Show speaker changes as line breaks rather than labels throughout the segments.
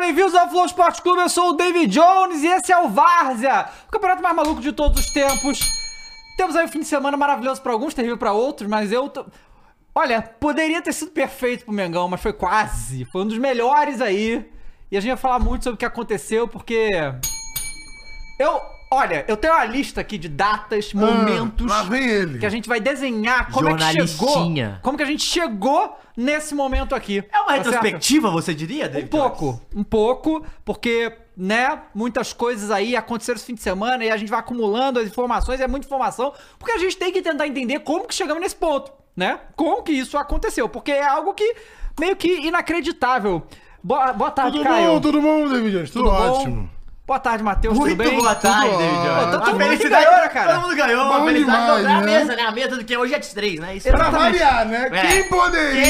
bem-vindos ao Flow Esporte Clube. Eu sou o David Jones e esse é o Várzea, o campeonato mais maluco de todos os tempos. Temos aí um fim de semana maravilhoso pra alguns, terrível pra outros, mas eu tô... Olha, poderia ter sido perfeito pro Mengão, mas foi quase. Foi um dos melhores aí. E a gente vai falar muito sobre o que aconteceu, porque. Eu. Olha, eu tenho uma lista aqui de datas,
Ah,
momentos.
lá vem ele.
Que a gente vai desenhar como é que chegou.
Jornalistinha.
Como que a gente chegou nesse momento aqui.
É uma
tá certo?
retrospectiva, você diria, David?
Um pouco, um pouco, porque, né, muitas coisas aí aconteceram esse fim de semana e a gente vai acumulando as informações, é muita informação, porque a gente tem que tentar entender como que chegamos nesse ponto, né? Como que isso aconteceu, porque é algo que meio que inacreditável. Boa, boa tarde,
Tudo
Caio.
bom, tudo bom, David Jones? Tudo,
bom?
ótimo.
Boa tarde, Matheus, tudo
Muito
bem?
boa tarde,
Tudo
David.
ótimo.
Jones.
Tá todo
A
mundo que ganhou, né, cara?
Todo mundo ganhou.
Bom
a felicidade
demais,
é a
né?
mesa, né? A mesa do que é hoje é de três, né? Isso.
Pra variar, né?
É.
Quem poderia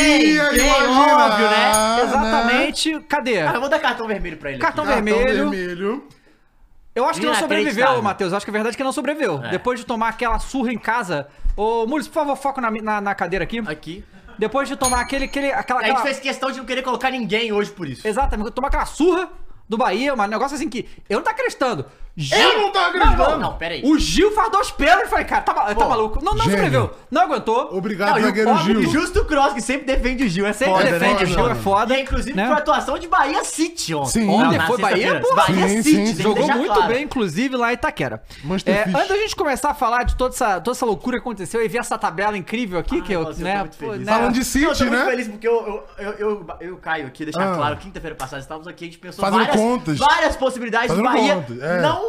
Quem? Quem?
imaginar?
Óbvio, né?
Exatamente. Cadê?
Ah, eu vou dar cartão vermelho pra ele.
Cartão
aqui.
Cartão
vermelho.
vermelho.
Eu acho que não sobreviveu,
Inacreditável.
Matheus. Acho que a verdade é que não sobreviveu.
É.
Depois de tomar aquela surra em casa. Ô, Mules, por favor, foco na, na, na cadeira aqui.
Aqui.
Depois de tomar aquele. aquele aquela,
A gente
aquela...
fez questão de não querer colocar ninguém hoje por isso.
Exatamente, tomar aquela surra do Bahia, um negócio assim que. Eu não tá acreditando. Gil...
Eu não tava
Não,
acreditando.
não, peraí.
O Gil faz dois pênaltis. Falei, cara, tá, ma- tá
Pô,
maluco. Não, não
gênio.
sobreviveu. Não aguentou.
Obrigado,
Não, e o
zagueiro
pobre
Gil.
Justo o Cross, que sempre defende o Gil, é
Sempre
foda, né?
defende o Gil, é
mano?
foda.
E, inclusive,
né?
foi a atuação de Bahia City ontem.
Sim.
Não,
Olha,
na
foi
sexta-feira.
Bahia, porra.
Bahia
Sim,
City.
sim.
tem que
Jogou
deixar
muito
claro.
bem, inclusive, lá em Itaquera.
Manchester
É,
Fish.
antes da gente começar a falar de toda essa, toda essa loucura que aconteceu e ver essa tabela incrível aqui, que eu,
nossa, eu tô
né,
muito feliz.
né,
Falando de
Não, eu tô
City,
muito
né?
feliz porque eu, eu, eu, eu, eu caio aqui, deixar
Ah.
claro, quinta-feira passada estávamos aqui, a gente pensou
Fazendo
várias,
contas.
várias possibilidades do
Fazendo
Bahia
contas, é.
não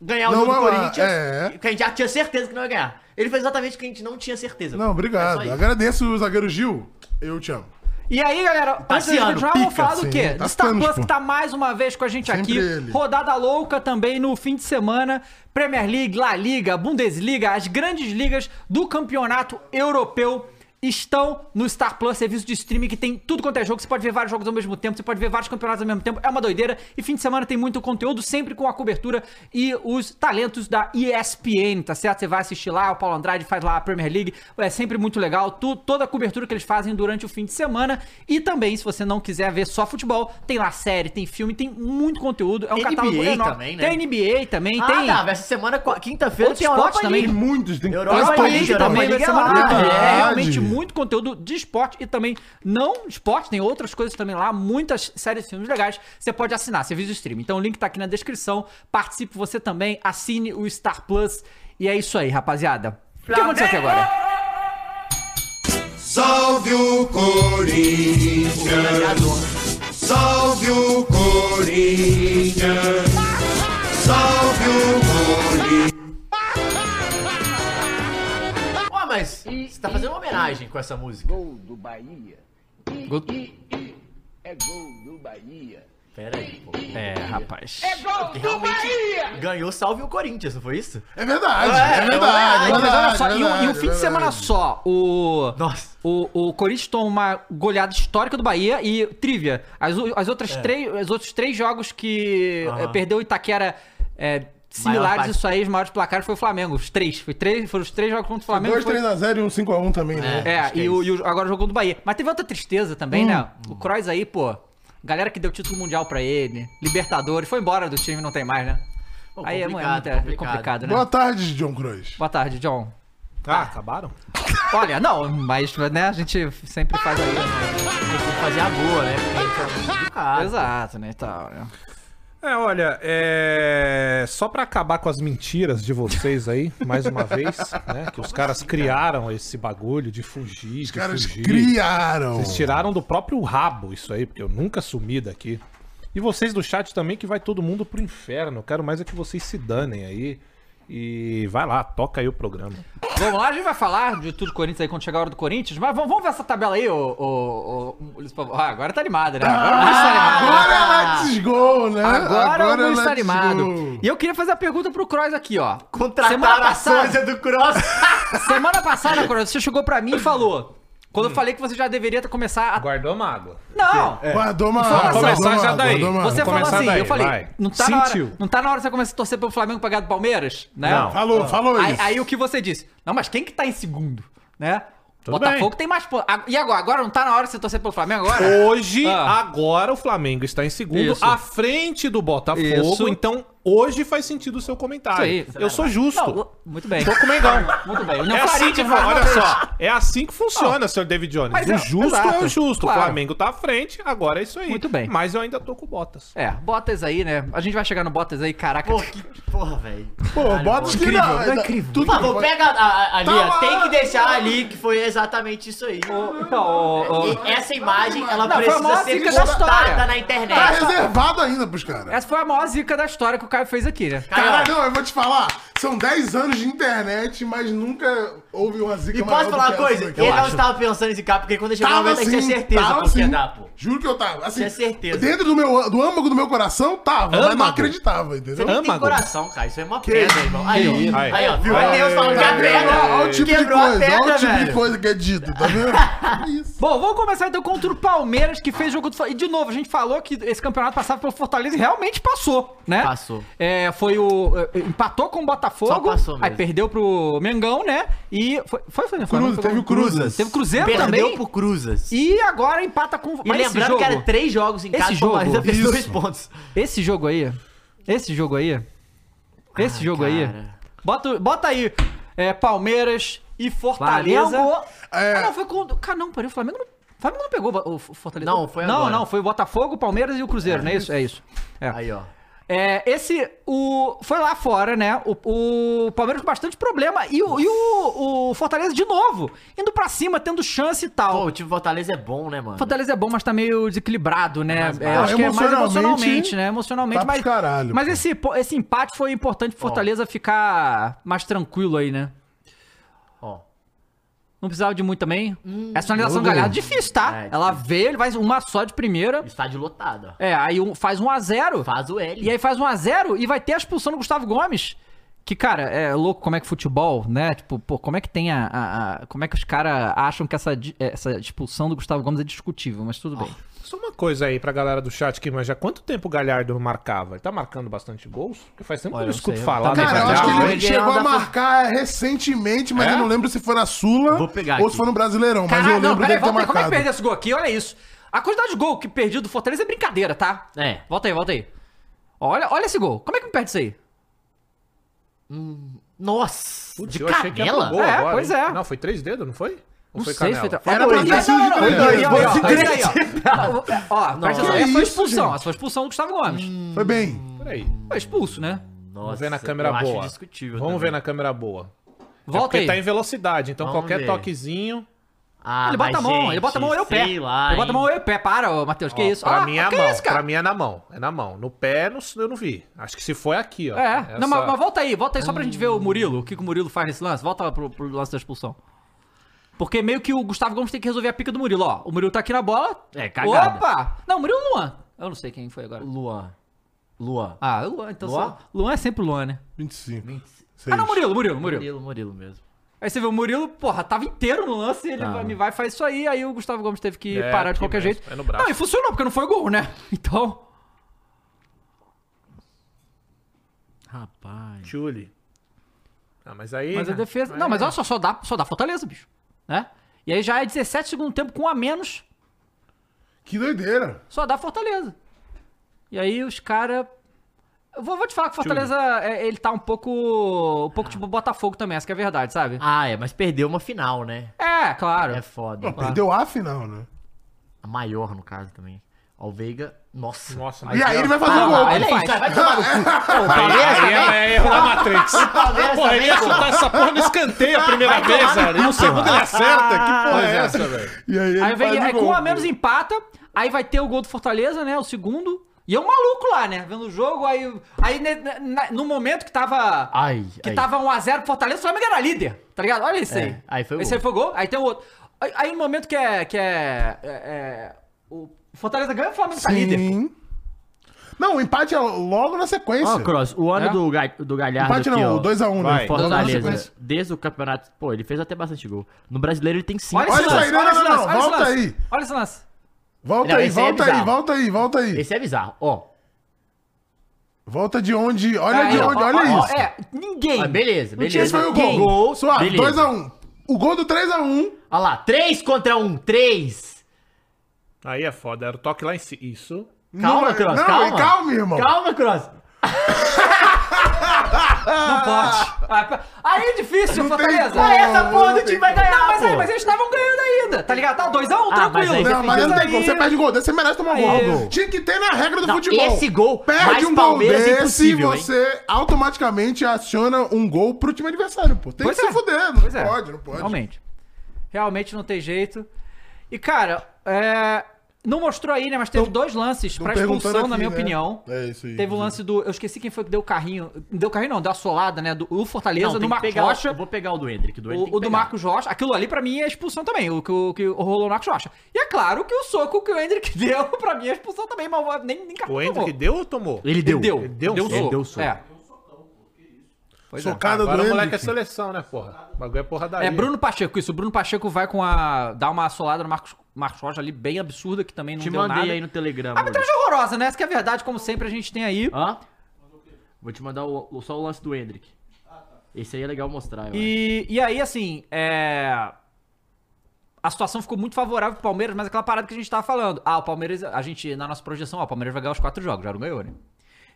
ganhar o
Não
jogo do
vai lá,
Corinthians,
é.
que a gente já tinha certeza que não ia ganhar. Ele fez exatamente o que a gente não tinha certeza.
Não, obrigado.
É só isso.
Agradeço o zagueiro Gil. Eu te amo.
E aí, galera, antes da gente
Tassiano,
continuar, vamos
pica,
falar do
sim.
quê? Do
Tassiano,
Star Plus,
pô.
que tá mais uma vez com a gente
Sempre
aqui.
ele.
Rodada louca também no fim de semana. Premier League, La Liga, Bundesliga, as grandes ligas do campeonato europeu estão no Star Plus, serviço de streaming que tem tudo quanto é jogo. Você pode ver vários jogos ao mesmo tempo, você pode ver vários campeonatos ao mesmo tempo. É uma doideira. E fim de semana tem muito conteúdo, sempre com a cobertura e os talentos da ESPN, tá certo? Você vai assistir lá, o Paulo Andrade faz lá a Premier League. É sempre muito legal. Tu- toda a cobertura que eles fazem durante o fim de semana. E também, se você não quiser ver só futebol, tem lá série, tem filme, tem muito conteúdo. É um
NBA
catálogo enorme.
também, né?
Tem NBA também,
Ah,
tem.
tá, essa semana, qua- quinta-feira,
Outros
tem Europa
esportes também.
também.
Tem muitos, tem
Europa
quatro
League
países,
também,
cara.
Liga
Liga
semana
lá.
que vem. É
Verdade.
realmente muito conteúdo de esporte e também não esporte, tem outras coisas também lá, muitas séries e filmes legais. Você pode assinar, serviço de streaming. Então o link tá aqui na descrição. Participe você também, assine o Star Plus. E é isso aí, rapaziada. O que aconteceu aqui agora?
Salve o Corinthians, salve o Corinthians, salve o Corinthians.
Ó, mas você tá fazendo uma homenagem com essa música.
Gol do Bahia. I,
Gol-
I, I. É gol do Bahia.
Pera aí, pô.
É, rapaz.
Gol
Porque realmente ganhou salve o Corinthians, não foi isso?
É verdade,
É,
é verdade.
é
Mas
é
olha só,
verdade,
e um, e um
é
fim de semana
verdade.
só, o.
Nossa.
O, o Corinthians toma uma goleada histórica do Bahia e trivia. As, o- as outras três, os outros três jogos que
É. Aham.
eh, perdeu o Itaquera é, similares,
parte.
isso aí, os maiores placares foi o Flamengo. Os três. Foi três foram os três jogos contra o Flamengo.
Dois,
foi-
3x0 e um 5x1 também, né?
É,
Acho que
e,
é
o,
isso. Hum.
e o- agora jogou do Bahia. Mas teve outra tristeza também, né? O Kroos aí, pô. Galera que deu título mundial pra ele, Libertadores, foi embora do time, não tem mais, né?
Pô,
aí é, mu- é
complicado,
muita- é complicado,
complicado.
né?
Boa tarde, John Cruz.
Boa tarde, John.
Ah, acabaram?
Olha, não, mas né, a gente sempre faz aí.
Tem que fazer a boa, né? Porque ele tá muito
Exato, né? e Tal, né?
É, olha, é... só pra acabar com as mentiras de vocês aí, mais uma vez, né? Que os caras criaram esse bagulho de fugir,
Os caras
de fugir.
criaram.
Vocês tiraram do próprio rabo isso aí, porque eu nunca sumi daqui. E vocês do chat também, que vai todo mundo pro inferno. Eu quero mais é que vocês se danem aí. E vai lá, toca aí o programa.
Vamos lá, a gente vai falar de tudo Corinthians aí quando chegar a hora do Corinthians, mas vamos, vamos ver essa tabela aí, ô. ô, ô, Luiz Pavão. ah, agora tá animado, né? Agora o Luiz tá animado.
Agora ela desgol,
Ah,
né?
Agora, o Luiz tá
let's
animado.
go.
E eu queria fazer a pergunta pro Cross aqui, ó.
Contrataram a Souza do Cross.
semana passada, Cross, você chegou pra mim e falou. Quando
Hum.
eu falei que você já deveria ter começar a.
Guardou mágoa.
Não!
Guardou uma
Vamos
água,
É. começar
guardou
já
uma
daí.
água, guardou uma
Você
água.
falou
começar
assim,
daí,
eu falei,
vai.
não tá, na hora,
Sentiu.
não tá na hora de você começar a torcer pelo Flamengo pra ganhar do Palmeiras, né?
Não.
Falou, falou
Aí,
isso.
aí o que você disse? Não, mas quem que tá em segundo, né?
Tudo
Botafogo
bem.
tem mais pontos. Ah, E agora? Agora não tá na hora de você torcer pelo Flamengo agora?
Hoje,
Ah.
agora, o Flamengo está em segundo,
Isso.
à frente do Botafogo.
Isso.
Então, hoje faz sentido o seu comentário.
Isso aí.
Eu sou justo.
Não, muito bem.
Tô com o Mengão.
Muito bem. Eu
é
faria
assim que
de forma
olha
alguma.
só, é assim que funciona, senhor David Jones.
Mas
o
é-
justo é
exato,
o justo.
claro.
O Flamengo tá à frente, agora é isso aí.
Muito bem.
Mas eu ainda tô com o Botas.
É, Bottas aí, né? A gente vai chegar no Bottas aí, caraca.
Pô, que porra, velho.
Pô, bota os que
incrível,
não.
não é incrível.
Por
Tudo que
favor,
pode-
pega a- a- ali,
Tá
ó. Tem
lá.
que deixar ali que foi exatamente isso aí.
Então, ô, ô,
E essa imagem, ela
Não, foi a
precisa
maior
ser
zica da história.
postada na
Tá
internet.
reservado ainda pros caras.
essa foi a maior zica da história que o Caio fez aqui, né?
Caralho, não, eu vou te falar. São 10 anos de internet, mas nunca houve uma zica
E
maior
posso
do
falar
que
uma
essa
coisa?
daqui.
Ele não estava pensando nesse cara, porque quando chegou o
Tava
momento,
sim,
tem que ter certeza
tava
qual que ia
sim.
dar, pô.
Juro que eu tava. Assim,
Tinha certeza.
Dentro do, meu, do âmago do meu coração, tava, mas
Âmago?
não acreditava,
Você nem
entendeu?
tem
Âmago.
coração, cara. Isso é uma pedra, irmão. Aí,
isso?
ó. Aí, ó. Viu?
Aí,
Deus falando que
Tá
é
vendo?
pedra.
Olha o tipo de
Quebrou a
coisa,
pedra,
olha o tipo de
velho.
coisa que é dito, tá vendo? Isso.
Bom, vamos começar então contra o Palmeiras, que fez jogo do... Fla- E de novo, a gente falou que esse campeonato passava pelo Fortaleza e realmente passou, né?
Passou.
É, foi o... é, Empatou com o Botafogo.
Só passou mesmo.
Aí perdeu pro Mengão, né? E foi... Foi, né? foi, foi- foi-
teve o Cruzas.
Teve o Cruzeiro
Perdeu
também.
pro Cruzas. E,
E agora empata com... Mas esse
lembrando que
jogo-
era três jogos em
Esse
casa,
jogo,
o Palmeiras fez
isso.
dois pontos.
Esse jogo aí. Esse jogo aí. Esse jogo aí.
Ah, cara.
Bota, o- bota aí. é, Palmeiras e Fortaleza.
Flamengo.
É.
Ah, não, foi com. Cara, não, peraí. O Flamengo não. O Flamengo não pegou o Bo- o Fortaleza.
Não, foi
Não,
agora.
não, foi o Botafogo, o Palmeiras e o Cruzeiro, não é isso? É isso. É.
Aí, ó.
É, esse. O, foi lá fora, né? O, o Palmeiras com bastante problema. E, o, e o, o Fortaleza de novo. Indo pra cima, tendo chance e tal.
Pô, o time Fortaleza é bom, né, mano?
Fortaleza é bom, mas tá meio desequilibrado, né?
Mas,
É,
mas
acho que é mais
emocionalmente,
emocionalmente, né? Emocionalmente,
tá
mas.
pros caralho,
mas
pô.
esse, po- esse empate foi importante pro Fortaleza ficar mais tranquilo aí, né?
Ó.
Não precisava de muito também. Essa finalização do
jogo.
Galhardo é difícil, tá?
Hum. É,
Ela veio, ele faz uma só de primeira.
Estádio lotado, ó.
É, aí um- faz um a zero.
Faz o L.
E aí faz um a zero e vai ter a expulsão do Gustavo Gomes. Que, cara, é louco como é que futebol, né? Tipo, pô, como é que tem a. a- a- como é que os caras acham que essa, di- essa expulsão do Gustavo Gomes é discutível, mas tudo bem.
Só uma coisa aí pra galera do chat que manja. Quanto tempo o Galhardo não marcava? Ele tá marcando bastante gols? Porque faz tempo
Olha,
que eu
eu
não escuto
sei, eu
Tá
falar.
também
do
Cara, eu
Mas
acho
não,
que
Galhardo.
ele
ele
chegou
anda
a marcar recentemente, mas
É?
eu não lembro se foi na Sula
Vou pegar
ou se
aqui.
foi no Brasileirão. Mas eu
peraí,
lembro dele ter
volta aí. Como é que
marcado.
perdeu esse gol aqui? Olha isso. A quantidade de gol que perdido do Fortaleza é brincadeira, tá?
É.
Volta aí, volta aí. Olha, olha esse gol. Como é que me perde isso aí?
Nossa!
Putz,
de
eu achei que ia pro
canela?
gol
É,
agora,
pois
hein?
é.
Não, foi três dedos, não foi? Ou foi
sei se foi.
canela?
Olha,
pra
olha,
ter
olha,
sido de
olha,
três
olha,
dedos,
olha, olha,
fosse
olha,
três.
olha, olha. Ó, presta atenção.
Que
Essa foi a
isso,
expulsão.
gente?
Essa foi a expulsão do Gustavo
Hum.
Gomes.
Foi bem.
Peraí.
Foi expulso, né?
Vamos
Nossa,
ver na câmera
eu acho
boa.
discutível
Vamos ver
também.
na câmera boa.
Volta
Porque
aí.
tá em velocidade, então
Vamos
qualquer
ver.
toquezinho.
Ah,
Ele bota a
mas,
mão,
gente,
ele bota a mão e o pé.
sei lá,
ele bota a mão
hein.
e o pé. Para, ô, Matheus, que
Ó,
isso?
Pra
Ah,
mim é a
que
mão.
isso,
pra
cara?
mim é na mão. É na mão. No pé não- eu não vi. Acho que se foi aqui, ó.
É,
Essa-
não, mas, mas volta aí, volta aí só pra gente ver o Murilo, o que, que o Murilo faz nesse lance. Volta lá pro, pro lance da expulsão. Porque meio que o Gustavo Gomes tem que resolver a pica do Murilo, ó. O Murilo tá aqui na bola.
É, cagada.
Opa! Não, Murilo ou Luan. Eu não sei quem foi agora.
Luan. Luan.
Ah, o Luan, então
Luan?
só. Luan é sempre o Luan, né?
25.
Ah, não,
Seis.
Murilo, Murilo, Murilo.
Murilo, Murilo mesmo.
Aí você vê o Murilo, porra, tava inteiro no lance, ele
Ah.
vai, me vai faz isso aí, aí o Gustavo Gomes teve que
É,
parar de
aqui
qualquer
mesmo,
jeito.
é no braço.
Não, e funcionou, porque não foi gol, né? Então.
Rapaz.
Tchule. Ah, mas aí.
Mas a defesa.
né?
Não,
É.
mas olha só, só dá, só dá Fortaleza, bicho. Né? E aí já é 17 segundo tempo com um a menos,
Que doideira.
só dá Fortaleza. E aí os caras. Eu vou, vou te falar que o Fortaleza, é, ele tá um pouco. Um pouco tipo Botafogo também, essa que é a verdade, sabe?
Ah, é, mas perdeu uma final, né?
É, claro.
É foda.
Perdeu a final, né?
A maior, no caso, também. Ó, O Veiga. Nossa.
Nossa, é
E aí ele vai fazer
Ah,
o gol.
lá,
Olha
ele
isso,
faz.
vai tomar no cu. Pô, o Palmeiras
Aí
também.
é erro
né?
da Matrix.
Palmeiras
Porra, ele ia
também, pô.
chutar essa porra no escanteio a primeira
Vai
vez,
tomar no
velho. E no segundo
Tá
ele acerta. Que porra é essa, velho?
E aí ele
Aí vem,
faz
aí
o gol.
com um a menos
né?
empata, aí vai ter o gol do Fortaleza, né? O segundo. E é um maluco lá, né? Vendo o jogo, aí. Aí ne- na- na- no momento que tava.
Ai,
que
ai.
tava 1x0 pro Fortaleza, o Flamengo era líder, tá ligado? Olha isso
É,
aí.
aí foi o
Esse
gol.
aí foi o gol, aí tem o outro. Aí, aí no momento que é. que é. é- é, o Fortaleza ganha, o Flamengo tá líder.
Sim. Não, o empate é logo na sequência.
Ó, Cross, o ano
É?
do, Ga- do Galhardo
empate
aqui,
não,
ó.
o
Vai.
2x1, né? Logo na
Fortaleza,
sequência.
desde o campeonato, pô, ele fez até bastante gol. No brasileiro ele tem cinco.
Olha, esse
Olha isso
lance,
aí, não,
olha esse
não, não,
lance, olha esse
volta
lance.
aí.
Olha esse lance.
Volta
Não,
aí,
esse aí é
volta aí,
bizarro.
volta aí, volta aí.
Esse é bizarro, ó.
Volta de onde? Olha
Tá Aí,
de
ó,
onde,
ó,
olha
ó,
isso.
É, ninguém.
Ah, beleza,
Esse
beleza.
foi o
Quem?
um. gol. Suave,
Beleza.
2x1. O gol do 3x1
Olha lá, 3 contra 1, 3.
Aí é foda, era o toque lá em cima. Isso.
Calma,
Não,
Cross,
não,
calma.
calma, irmão.
Calma, Cross.
Não pode. Ah, pa- Aí é difícil,
Não tem
Fortaleza. Ah,
como, Ah,
Aí
essa porra do time vai ganhar,
Não, mas, aí,
pô.
mas eles estavam ganhando ainda, tá ligado? Tá 2x1, um,
Ah, mas
tranquilo.
aí
Não, mas não tem como. Você perde gol desse, você merece tomar um
Aí.
gol. Tinha que ter na regra do
Não,
futebol.
esse gol, mais
Perde um gol
Palmeiras é
desse,
impossível, hein?
você automaticamente aciona um gol pro time adversário, pô. Tem
Pois
que
é.
se fuder, não
Pois é.
pode, não pode.
Realmente. Realmente não tem jeito. E, cara, é, não mostrou aí, né? Mas teve dois lances
Tão
pra
perguntando
expulsão, na
aqui,
minha
né?
opinião.
É isso aí.
Teve o lance do. Eu esqueci quem foi que deu o carrinho. Deu o carrinho, não, deu a solada, né? Do, o Fortaleza,
tem
do
que
Marcos
pegar,
Rocha.
Eu vou pegar o do Hendrick. Do Hendrick
O, o do
Marcos.
Marcos Rocha, aquilo ali pra mim é expulsão também, o que, o que rolou no Marcos Rocha. E é claro que o soco que o Hendrick deu, pra mim é expulsão também, mas nem, nem cartão
O Hendrick
tomou.
deu ou tomou?
Ele deu.
deu,
Ele deu um soco.
soco.
Ele deu um soco.
É. Pois é.
Socada
Agora o
do
moleque é
Hendrick.
seleção, né, porra? O bagulho é porradaria.
É Bruno Pacheco, isso. O Bruno Pacheco vai com a. dá uma assolada no Marcos, Marcos Rocha ali, bem absurda, que também não
Te
deu
mandei
nada.
aí no Telegram.
A arbitragem horrorosa, né? Essa que é a verdade, como sempre a gente tem aí.
Hã? Vou te mandar o- o- só o lance do Hendrick. Esse aí é legal mostrar, eu acho.
E, e aí, assim, é. A situação ficou muito favorável pro Palmeiras, mas aquela parada que a gente tava falando. Ah, o Palmeiras, a gente, na nossa projeção, ó, o Palmeiras vai ganhar os quatro jogos, já não ganhou, né?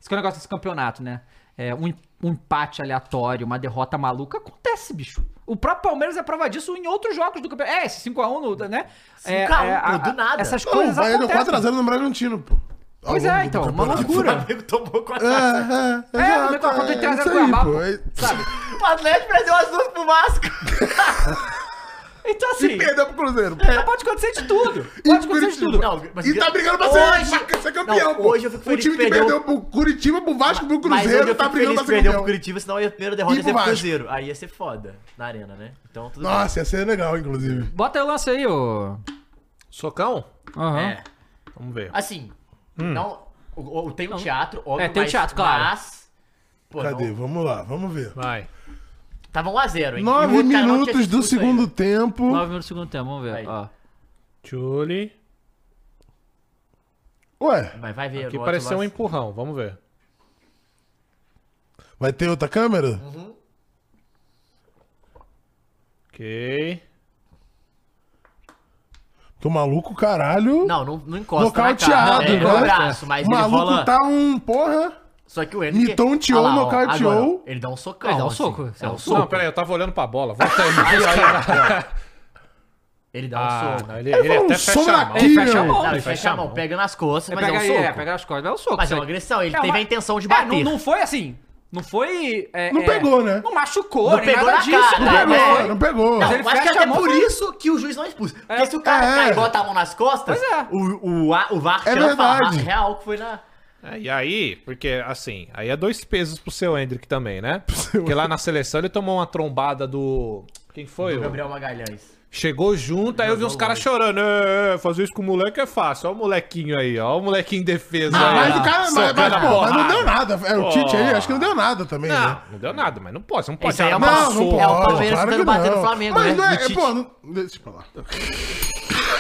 Esse que é o negócio desse campeonato, né? É, um, em- um empate aleatório, uma derrota maluca, acontece, bicho. O próprio Palmeiras é prova disso em outros jogos do campeonato. É, esse 5x1, no- né? É,
5x1,
é,
pô, um, do nada.
Essas
Não,
coisas
o Bahia deu
acontecem.
4x0 no Bragantino, pô. Ao
Pois é,
longo do
então, uma
campeonato.
loucura.
O Flamengo tomou com a
É,
taça.
é,
É,
exato,
no meu contra o
é
3 é
isso aí,
Cuiabá,
pô.
pô.
É-
Sabe?
O Atlético perdeu as duas pro Vasco.
Então,
Se
assim,
perdeu pro Cruzeiro. pô.
mas pode acontecer de tudo. Pode acontecer de tudo.
Não, mas
E tá brigando pra ser, pra ser campeão,
não,
pô.
hoje eu fico
o
feliz
time que
que perdeu-
perdeu pro Curitiba, pro Vasco, pro
Mas hoje
Cruzeiro,
eu
tá
fico feliz
brigando pra
que
ser
perdeu pro
campeão.
Cruzeiro, senão a primeira derrota
E
ia
pro
ser pro
Vasco.
Cruzeiro. Aí ia ser foda na arena, né? Então tudo
Nossa, ia ser legal, inclusive.
Bota aí o lance aí, ô.
Socão?
Aham.
bem. É.
Vamos ver.
Assim,
Hum.
não, o, o- tem o teatro, óbvio,
É, tem o
mas-
teatro, claro.
Mas, pô,
Cadê?
não,
Vamos lá, vamos ver.
Vai.
tava 1x0, hein? E o
Nove
outro cara não tinha
minutos
sido
do
expulso
segundo
ainda.
tempo.
9 minutos do segundo tempo, vamos ver.
Aí.
Ó.
Tchule.
Ué,
Mas vai ver
Aqui
agora,
pareceu um
vai-
empurrão, vamos ver.
vai ter outra câmera?
Ok.
Porque o maluco, caralho.
Não, não, não encosta na
Nocauteado,
cara. É,
né?
no braço, mas
o
ele
maluco
rola...
tá um. Porra.
Só que o Henrique...
Mitonteou,
Olha lá, ó,
nocauteou.
agora, ó, Ele dá um socão,
Ele dá um
assim.
soco,
É um
não,
soco.
Não, pera aí, eu tava olhando pra bola. Volta aí.
Aí, olha, ó. Ele dá um
Ah,
soco.
não, ele, ele
Vamos,
até fecha
sombra
a mão.
aqui,
fecha a
meu.
mão.
Não, ele fecha a mão, pega nas costas,
É
mas é um
pegar,
soco.
é, pegar as costas, é um soco.
Mas é
isso
uma
aí.
agressão, ele
É
teve
uma-
a intenção de
É,
bater.
não, não foi assim. Não foi. é,
Não
é,
pegou, né?
Não machucou,
Não
nem
pegou
nada
na
disso.
cara,
né?
né?
Pegou,
é.
não pegou.
Mas
Não,
ele
acho que
fecha
até
a mão,
por
foi-
isso que o juiz não expulsa. Porque se o cara
É.
cai e bota a mão nas costas,
Pois é.
o, o, a- o VAR
É
chama a
verdade.
real que foi na.
É, e aí, porque assim, aí é dois pesos pro seu Hendrick também, né? Porque lá na seleção ele tomou uma trombada do. Quem foi?
Do
o-
Gabriel Magalhães.
Chegou junto, aí eu vi uns caras chorando. "É, é, fazer isso com o moleque é fácil. Ó o molequinho aí, ó. O molequinho em defesa.
Ah,
aí,
mas
ó,
o cara. Mas,
socando
mas,
a
pô, mas não
porrada.
deu nada. É, o Tite aí, acho que não deu nada também, né?
Não, não deu nada, mas não pode. Você não pode.
Isso aí é uma-
Não, não
passou.
pode.
É, o Palmeiras
claro
tentando
que
bater
não.
no Flamengo,
Mas
né?
não é,
Do
é, pô,
Tite.
não, deixa pra lá.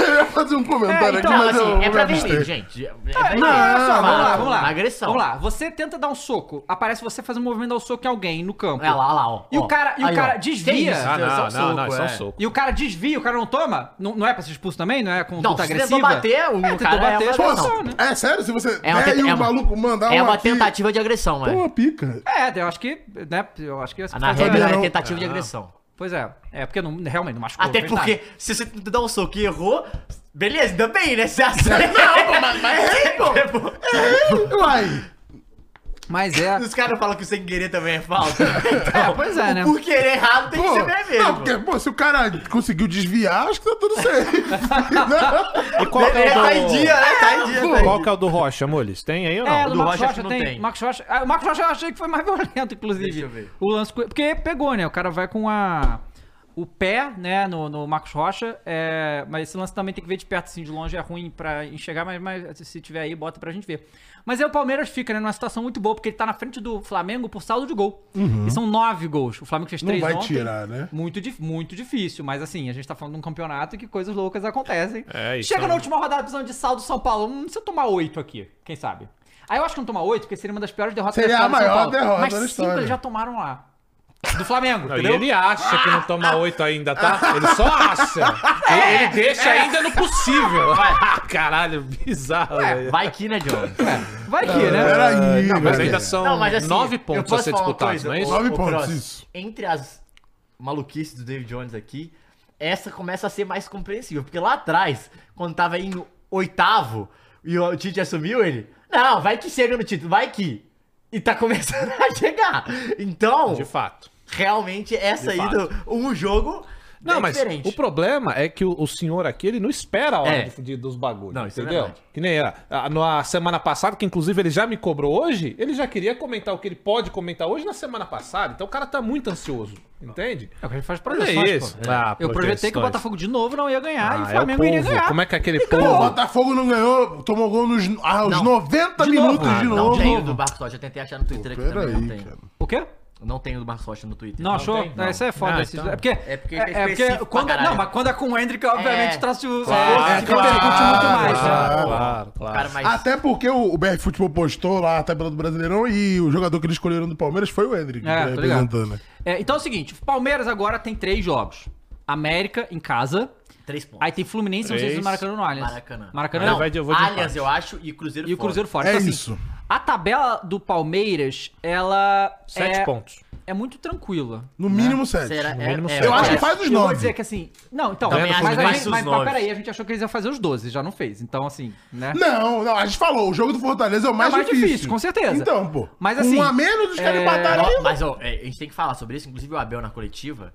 eu ia fazer um comentário
É,
aqui,
então,
Não,
mas eu-
assim, é
eu
pra
me abstei.
vermelho, gente. É, é
É,
vermelho.
não, olha só,
Mas
vamos lá, vamos lá.
Agressão.
Vamos lá, você tenta dar um soco, aparece você fazendo um movimento dar um soco em alguém no campo.
Olha É lá, olha lá, ó.
E o
Ó.
cara- e o
Aí,
cara
ó.
desvia.
Que
Ah, não,
só
não, não, não, isso é um
é.
soco.
E o cara desvia, o cara não toma? Não, não é pra ser expulso também? Não é com
Não,
conduta
se
agressiva?
tentou bater, o
é, tentou
cara é uma
bater, é, uma
Pô,
agressão,
expulsão,
se-
né?
é sério? Se você
É uma,
der
te-
e
é
o
uma-
maluco mandar
é
um
uma
aqui-
tentativa de agressão, é.
Pô, pica.
É, eu acho que, né, eu acho que... essa
Na
foi-
regra
não.
é tentativa de agressão.
Pois é, é porque não, realmente não machucou.
Até
não fez
porque,
nada.
se você dá um soco e errou, beleza, ainda bem, né? Você acerta. Não, mas, pô. É.
Uai.
Mas é...
Os caras falam que o sem querer também é falta.
É, pois é, né?
Por querer errado tem que
Pô,
ser vermelho.
não,
pô.
porque, pô, se o cara conseguiu desviar, acho que tá tudo certo.
E qual que
É, tá em dia,
é
né? Tá em dia,
o
tá
do.
em
Qual
dia.
que é o do Rocha, Molis? Tem aí ou não?
É,
o
do
do
Marcos
Rocha acho
Rocha
que não
tem.
tem.
Marcos Rocha... Ah, o Marcos Rocha eu achei que foi mais violento, inclusive.
Deixa eu ver.
O lance... com- Porque pegou, né? O cara vai com a... O pé, né, no, no Marcos Rocha, é, mas esse lance também tem que ver de perto, assim, de longe é ruim pra enxergar, mas, mas se tiver aí, bota pra gente ver. Mas aí o Palmeiras fica, né, numa situação muito boa, porque ele tá na frente do Flamengo por saldo de gol. E são nove gols. O Flamengo fez
Uhum. Não
três
vai
ontem.
tirar, né?
Muito, dif- muito difícil, mas assim, a gente tá falando de um campeonato que coisas loucas acontecem.
É, isso
Chega
é
na
um-
última rodada, precisando de saldo do São Paulo. Hum, se eu tomar oito aqui, quem sabe? Aí eu acho que não tomar oito, porque seria uma das piores derrotas
Seria
da
a
história do São
maior
Paulo.
derrota
Mas
da
cinco
história.
eles já tomaram lá. do Flamengo,
Não, e
entendeu?
ele acha que não toma oito ainda, tá? Ele só acha. Ele, ele deixa
É.
ainda no possível. Caralho, bizarro. velho.
Vai que, né, John?
Vai que,
É,
né?
Peraí,
Não, mas é.
velho.
ainda são
Não, mas assim,
Então, nove
eu
pontos a
posso
ser
falar uma
disputados,
coisa?
não é isso?
Nove
Ô,
pontos,
Cross,
isso.
Entre as maluquices do David Jones aqui, essa começa a ser mais compreensível. Porque lá atrás, quando tava em oitavo e o Tite assumiu ele, não, vai que chega no título, vai que. E tá começando a chegar. Então,
De fato.
realmente, essa aí
fato.
do um jogo
Não,
é
mas
diferente.
o problema é que o, o senhor aqui, ele não espera a hora
É.
de- de- dos bagulhos,
Não, isso é
entendeu?
verdade.
que nem a, a- na semana passada, que inclusive ele já me cobrou hoje, ele já queria comentar o que ele pode comentar hoje na semana passada. Então o cara tá muito ansioso, entende?
É o que a gente faz
Olha
projeções,
isso.
pô.
Ah,
Eu projetei que o
projeções.
Botafogo de novo não ia ganhar e o
Ah, é o
Flamengo iria
povo.
ganhar.
Como é que aquele
O
povo...
Botafogo não ganhou, tomou gol nos ah, aos
Não.
90
De novo.
minutos de
Ah,
Não
novo.
tem o do Marcos Rocha, eu tentei achar no Twitter aqui também, não
Peraí,
tem.
cara.
O quê?
Não tem o do Marcos Rocha no Twitter.
Não, achou?
tem? Não.
Isso é foda.
Ah,
esses-
então.
É porque.
É porque é
é porque
específico pra
quando,
caralho.
não, mas quando é com o Hendrick, obviamente,
É.
traz o.
Claro,
Ah,
é, que repercute muito mais. né?
claro.
Claro,
O
claro.
cara mais...
Até porque o, o BR Futebol postou lá a tabela do Brasileirão e o jogador que eles escolheram do Palmeiras foi o Hendrick,
É,
que tá
tô ligado.
representando. né?
É, então é o seguinte: o Palmeiras agora tem três jogos: América em casa,
Três pontos.
aí tem Fluminense, não sei se
Três.
no Maracanã ou no Allianz.
Maracanã.
Maracanã
Não,
vai de- eu vou de
Allianz,
empate.
eu acho, e Cruzeiro
e o
fora.
Cruzeiro fora.
É
Então, assim,
isso.
A tabela do Palmeiras, ela.
Sete
é,
pontos.
é muito tranquila.
No mínimo 7.
Né? Será?
No
É,
mínimo
é,
sete.
Eu acho que
É,
faz os
eu vou
9.
dizer que assim. Não, então.
Também
mas,
acho que
mas-
faz os
mas- mas
nove.
peraí, a gente achou que eles iam fazer os 12, já não fez. Então, assim, né?
Não, não, a gente falou, o jogo do Fortaleza é o mais,
mais
difícil.
difícil, com certeza.
Então, pô.
Mas assim,
Um a menos, os caras
é,
empataram
Ó,
aí.
Mas ó, é, a gente tem que falar sobre isso. Inclusive o Abel na coletiva,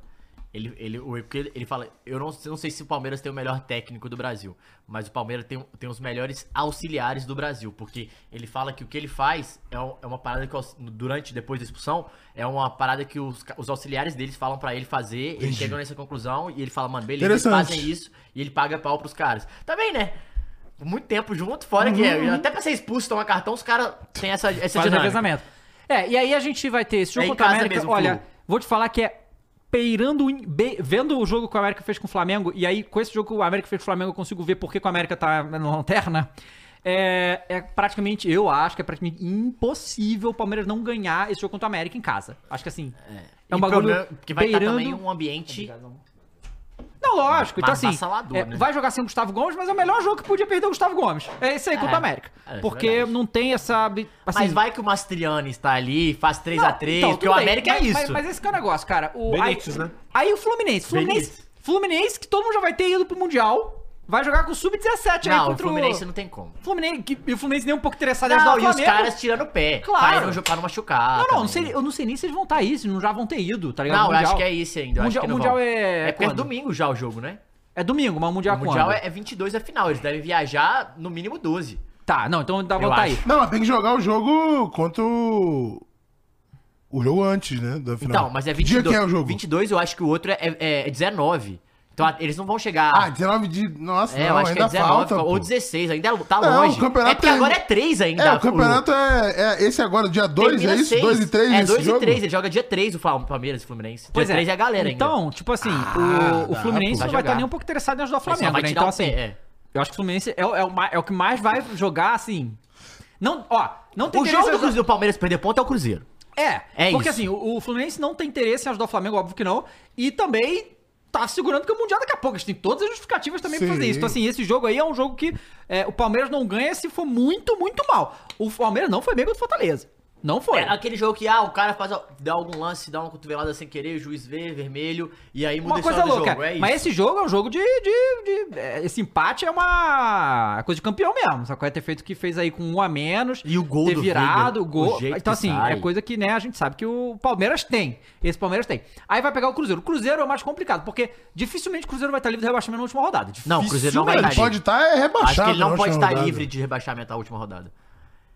ele, ele, o- porque ele, ele fala, eu não, eu não sei se o Palmeiras tem o melhor técnico do Brasil, mas o Palmeiras tem, tem os melhores auxiliares do Brasil, porque ele fala que o que ele faz é, um- é uma parada que aux- durante, depois da expulsão, é uma parada que os, ca- os auxiliares deles falam pra ele fazer, ele chega nessa conclusão e ele fala, mano, beleza, eles
Interessante.
fazem isso e ele paga pau pros caras. Também, né? Muito tempo junto, fora que é, até pra ser expulso, tomar cartão, os caras têm essa, essa
Faz o
dinâmica.
revezamento. É, e aí a gente vai ter esse jogo
É em
contra a
casa
América.
mesmo,
olha,
Flu.
vou te falar que é peirando, em- be- vendo o jogo que o América fez com o Flamengo, e aí com esse jogo que o América fez com o Flamengo eu consigo ver por que que o América tá na lanterna. É, é praticamente, eu acho que é praticamente impossível o Palmeiras não ganhar esse jogo contra o América em casa. Acho que assim. É, um
E
bagulho
problema- que vai estar também
peirando- Tá
um ambiente.
Não, lógico. Então,
Mas
assim,
avassalador,
é,
né?
vai jogar sem o Gustavo Gomes, mas é o melhor jogo que podia perder o Gustavo Gomes. É esse aí contra o
É.
América.
É,
porque
verdade.
não tem essa... Assim,
mas vai que o Mastriani está ali, faz 3 x 3
então,
porque
tudo
o
bem,
América
mas-
é isso.
Mas, mas esse que é o negócio, cara. O,
Benítez,
aí,
né?
Aí o Fluminense. Fluminense,
Benítez.
Fluminense, que todo mundo já vai ter ido pro Mundial. Vai jogar com o Sub-17 aí
não, o
contra
Fluminense não tem como.
Fluminense, que, e o Fluminense nem um pouco interessado em ajudar
Não,
o
e os
Flamengo.
caras tirando o pé.
Claro.
Pra não, jo- pra não machucar.
Não, não,
também.
não sei, eu não sei nem se eles vão estar aí, se não já vão ter ido, tá ligado?
Não,
O
eu
Mundial.
acho que é isso ainda. Eu
Mundial-
acho que não
Mundial
vão.
é
É porque é
quando?
domingo já o jogo, né?
É domingo, mas o
O
Mundial é
Mundial
quando?
é, é 22 da final. Eles devem viajar no mínimo 12.
Tá, não, então dá pra
Eu
voltar
acho.
aí.
Não, mas tem que jogar o jogo contra o. O jogo antes, né? Da final.
Então, mas é
Que
22.
Dia que é o jogo?
22 eu acho que o outro é, é, é 19. Então a- eles não vão chegar.
Ah, 19 de. Nossa,
É,
não,
eu acho que
ainda
é 19
falta.
ou
pô.
16, ainda é- tá
Não,
longe.
o campeonato
é porque
tem-
agora é 3 ainda.
É, o
Lu.
campeonato é, é esse agora, dia 2, é
Termina
isso?
seis.
2 e 3
É, 2 e 3. Ele joga dia 3 o Fal- Palmeiras e Fluminense.
Pois
dia 3 é. a galera
Então, tipo assim, o, o
pô.
Fluminense não
Vai
vai estar
jogar.
nem um pouco interessado em ajudar o
ainda. Ele só
Flamengo,
vai
né?
tirar
Então,
o
assim,
pé, é.
eu acho que o Fluminense é, o- é o, ma- é o que mais vai jogar, assim. Não, ó, não tem
O jogo do,
interesse em ajudar-
Cruzeiro, do Palmeiras perder ponto é o Cruzeiro.
É,
É
porque
isso.
assim, o, o Fluminense não tem interesse em ajudar o Flamengo, óbvio que não. E também tá segurando que é o Mundial daqui a pouco. A gente tem todas as justificativas também pra
Sim.
fazer isso. Então, assim, esse jogo aí é um jogo que é, o Palmeiras não ganha se for muito, muito mal. O Palmeiras não foi bem contra o Fortaleza. Não foi.
É aquele jogo que, ah, o cara faz, a- dá algum lance, dá uma cotovelada sem querer, o juiz vê, vermelho, e aí muda
Uma
a história
coisa
do
louca.
jogo. É isso.
Mas esse jogo é um jogo de. de- de- é, esse empate é uma coisa de campeão mesmo. Sacou? É ter feito o que fez aí com um a menos.
E o gol
ter
do
virado,
Veiga,
o gol.
o jeito
então,
que
assim,
sai.
é coisa que, né, a gente sabe que o Palmeiras tem. Esse Palmeiras tem. Aí vai pegar o Cruzeiro. O Cruzeiro é o mais complicado, porque dificilmente o Cruzeiro vai estar livre do rebaixamento na última rodada.
Não, o Cruzeiro não vai
Ele
estar
pode
livre.
estar é rebaixado.
Acho que ele
na
não pode
última
estar
rodada.
livre de rebaixamento na última rodada.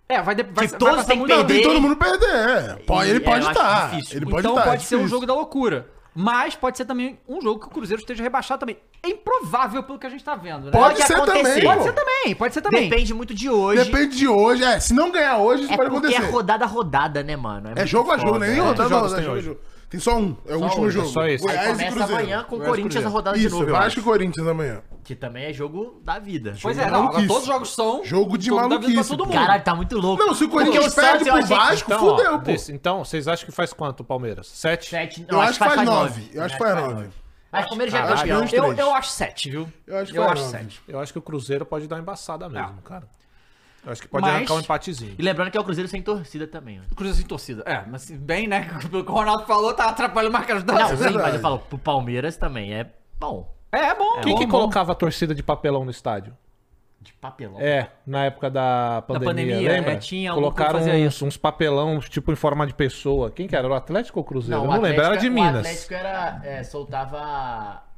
É, vai, de, vai, vai
todos
passar
têm que
muito-
Não, tem
perder.
todo mundo perder. é. Pode- Ele
É,
pode
eu acho
estar.
difícil.
Ele
Então
tá, é
pode ser um
difícil.
jogo da loucura. Mas pode ser também um jogo que o Cruzeiro esteja rebaixado também. É improvável pelo que a gente tá vendo, né?
Pode,
Pode
ser
acontecer.
também.
Pode
pô.
ser também, pode ser também.
Depende muito de hoje.
Depende de hoje. É, se não ganhar hoje, isso
é
pode
porque
acontecer.
é rodada a rodada, né, mano?
É jogo a jogo,
foda,
né? Nem
é.
rodada,
jogos
rodada,
tem
jogo a
hoje?
jogo. Tem só um. É o
Só
último
hoje,
jogo.
só esse.
Aí começa amanhã com o
Goiás
Corinthians
e
a
é Cruzeiro.
rodada de
Isso,
novo, eu
Vasco
acho.
e Corinthians amanhã.
Que Que também é jogo da vida.
Pois é,
de
não, agora
maluquice.
todos os jogos são.
Jogo de
jogo da vida pra
maluquice,
todo
pô.
mundo.
Caralho, tá muito louco.
Não, se o
Porque
Corinthians
Santos,
perde
eu
pro
achei-
Vasco,
Então, ó,
fudeu, pô.
desse- então, vocês acham que faz quanto o Palmeiras? Sete?
Sete-
Eu acho que faz nove. Eu acho que faz nove.
Acho que o Palmeiras já é
Caralho,
campeão.
uns
Eu,
três.
eu acho 7, viu?
Eu acho que
eu
vai
acho
nove.
7.
Eu acho que o Cruzeiro pode dar uma embaçada mesmo, cara. Eu acho que pode
Mas-
arrancar um empatezinho.
E lembrando que é o Cruzeiro sem torcida também, né? ó.
Cruzeiro sem torcida. É, mas se bem, né? Pelo que o Ronaldo falou, tá atrapalhando marcar os
Não,
dados.
sim,
é verdade.
mas eu falo, pro Palmeiras também é bom.
É, é bom.
Quem
bom,
que
bom.
colocava a torcida de papelão no estádio?
De papelão.
É, na época da pandemia,
pandemia,
lembra?
é, tinha algum
Colocaram
que fazia
uns, uns papelão, tipo, em forma de pessoa. Quem que era? Era O Atlético ou o é- Cruzeiro?
o
eu não lembro, era de
o
Minas.
Atlético era. é, soltava.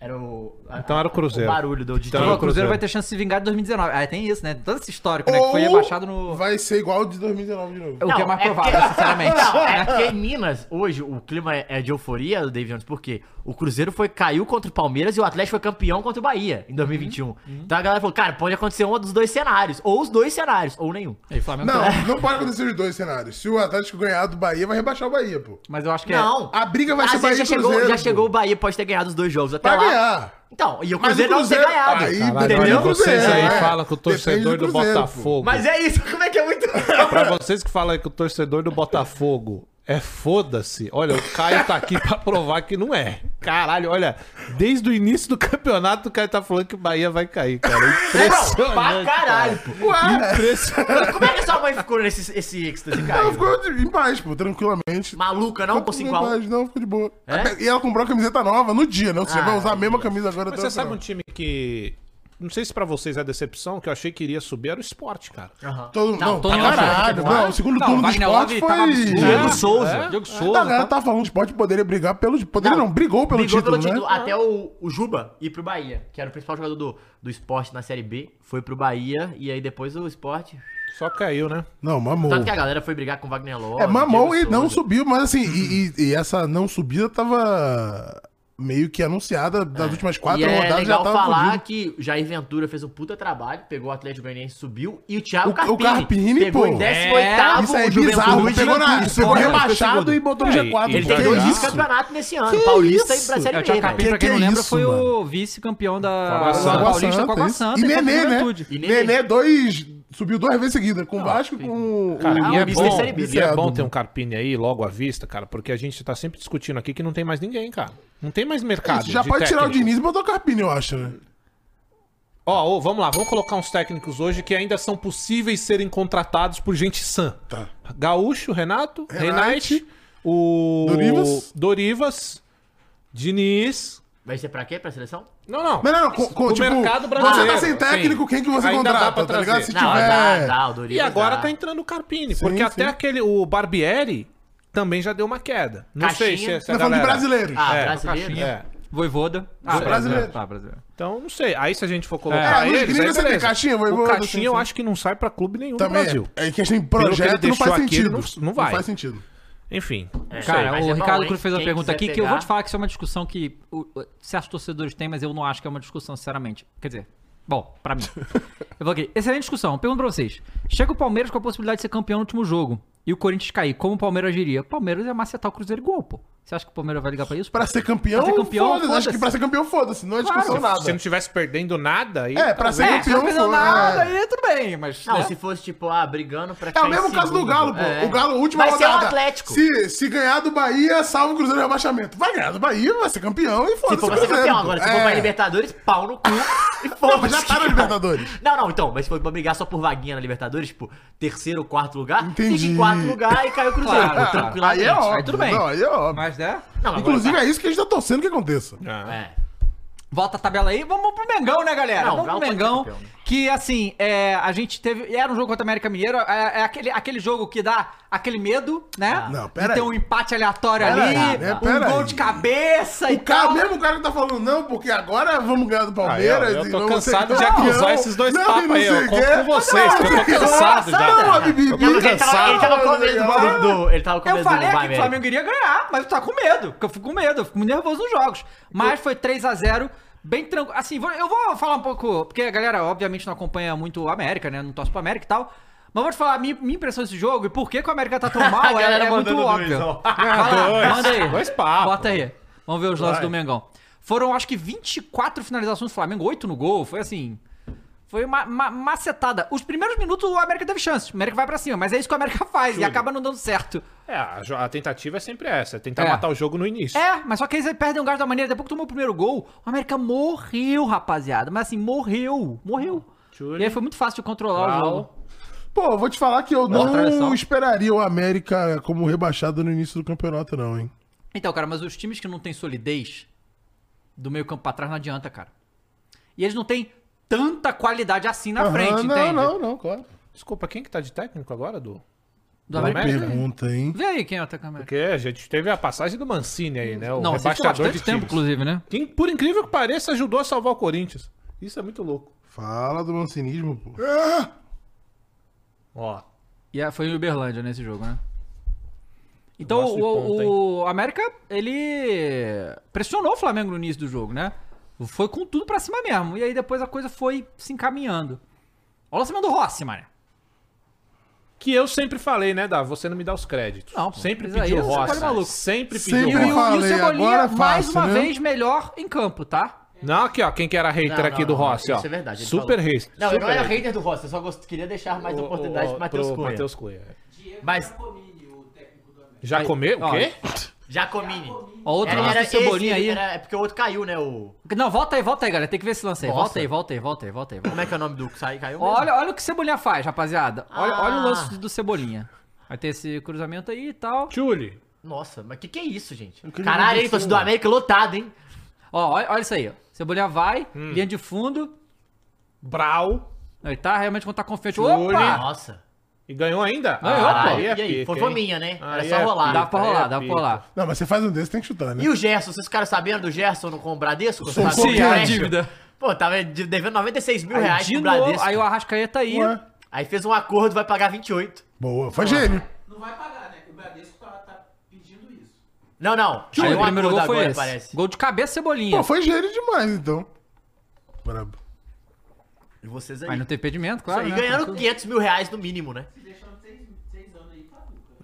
Era o. a-
Então era o Cruzeiro.
O barulho do de
Então
Pô,
era
o Cruzeiro
Cruzeiro.
vai ter chance de se vingar de 2019. Ah, tem isso, né? Todo esse histórico, né? Que
Ou
foi rebaixado no.
Vai ser igual o de 2019 de novo.
O que é mais
é
provável,
porque-
sinceramente.
Não,
Né?
é porque em Minas, hoje, o clima é é de euforia do David Jones, porque o Cruzeiro foi, caiu contra o Palmeiras e o Atlético foi campeão contra o Bahia em
Uhum.
2021. Então a galera falou, cara, pode acontecer um dos dois cenários, ou os dois cenários, ou nenhum.
E o Flamengo
Não,
também.
não pode acontecer os dois cenários. Se o Atlético ganhar do Bahia, vai rebaixar o Bahia, pô.
Mas eu acho que é.
Não.
A briga vai
Às
ser
vezes
Bahia
Ah, já
e
chegou,
Cruzeiro,
já
pô.
chegou o Bahia pode ter ganhado os dois jogos até
Vai
lá.
ganhar.
Então, e o
Mas
Cruzeiro, não ter ganhado.
Aí,
Caralho,
depende
olha,
do
vocês
Cruzeiro,
aí
é.
falam que o torcedor
Depende
do,
Cruzeiro, pô.
Botafogo.
Mas é isso, como é que é muito.
Pra vocês que falam que o torcedor do Botafogo é foda-se, olha, o Caio tá aqui pra provar que não é. Caralho, olha, desde o início do campeonato o Caio tá falando que o Bahia vai cair, cara. Impressionante.
pra caralho, pô.
cara. Impressionante.
Como é que a sua mãe ficou nesse esse êxtase,
Ela
cara?
ficou de- em paz, pô, tranquilamente.
Maluca, não? Tá Com
Ficou em
5 a 1
paz, Não, ficou de boa.
É?
Até- E ela comprou a camiseta nova no dia, não? Você
Ah,
vai usar a mesma camisa agora
Mas você
até o
sabe um
final.
time que. Não sei se pra vocês é decepção, que eu achei que iria subir era o esporte, cara.
Todo,
Não,
não,
todo
pra
mundo achou
caralho.
que era
Não, o segundo
Não,
turno do
Wagner
esporte
Love tava absurdo.
foi...
Diego
Diego
É?
Souza.
Diogo Souza.
A
Tá
galera tava falando que o esporte poderia brigar pelo... Poderia não, brigou pelo
Brigou
título,
pelo título
né?
até o, o Juba ir pro Bahia, que era o principal jogador do, do esporte na Série B. Foi pro Bahia e aí depois o esporte.
Só caiu, né?
Não, mamou.
Tanto que a galera foi brigar com o Wagner Love.
É, mamou e
Diego
não
Souza.
subiu, mas assim, e, e- e essa não subida tava meio que anunciada das últimas quatro
e é
rodadas
legal
já tava
falar
fodido.
que o Jair Ventura fez um puta trabalho, pegou o Atlético Goianiense, subiu e o Thiago
O- o
Carpini,
Carpini,
pegou
pô. É,
em 18º
Isso aí é
o Juventude.
bizarro, pegou na, pegou
Olha,
rebaixado
segundo.
e botou no
É,
G4.
ele
Ele tem
Que
dois
isso?
vice-campeonato nesse ano, Paulista
isso?
e pra Série
É, o
B,
Thiago
velho.
Carpini, pra
Que
quem não
que é
lembra,
isso,
foi
mano?
o vice-campeão
Com
da
a
da
Santa.
Paulista com a Água
isso.
Santa.
E
ele foi pro
Nenê, né?
Juventude.
E Nenê.
Nenê, dois... Subiu duas vezes seguida, com o Vasco e com o...
Cara,
Ah,
e é,
o Mister
bom,
Série B.
e é bom ter um Carpini aí logo à vista, cara, porque a gente tá sempre discutindo aqui que não tem mais ninguém, cara. Não tem mais mercado.
Já
de
pode tirar o
técnico.
Diniz e botar o Carpini, eu acho, né?
Ó, ô, vamos lá, vamos colocar uns técnicos hoje que ainda são possíveis serem contratados por gente sã.
Tá.
Gaúcho, Renato,
Renate,
Renate, o.
Dorivas.
Dorivas, Diniz.
Vai ser pra quê? Pra seleção?
Não, não.
Mas não, não, com, com,
O
tipo,
mercado
você tá
brasileiro,
sem técnico,
sim.
quem que você
Ainda dá pra
contrata, tá
trazer.
ligado? Se
Não, dá,
tiver...
dá, o Dorival
E agora
dá.
tá entrando o Carpini,
Sim,
porque até
sim.
aquele. O Barbieri também já deu uma queda. Não sei se
Caixinha.
essa
Nós falamos tá de
galera-
brasileiros.
Ah,
É,
brasileiro?
É.
Voivoda. Ah,
brasileiro.
Tá, brasileiro.
Então, não sei. Aí se a gente for
É,
colocar
Luiz
eles,
Gringo
aí
sempre
beleza.
caixinha, vai
o
embora,
caixinha
sim,
eu
sim.
acho que não sai pra clube nenhum
assim, Também
no Brasil.
é. É que a gente tem
Pelo que ele
projeto, não
deixou
faz
aqui,
sentido.
ele não- não vai.
Não faz sentido.
Enfim. não sei.
Cara,
mas
o
é bom,
Ricardo
hein?
Cruz fez uma
Quem
pergunta
quiser
aqui que eu vou
pegar.
te falar que isso é uma discussão que o- o- certos torcedores têm, mas eu não acho que é uma discussão, sinceramente. Quer dizer, bom, pra mim. eu vou aqui. Excelente discussão. Pergunto pra vocês. Chega o Palmeiras com a possibilidade de ser campeão no último jogo e o Corinthians cair. Como o Palmeiras agiria? O Palmeiras ia macetar o Cruzeiro igual, pô. Você acha que o Palmeiras vai ligar pra isso? É,
Pra ser campeão,
Pra ser campeão,
foda-se. Acho
foda-se.
que pra ser campeão, foda-se. Não é
Claro.
discussão
Se não
nada.
tivesse perdendo nada, aí. tá
É, pra ser
É, se não
campeão,
fizer
foda-se.
nada,
É.
aí tudo bem, mas...
Não,
né?
se fosse tipo, ah, brigando pra
É
ficar
o
em
mesmo caso do
segundo.
Galo, pô.
É.
O Galo, última
Vai ser o
rodada.
Atlético.
Se, se ganhar do Bahia, salva o Cruzeiro no rebaixamento. Vai ganhar do Bahia, vai ser campeão e
Se
foda-se.
for pra
o
Tipo, ser
Cruzeiro,
campeão
pô.
agora, se for pra
É.
Libertadores, pau no cu e
Não, mas
foda-se.
já tá na Libertadores.
Não, não, então, mas se for pra brigar só por vaguinha na Libertadores, tipo, terceiro, quarto lugar,
Entendi.
fica em quarto lugar e caiu o Cruzeiro, pô,
Claro, claro.
tranquilamente.
Aí é óbvio.
aí tudo bem.
Não, aí é óbvio.
Mas, né?
Não, agora
Inclusive,
tá-
é isso que a gente tá torcendo que aconteça.
É.
Volta a tabela aí. Vamos pro Mengão, né, galera?
Não,
Vamos pro
Galo pode
Mengão.
ser campeão, né?
Que, assim, é, a gente teve... Era um jogo contra o América Mineiro. É, é aquele, aquele jogo que dá aquele medo, né?
Não,
De
pera
ter
aí.
um empate aleatório
Pera
ali.
aí, Ah. né?
Um
Pera
gol
aí.
de cabeça e
O cara,
tal.
mesmo o cara que tá falando não, porque agora vamos ganhar do
Ah,
Palmeiras.
eu- eu
e
tô
vamos ser
cansado de
campeão.
acusar esses dois papos
e não
aí, eu
sei o
conto
quê.
com vocês, que eu tô
Não,
cansado já.
Não, Bibi,
Eu tô
Ele
Bibi,
tava, ele tava com medo do, do, do- Ele tava com
Eu
medo do Vai
falei aqui que o
América.
Flamengo iria ganhar, mas eu tava com medo. Porque eu fico com medo, eu fico nervoso nos jogos. Mas foi 3 a 0 bem tranquilo. Assim, vou- eu vou falar um pouco, porque a galera obviamente não acompanha muito a América, né? Não torce pro América e tal. Mas vou te falar a minha, minha impressão desse jogo e por que, que o América tá tão
A
mal é,
galera
é muito
mandando
óbvio.
dois, ó.
Vai lá,
Dois.
manda aí.
Dois papos.
Bota aí. Vamos ver os lances
Vai.
do Mengão. Foram, acho que, 24 finalizações do Flamengo, 8 no gol. Foi assim. Foi uma, uma macetada. Os primeiros minutos o América teve chance. O América vai pra cima, mas é isso que o América faz e acaba não dando certo.
É, a, jo- a tentativa é sempre essa, é tentar
É.
matar o jogo no início.
É, mas só que aí você perde um gás da maneira. Depois que tomou o primeiro gol, o América morreu, rapaziada. Mas assim, morreu. Morreu.
Júlio.
E aí foi muito fácil de controlar o
Uau.
jogo.
Pô, eu vou te falar que eu não
travessão.
esperaria o América como rebaixado no início do campeonato, não, hein?
Então, cara, mas os times que não têm solidez do meio campo pra trás não adianta, cara. E eles não têm tanta qualidade assim na
Aham,
frente,
não,
entende?
não, não, claro.
Desculpa, quem que tá de técnico agora, Du?
Do
Boa
América.
pergunta, hein?
Vê aí quem é o atacante. América.
Porque a gente teve a passagem do Mancini aí, né? O
Não, assistiu
rebaixador de
bastante tempo,
tempo,
inclusive, né?
Quem, por incrível que pareça, ajudou a salvar o Corinthians. Isso é muito louco.
Fala do mancinismo, pô.
Ó,
E é, foi em Uberlândia nesse jogo, né? Então,
gosto de ponta,
o, o América, ele pressionou o Flamengo no início do jogo, né? Foi com tudo pra cima mesmo. E aí depois a coisa foi se encaminhando. Olha o cima do Rossi, mano.
Que eu sempre falei, né, Dá? Você não me dá os créditos.
Não, pô,
sempre
mas aí
pediu
você
é um
pode
Rossi.
maluco.
Sempre
E,
pediu
o- e
Rossi.
o
falei,
Cebolinha,
agora é
mais
fácil,
uma
né?
vez, melhor em campo, tá?
Não, aqui, ó. Quem que era hater
Não,
aqui
não,
do
não,
Rossi, ó.
Isso é verdade. ele
Super
falou.
hater.
Não, eu não
super
era hater do Rossi, eu só gost- queria deixar mais
O-
oportunidade
o-
pro Matheus
pro
Cunha.
Matheus Cunha.
Mas
Já comeu? O quê?
Jacomini.
Ó, outro
Era,
lance
era
do Cebolinha
esse,
aí.
era- é porque o outro caiu, né? O...
Não, volta aí, volta aí, galera. Tem que ver esse lance aí.
Nossa.
Volta aí, volta aí, volta aí, volta aí. volta aí.
Como é que é o nome do que sai- caiu? mesmo?
Olha, olha o que o Cebolinha faz, rapaziada. Olha, olha o
Ah.
lance do Cebolinha. Vai ter esse cruzamento aí e tal.
Tchule.
Nossa, mas que que é isso, gente?
queria
Caralho,
ver
hein?
o
Torcida do
filme.
América é lotado, hein?
Ó, olha, olha isso aí. ó. Cebolinha vai, linha de fundo.
Brau.
Ele tá realmente quando tá confiante.
Júlio.
Opa!
Nossa.
E ganhou ainda?
Ganhou,
Ah,
pô.
é
Caralho, e aí? Foi
hein?
fominha, né? Era
Aí
só
é
rolar.
Dá pra
Aí é
rolar, dá pra
pica.
rolar.
Não, mas você faz um desse, tem que chutar, né?
E o Gerson? Vocês ficaram sabendo do Gerson no- com o Bradesco? Você sabe?
Sim,
O
a
Gerson.
dívida.
Pô, tava de- devendo 96 mil
Aí,
reais
de
pro
novo,
Bradesco.
aí o Arrascaeta aí.
Ué.
Aí fez um acordo, vai pagar 28.
Boa, foi gênio.
Não, não.
Aí
Aí
o
um
primeiro
acordo
gol foi
agora,
esse.
parece.
Gol de cabeça, Cebolinha.
Pô, foi gênio demais, então. Brabo.
E vocês aí.
Mas não teve impedimento,
Isso
claro.
aí
né?
ganhando 500 mil reais no mínimo, né?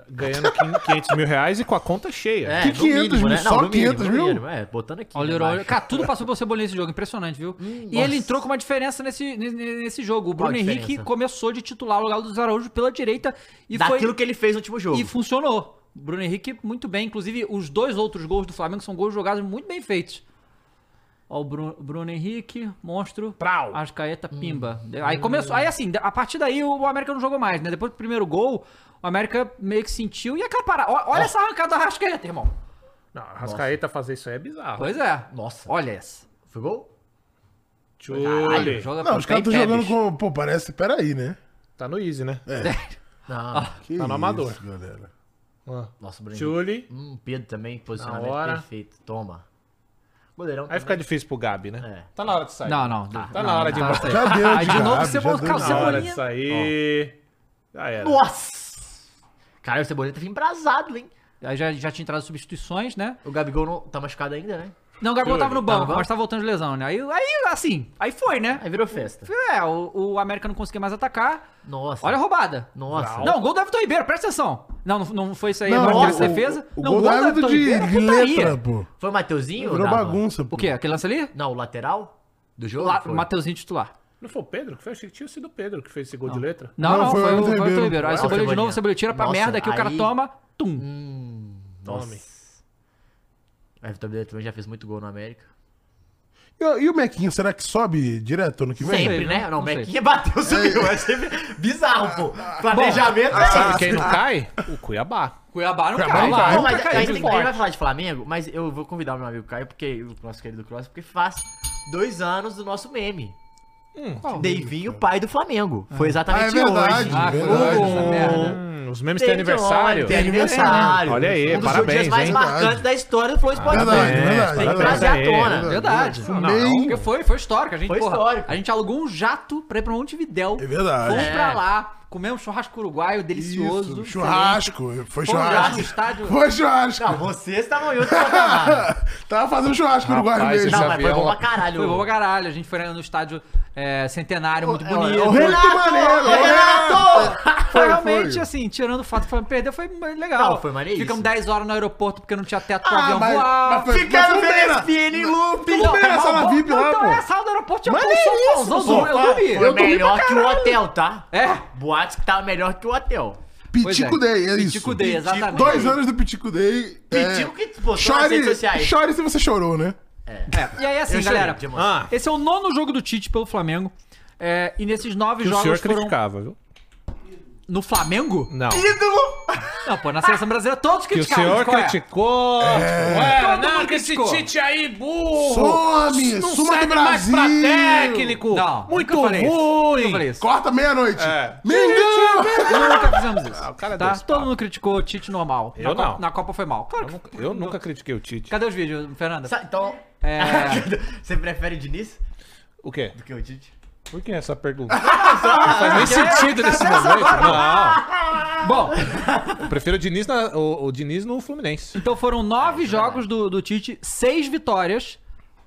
Ganhando quin- 500 mil reais e com a conta cheia.
É,
Que
no
500
mínimo, né?
mil? Só
no mínimo,
500
no
mil?
mínimo, É, botando aqui.
Olha o
embaixo.
Leroy. Cara, tudo passou pelo Cebolinha nesse jogo. Impressionante, viu? e ele entrou com uma diferença nesse, nesse- nesse jogo. O
Qual a
Bruno Henrique
diferença?
começou de titular o lugar dos Araújo pela direita. E foi...
Daquilo que ele fez no último jogo.
E funcionou. Bruno Henrique muito bem. Inclusive, os dois outros gols do Flamengo são gols jogados muito bem feitos. Ó, o Bruno, Bruno Henrique, monstro.
Prau.
Ascaeta,
Hum.
pimba. Aí começou. Aí assim, a partir daí o América não jogou mais, né? Depois do primeiro gol, o América meio que sentiu. E aquela parada. ó- Olha essa arrancada da Arrascaeta, irmão.
Não, a Rascaeta fazer isso aí é bizarro.
Pois é.
Nossa.
Olha essa.
Foi gol?
Olha,
Tchule.
joga
Não,
pra
os caras
pé
estão
e pé,
jogando
bicho.
com. Pô, parece. Peraí, né?
Tá no Easy, né?
É. Não.
Que
Tá no amador.
isso, galera.
Ah,
Nossa, Bruno Henrique.
Tchule.
Hum, Pedro também, posicionamento
Na hora.
perfeito. Toma. Goleirão.
Aí
também.
fica difícil pro Gabi, né?
É.
Tá na hora de sair.
Não, não.
Tá na hora de
tá
mostrar.
Já deu,
Aí de novo
Gabi,
você
já
buscar
deu
o
de
Na
Cebolinha.
hora de sair. Já era.
é. Nossa! Cara, o Cebolinha tava embrasado, hein?
Aí já, já tinha entrado substituições, né?
O Gabigol não tá machucado ainda, né?
Não, o Gabriel
Júlio,
tava
tá
no
no
banco,
banco?
mas tava voltando de lesão, né? Aí, aí assim, aí foi, né?
Aí virou festa.
É, o, o América não conseguia mais atacar.
Nossa.
Olha a roubada.
Nossa.
Não, gol do Everton Ribeiro, presta atenção. Não, não, não foi isso aí,
Não,
não,
o-
não essa defesa.
O
não,
gol do Everton de
é
de
putaria.
letra, pô.
Foi o Mateuzinho?
Virou
Dava?
bagunça, pô.
O quê? Aquele lance ali?
Não, o lateral do jogo?
Lá,
foi.
Mateuzinho titular.
Não foi o Pedro que fez? Achei que tinha sido o Pedro que fez esse gol de letra.
Não, não,
Não,
foi,
foi o
o
Everton
foi o Everton
Ribeiro.
Ribeiro. Aí
Ah,
o Cebolinha de
Cebolinha.
novo, o Cebolinha tira pra
Nossa,
merda, que o cara
aí-
toma, tum.
Hum,
Tome.
nossa. O Everton Ribeiro também já fez muito gol no América.
E, e o Mequinho, será que sobe direto ano que vem?
Sempre,
sei,
né?
não-
Não, o
não sei.
Mequinha bateu, subiu. É sempre bizarro, pô. Planejamento é
Sabe
esse.
quem não cai? O Cuiabá.
Cuiabá não
Cuiabá
cai.
não cai.
Não,
Não,
mas
caiu
aí
de
tem-
forte.
aí vai falar de Flamengo, mas eu vou convidar o meu amigo Caio, porque o nosso querido Cross, porque faz dois anos do nosso meme.
qual?
Deivinho, pai do Flamengo. Foi
Ah, é
exatamente
verdade,
hoje.
Ah, foi
verdade.
hoje, essa merda.
Hum, os memes
Tem
têm aniversário. É
Tem aniversário.
Olha aí,
um dos
parabéns,
dias mais
hein?
marcantes da história do Flow Sport.
Verdade,
Clube.
verdade.
Tem que
verdade.
trazer à tona.
Verdade.
Fumei.
Porque foi, foi histórico. A gente,
Foi
porra,
histórico.
A gente alugou um jato pra ir pra Montevidéu.
É verdade.
Fomos pra lá, Comemos churrasco uruguaio, delicioso.
Isso, churrasco. Foi
Churrasco.
churrasco.
no estádio.
Foi churrasco.
Não, vocês estavam em outro patamar.
Tava fazendo churrasco no guarda
Rapaz,
mesmo.
esse
Não, mas foi
avião-
bom pra caralho.
Foi bom pra caralho. A gente foi no estádio é, centenário, muito
ó,
bonito.
o
Muito maneiro.
Foi realmente,
foi.
assim, tirando o fato, foi, perder foi legal.
Não, foi maneiríssimo.
Ficamos 10 horas no aeroporto porque não tinha teto pro
Ah,
avião
mas-
voar.
mas foi-
Ficaram
mas
vendo
foi
SPN em loop.
Tudo bem, a sala VIP lá,
então,
pô.
é, a sala do aeroporto tinha
Maneiríssimo,
um solzão,
sofá.
eu dormi.
Foi
Eu dormi pra
melhor que o hotel, tá?
É?
Boatos que tava melhor que o hotel.
Pois
Pitico Day, é isso.
Pitico Day, exatamente.
Dois anos do Pitico Day. é.
Pediu que postou nas redes
Chore,
sociais.
chore se você chorou, né?
É, E aí, assim,
Eu chorei
galera,
de emoção.
Ah,
esse é o nono jogo do Tite pelo Flamengo. É, e nesses nove
que o senhor
jogos foram...
criticava, viu?
No Flamengo?
Não.
Não, pô, na seleção brasileira todos
Que o
criticaram.
senhor
qual é?
criticou. Ué,
Todo
não,
mundo
que esse
criticou.
Tite aí, burro.
Some!
não
Suma do
serve mais
Brasil!
pra técnico.
Não,
muito
nunca falei isso. Nunca
ruim.
falei isso.
Corta meia-noite.
É.
Mengão!
Nunca fizemos isso.
o cara é
tá?
desse,
Todo
pá.
mundo criticou o Tite normal. na
Eu
Copa,
não.
Na Copa foi mal. Claro
Eu
que-
nunca, eu nunca critiquei o Tite.
Cadê os vídeos, Fernanda?
Sa- Então,
É.
você prefere o Diniz
O quê?
do que o Tite?
Por que essa pergunta? Não faz nem sentido nesse momento. Não.
Bom,
Eu prefiro o Diniz, na- o, o Diniz no Fluminense.
então foram nove jogos do, do Tite, seis vitórias,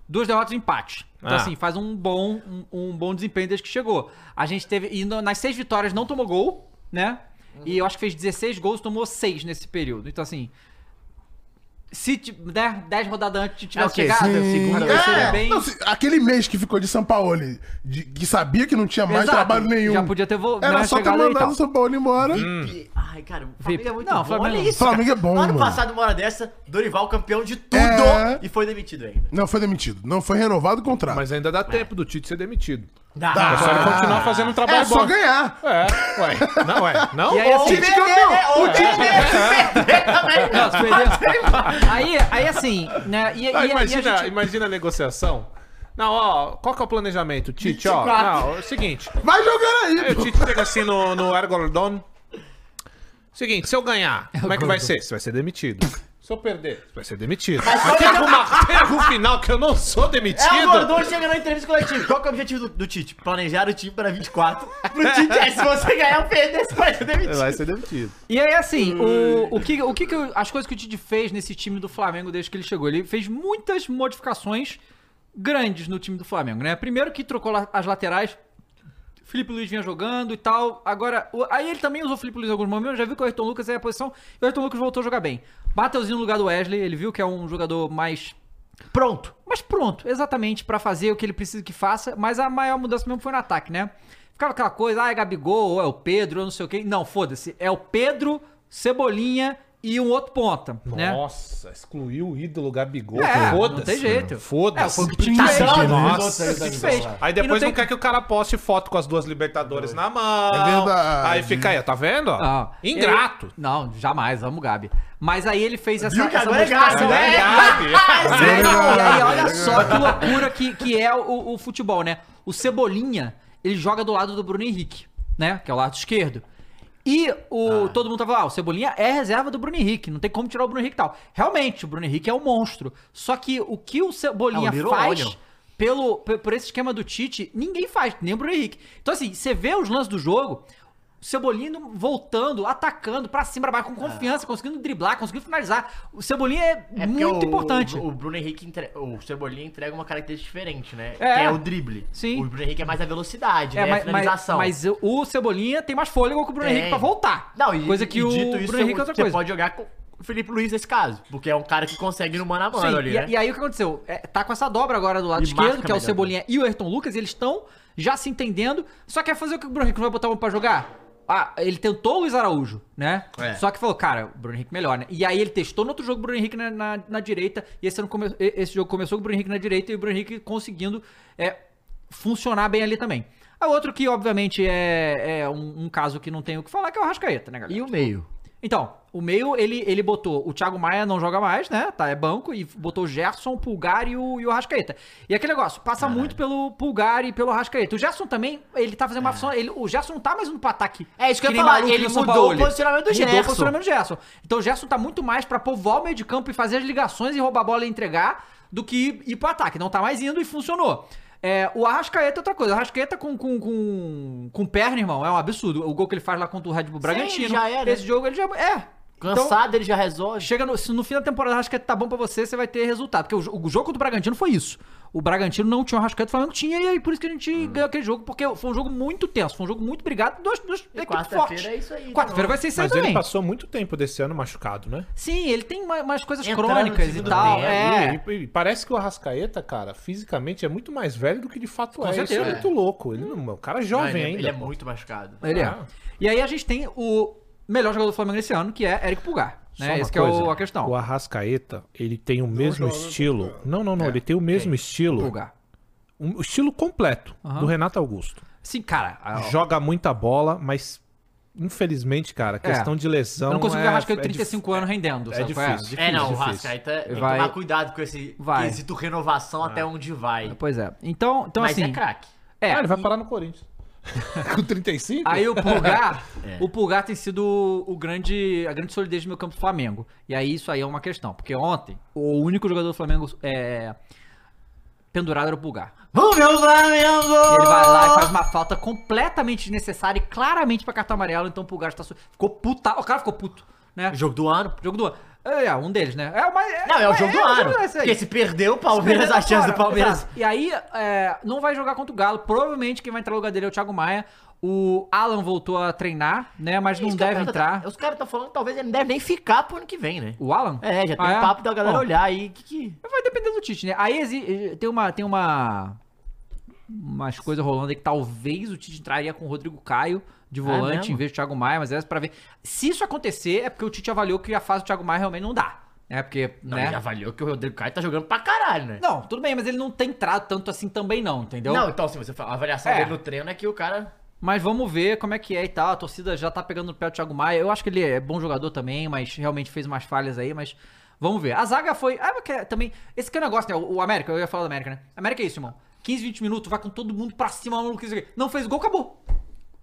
duas derrotas e empate. Então,
Ah.
assim, faz um bom, um, um bom desempenho desde que chegou. A gente teve. E no- nas seis vitórias não tomou gol, né? E eu acho que fez 16 gols, tomou seis nesse período. Então, assim. Se, ti- né, 10 rodadas antes tivesse
ok,
chegado,
sim.
segunda
É,
seria bem.
Ah, Não, se- aquele mês que ficou de São Paulo, de- que sabia que não tinha mais
Exato.
trabalho nenhum.
Já podia ter vo-
Era
né,
só ter
chegado aí e
mandado
tal.
o São Paulo embora.
Hum.
E- Ai, cara, o Flamengo é muito
Hum. Não,
não,
o
bom.
Flamengo
Olha
é-
isso,
Flamengo
cara.
é bom,
Ano
mano.
passado, uma hora dessa, Dorival campeão de tudo
É.
e foi demitido ainda.
Não, foi demitido. Não foi renovado o contrato.
Mas ainda dá tempo do Tite ser demitido.
Dá.
É só ele
Ah.
continuar fazendo um trabalho
é
bom.
só ganhar.
É, ué. Não, ué. Não?
E aí,
Ou
assim,
Tite
perder,
campeão.
né? Ou perder, perder também.
Não, se perder- aí, aí assim, né? E, e-
Ah,
e
imagina,
a gente...
imagina a negociação. Não, ó, qual que é o planejamento, Tite? Ó,
24.
não, é o seguinte.
Vai jogando aí.
Aí o Tite chega assim no, no Ergordon. Seguinte, se eu ganhar, como é que vai ser? Você vai ser demitido. Se eu perder, você vai ser demitido. Mas,
só
teve
que-
uma teve um final que eu não sou
É, o
demitido.
Gordon chega na entrevista coletiva. Qual que é o objetivo do, do Tite? Planejar o time para 24. Pro Tite é se você ganhar ou perder, você vai ser demitido.
ser demitido.
E aí, assim, o, o que, o que, que eu- as coisas que o Tite fez nesse time do Flamengo desde que ele chegou? Ele fez muitas modificações grandes no time do Flamengo, né? Primeiro que trocou la- as laterais, Felipe Luiz vinha jogando e tal. Agora, o- aí ele também usou o Felipe Luiz em alguns momentos, já viu que o Ayrton Lucas é a posição, e o Ayrton Lucas voltou a jogar bem. Mateuzinho no lugar do Wesley, ele viu que é um jogador mais
Pronto.
Mas pronto, exatamente pra fazer o que ele precisa que faça, mas a maior mudança mesmo foi no ataque, né? Ficava aquela coisa, ah, é Gabigol, ou é o Pedro, ou não sei o quê. Não, foda-se, é o Pedro, Cebolinha e um outro ponta, né?
Nossa, excluiu o ídolo Gabigol.
É, não
Foda-se.
tem jeito. É,
Foda-se.
foi o que o Tite fez.
Nossa.
Foi o que o Tite fez.
Aí
E
depois não,
tem-
quer que o cara poste foto com as duas Libertadores na mão.
É verdade.
Aí fica aí, ó, tá vendo? ó?
Ah,
Ingrato.
ele- Não, jamais, amo o Gabi. Mas aí ele fez essa,
Viu que
essa
agora é
modificação.
gato, né?
é. Não, e aí, olha só que loucura que, que é o, o futebol, né? O Cebolinha, ele joga do lado do Bruno Henrique, né? Que é o lado esquerdo. E o, todo mundo tava lá, ah, o Cebolinha é reserva do Bruno Henrique, não tem como tirar o Bruno Henrique e tal. Realmente, o Bruno Henrique é um monstro. Só que o que o Cebolinha
É um little
faz
onion.
pelo, pe- por esse esquema do Tite, ninguém faz, nem o Bruno Henrique. Então, assim, você vê os lances do jogo, o Cebolinha indo- voltando, atacando, pra cima, pra baixo, com confiança, conseguindo driblar, conseguindo finalizar. O Cebolinha é,
Ah. É porque
muito
o-
importante.
O, Bruno Henrique, entre- o Cebolinha entrega uma característica diferente, né?
É.
Que é o drible.
Sim.
O Bruno Henrique é mais a velocidade,
É,
né?
mas,
a
mas,
finalização.
mas o Cebolinha tem mais fôlego que o Bruno
Tem.
Henrique pra voltar.
Não, e,
coisa que
e
o
dito isso,
Bruno Henrique é outra
você
coisa.
pode jogar com o Felipe Luiz nesse caso, porque é um cara que consegue no mano a mano
Sim,
ali,
e,
né?
e aí o que aconteceu? É, tá com essa dobra agora do lado
E
esquerdo,
marca
que é o
melhor. né?
Cebolinha e o Ayrton Lucas, eles estão já se entendendo, só quer fazer o que o Bruno Henrique não vai botar um pra jogar? Ah, ele tentou o Luiz Araújo, né?
É.
Só que falou, cara, o Bruno Henrique melhor, né? E aí ele testou no outro jogo o Bruno Henrique na, na, na direita, e esse, ano come- e- esse jogo começou com o Bruno Henrique na direita e o Bruno Henrique conseguindo é, funcionar bem ali também. A outro que, obviamente, é, é um, um caso que não tem o que falar, que é o Rascaeta, né, galera?
E o meio?
Então, o meio, ele, ele botou o Thiago Maia não joga mais, né? Tá, é banco, e botou o Gerson, o Pulgar e o, e o Arrascaeta. E aquele negócio, passa muito pelo Pulgar e pelo Arrascaeta. O Gerson também, ele tá fazendo uma função. ele- o Gerson não tá mais no ataque.
É isso que eu
nem
ia falar,
maluco
ele
no São
mudou
Paulo.
o posicionamento do
Mudou o
Gerson.
posicionamento do Gerson. Então o Gerson tá muito mais pra povoar o meio de campo e fazer as ligações e roubar a bola e entregar do que ir pro ataque. Não tá mais indo e funcionou. É, o Arrascaeta é outra coisa. O Arrascaeta com, com, com, com perna, irmão, é um absurdo. O gol que ele faz lá contra o Red Bull Bragantino.
ele já é, né?
Esse jogo ele já. É. Então,
Cansado, ele já resolve.
chega no, se no fim da temporada o Arrascaeta tá bom pra você, você vai ter resultado. Porque o, jo- o jogo contra o Bragantino foi isso. O Bragantino não tinha o Arrascaeta, o Flamengo tinha, e aí por isso que a gente
Uhum.
ganhou aquele jogo, porque foi um jogo muito tenso, foi um jogo muito brigado, duas, duas equipes
quarta-feira
fortes.
é isso aí,
Quarta-feira
tá bom.
vai ser isso aí
Mas
também.
ele passou muito tempo desse ano machucado, né?
Sim, ele tem ma- umas coisas
Entrando no
crônicas e
segundo
tal.
tempo,
É.
E, e parece que o Arrascaeta, cara, fisicamente é muito mais velho do que de fato é. Isso
certeza.
é muito louco. Ele não, é um cara
Não,
jovem
ele, é-
ainda.
ele é
pô.
muito machucado.
Ele é.
Ah.
E aí a gente tem o melhor jogador do Flamengo nesse ano, que é Eric Pulgar.
Só
Né?
uma
Esse que é o-
coisa,
a questão.
O Arrascaeta, ele tem o mesmo
joga,
estilo. Não, não, não. Ele tem o mesmo estilo.
Pulgar.
Um, o estilo completo
Aham.
do Renato Augusto.
Sim, cara. a-
Joga muita bola, mas infelizmente, cara, a questão de lesão.
eu não consigo ver o Arrascaeta
é
de 35 anos rendendo.
é
sabe qual
difícil.
É, não, o
difícil.
Rascaeta tem que
Vai-
tomar cuidado com esse
Vai.
quesito renovação
É.
até onde vai.
Pois é. Então, então
Mas
assim.
é craque.
é,
Ah, ele vai parar no Corinthians. Com 35?
Aí o Pulgar,
É.
o Pulgar tem sido o grande, a grande solidez do meu campo do Flamengo. E aí isso aí é uma questão, porque ontem o único jogador do Flamengo é, pendurado era o Pulgar.
Vamos ver o Flamengo!
E Ele vai lá e faz uma falta completamente desnecessária e claramente pra cartão amarelo, então o Pulgar está su- ficou puta, o cara ficou puto, né?
Jogo do ano.
Jogo do ano. É, é, um deles, né? É, mas,
Não, é o
mas
jogo do
o
ano.
esse aí.
Porque se perdeu o Palmeiras, a chance do
Fora,
Palmeiras.
exato. E aí, é, não vai jogar contra o Galo. Provavelmente quem vai entrar no lugar dele é o Thiago Maia. O Alan voltou a treinar, né? Mas não
É Isso que eu
deve
tava-
entrar.
Os caras estão falando que talvez ele não deve nem ficar pro ano que vem, né?
O Alan?
É, já tem
Ah,
um papo da galera
Bom,
olhar aí. Que, que...
Vai depender do Tite, né? Aí exi- tem uma. Tem uma. Umas coisas rolando aí que talvez o Tite entraria com o Rodrigo Caio de volante
É mesmo?
em vez do Thiago Maia, mas é pra ver. Se isso acontecer, é porque o Tite avaliou que a fase do Thiago Maia realmente não dá. É porque.
Não,
né?
já avaliou que o Rodrigo Caio tá jogando pra caralho, né?
Não, tudo bem, mas ele não tem entrado tanto assim também, não, entendeu?
Não, então assim, você fala, a avaliação
É.
dele no treino é que o cara.
Mas vamos ver como é que é e tal. A torcida já tá pegando no pé do Thiago Maia. Eu acho que ele é bom jogador também, mas realmente fez umas falhas aí, mas vamos ver. A zaga foi. Ah, mas que é- também. Esse que é o negócio, né? O o América, eu ia falar do América, né? América é isso, irmão. 15, 20 minutos, vai com todo mundo pra cima, maluco. isso aqui. Não fez gol, acabou.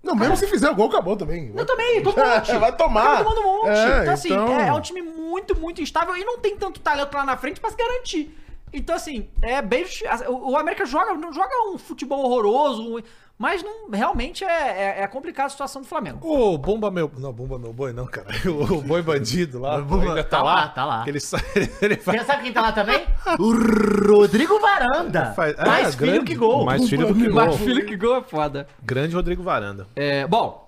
Não, mesmo se fizer o gol, acabou também.
Eu também, todo mundo.
Vai tomar.
Todo mundo um monte.
É,
então, assim,
então-
É, é um time muito, muito instável e não tem tanto talento lá na frente pra se garantir. Então, assim, é bem. justi- O o América joga, não joga um futebol horroroso, um- mas não, realmente é, é, é complicada a situação do Flamengo.
Ô, Bomba Meu. Não, Bomba Meu Boi não, cara. O Boi Bandido lá.
Bomba-
Ainda
tá
tá
lá,
lá.
tá lá.
Que Ele sai. Ele vai.
Sabe quem tá lá também? o Rodrigo Varanda.
faz- Ah,
mais filho
grande-
que gol.
Mais filho do que gol.
Mas filho que gol é foda.
Grande Rodrigo Varanda.
É, bom.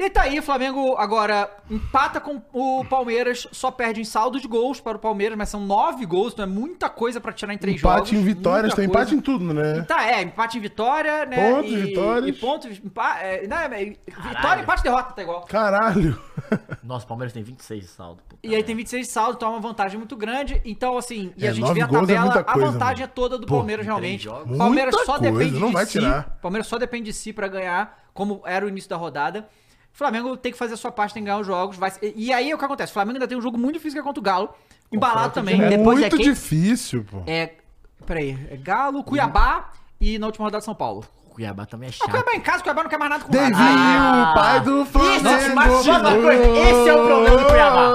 E tá aí, o Flamengo agora empata com o Palmeiras, só perde em saldo de gols para o Palmeiras, mas são nove gols, então é muita coisa pra tirar em três jogos.
Empate em vitórias,
muita
tem empate
coisa.
em tudo, né?
Tá, é, empate em vitória, né?
Pontos,
e,
vitórias.
E pontos, empa, é, não, é, é, vitória, empate, derrota, tá igual.
Caralho.
Nossa, o Palmeiras tem 26 de saldo. puta
E aí
merda.
tem 26 de saldo, então é uma vantagem muito grande. Então, assim, e
É,
a gente
nove
vê a
gols é
tabela,
muita coisa,
a vantagem
mano.
é toda do Palmeiras, realmente.
três
O
jogos.
Palmeiras
Muita
só
coisa,
depende
não
de
vai
si.
tirar.
O Palmeiras só depende de si pra ganhar, como era o início da rodada. O Flamengo tem que fazer a sua parte, tem que ganhar os jogos. vai- e, e aí, é o que acontece? O Flamengo ainda tem um jogo muito difícil que é contra o Galo. Embalado também.
É
Depois é
muito
quem?
difícil, pô.
É, peraí, é Galo, Cuiabá e na última rodada São Paulo.
O Cuiabá também é
Ah, o
chato.
Cuiabá em casa, o Cuiabá não quer mais nada com
Devinho,
nada.
Ah.
o pai do
Nossa,
Flamengo.
mas
Só uma coisa, esse é o problema do Cuiabá.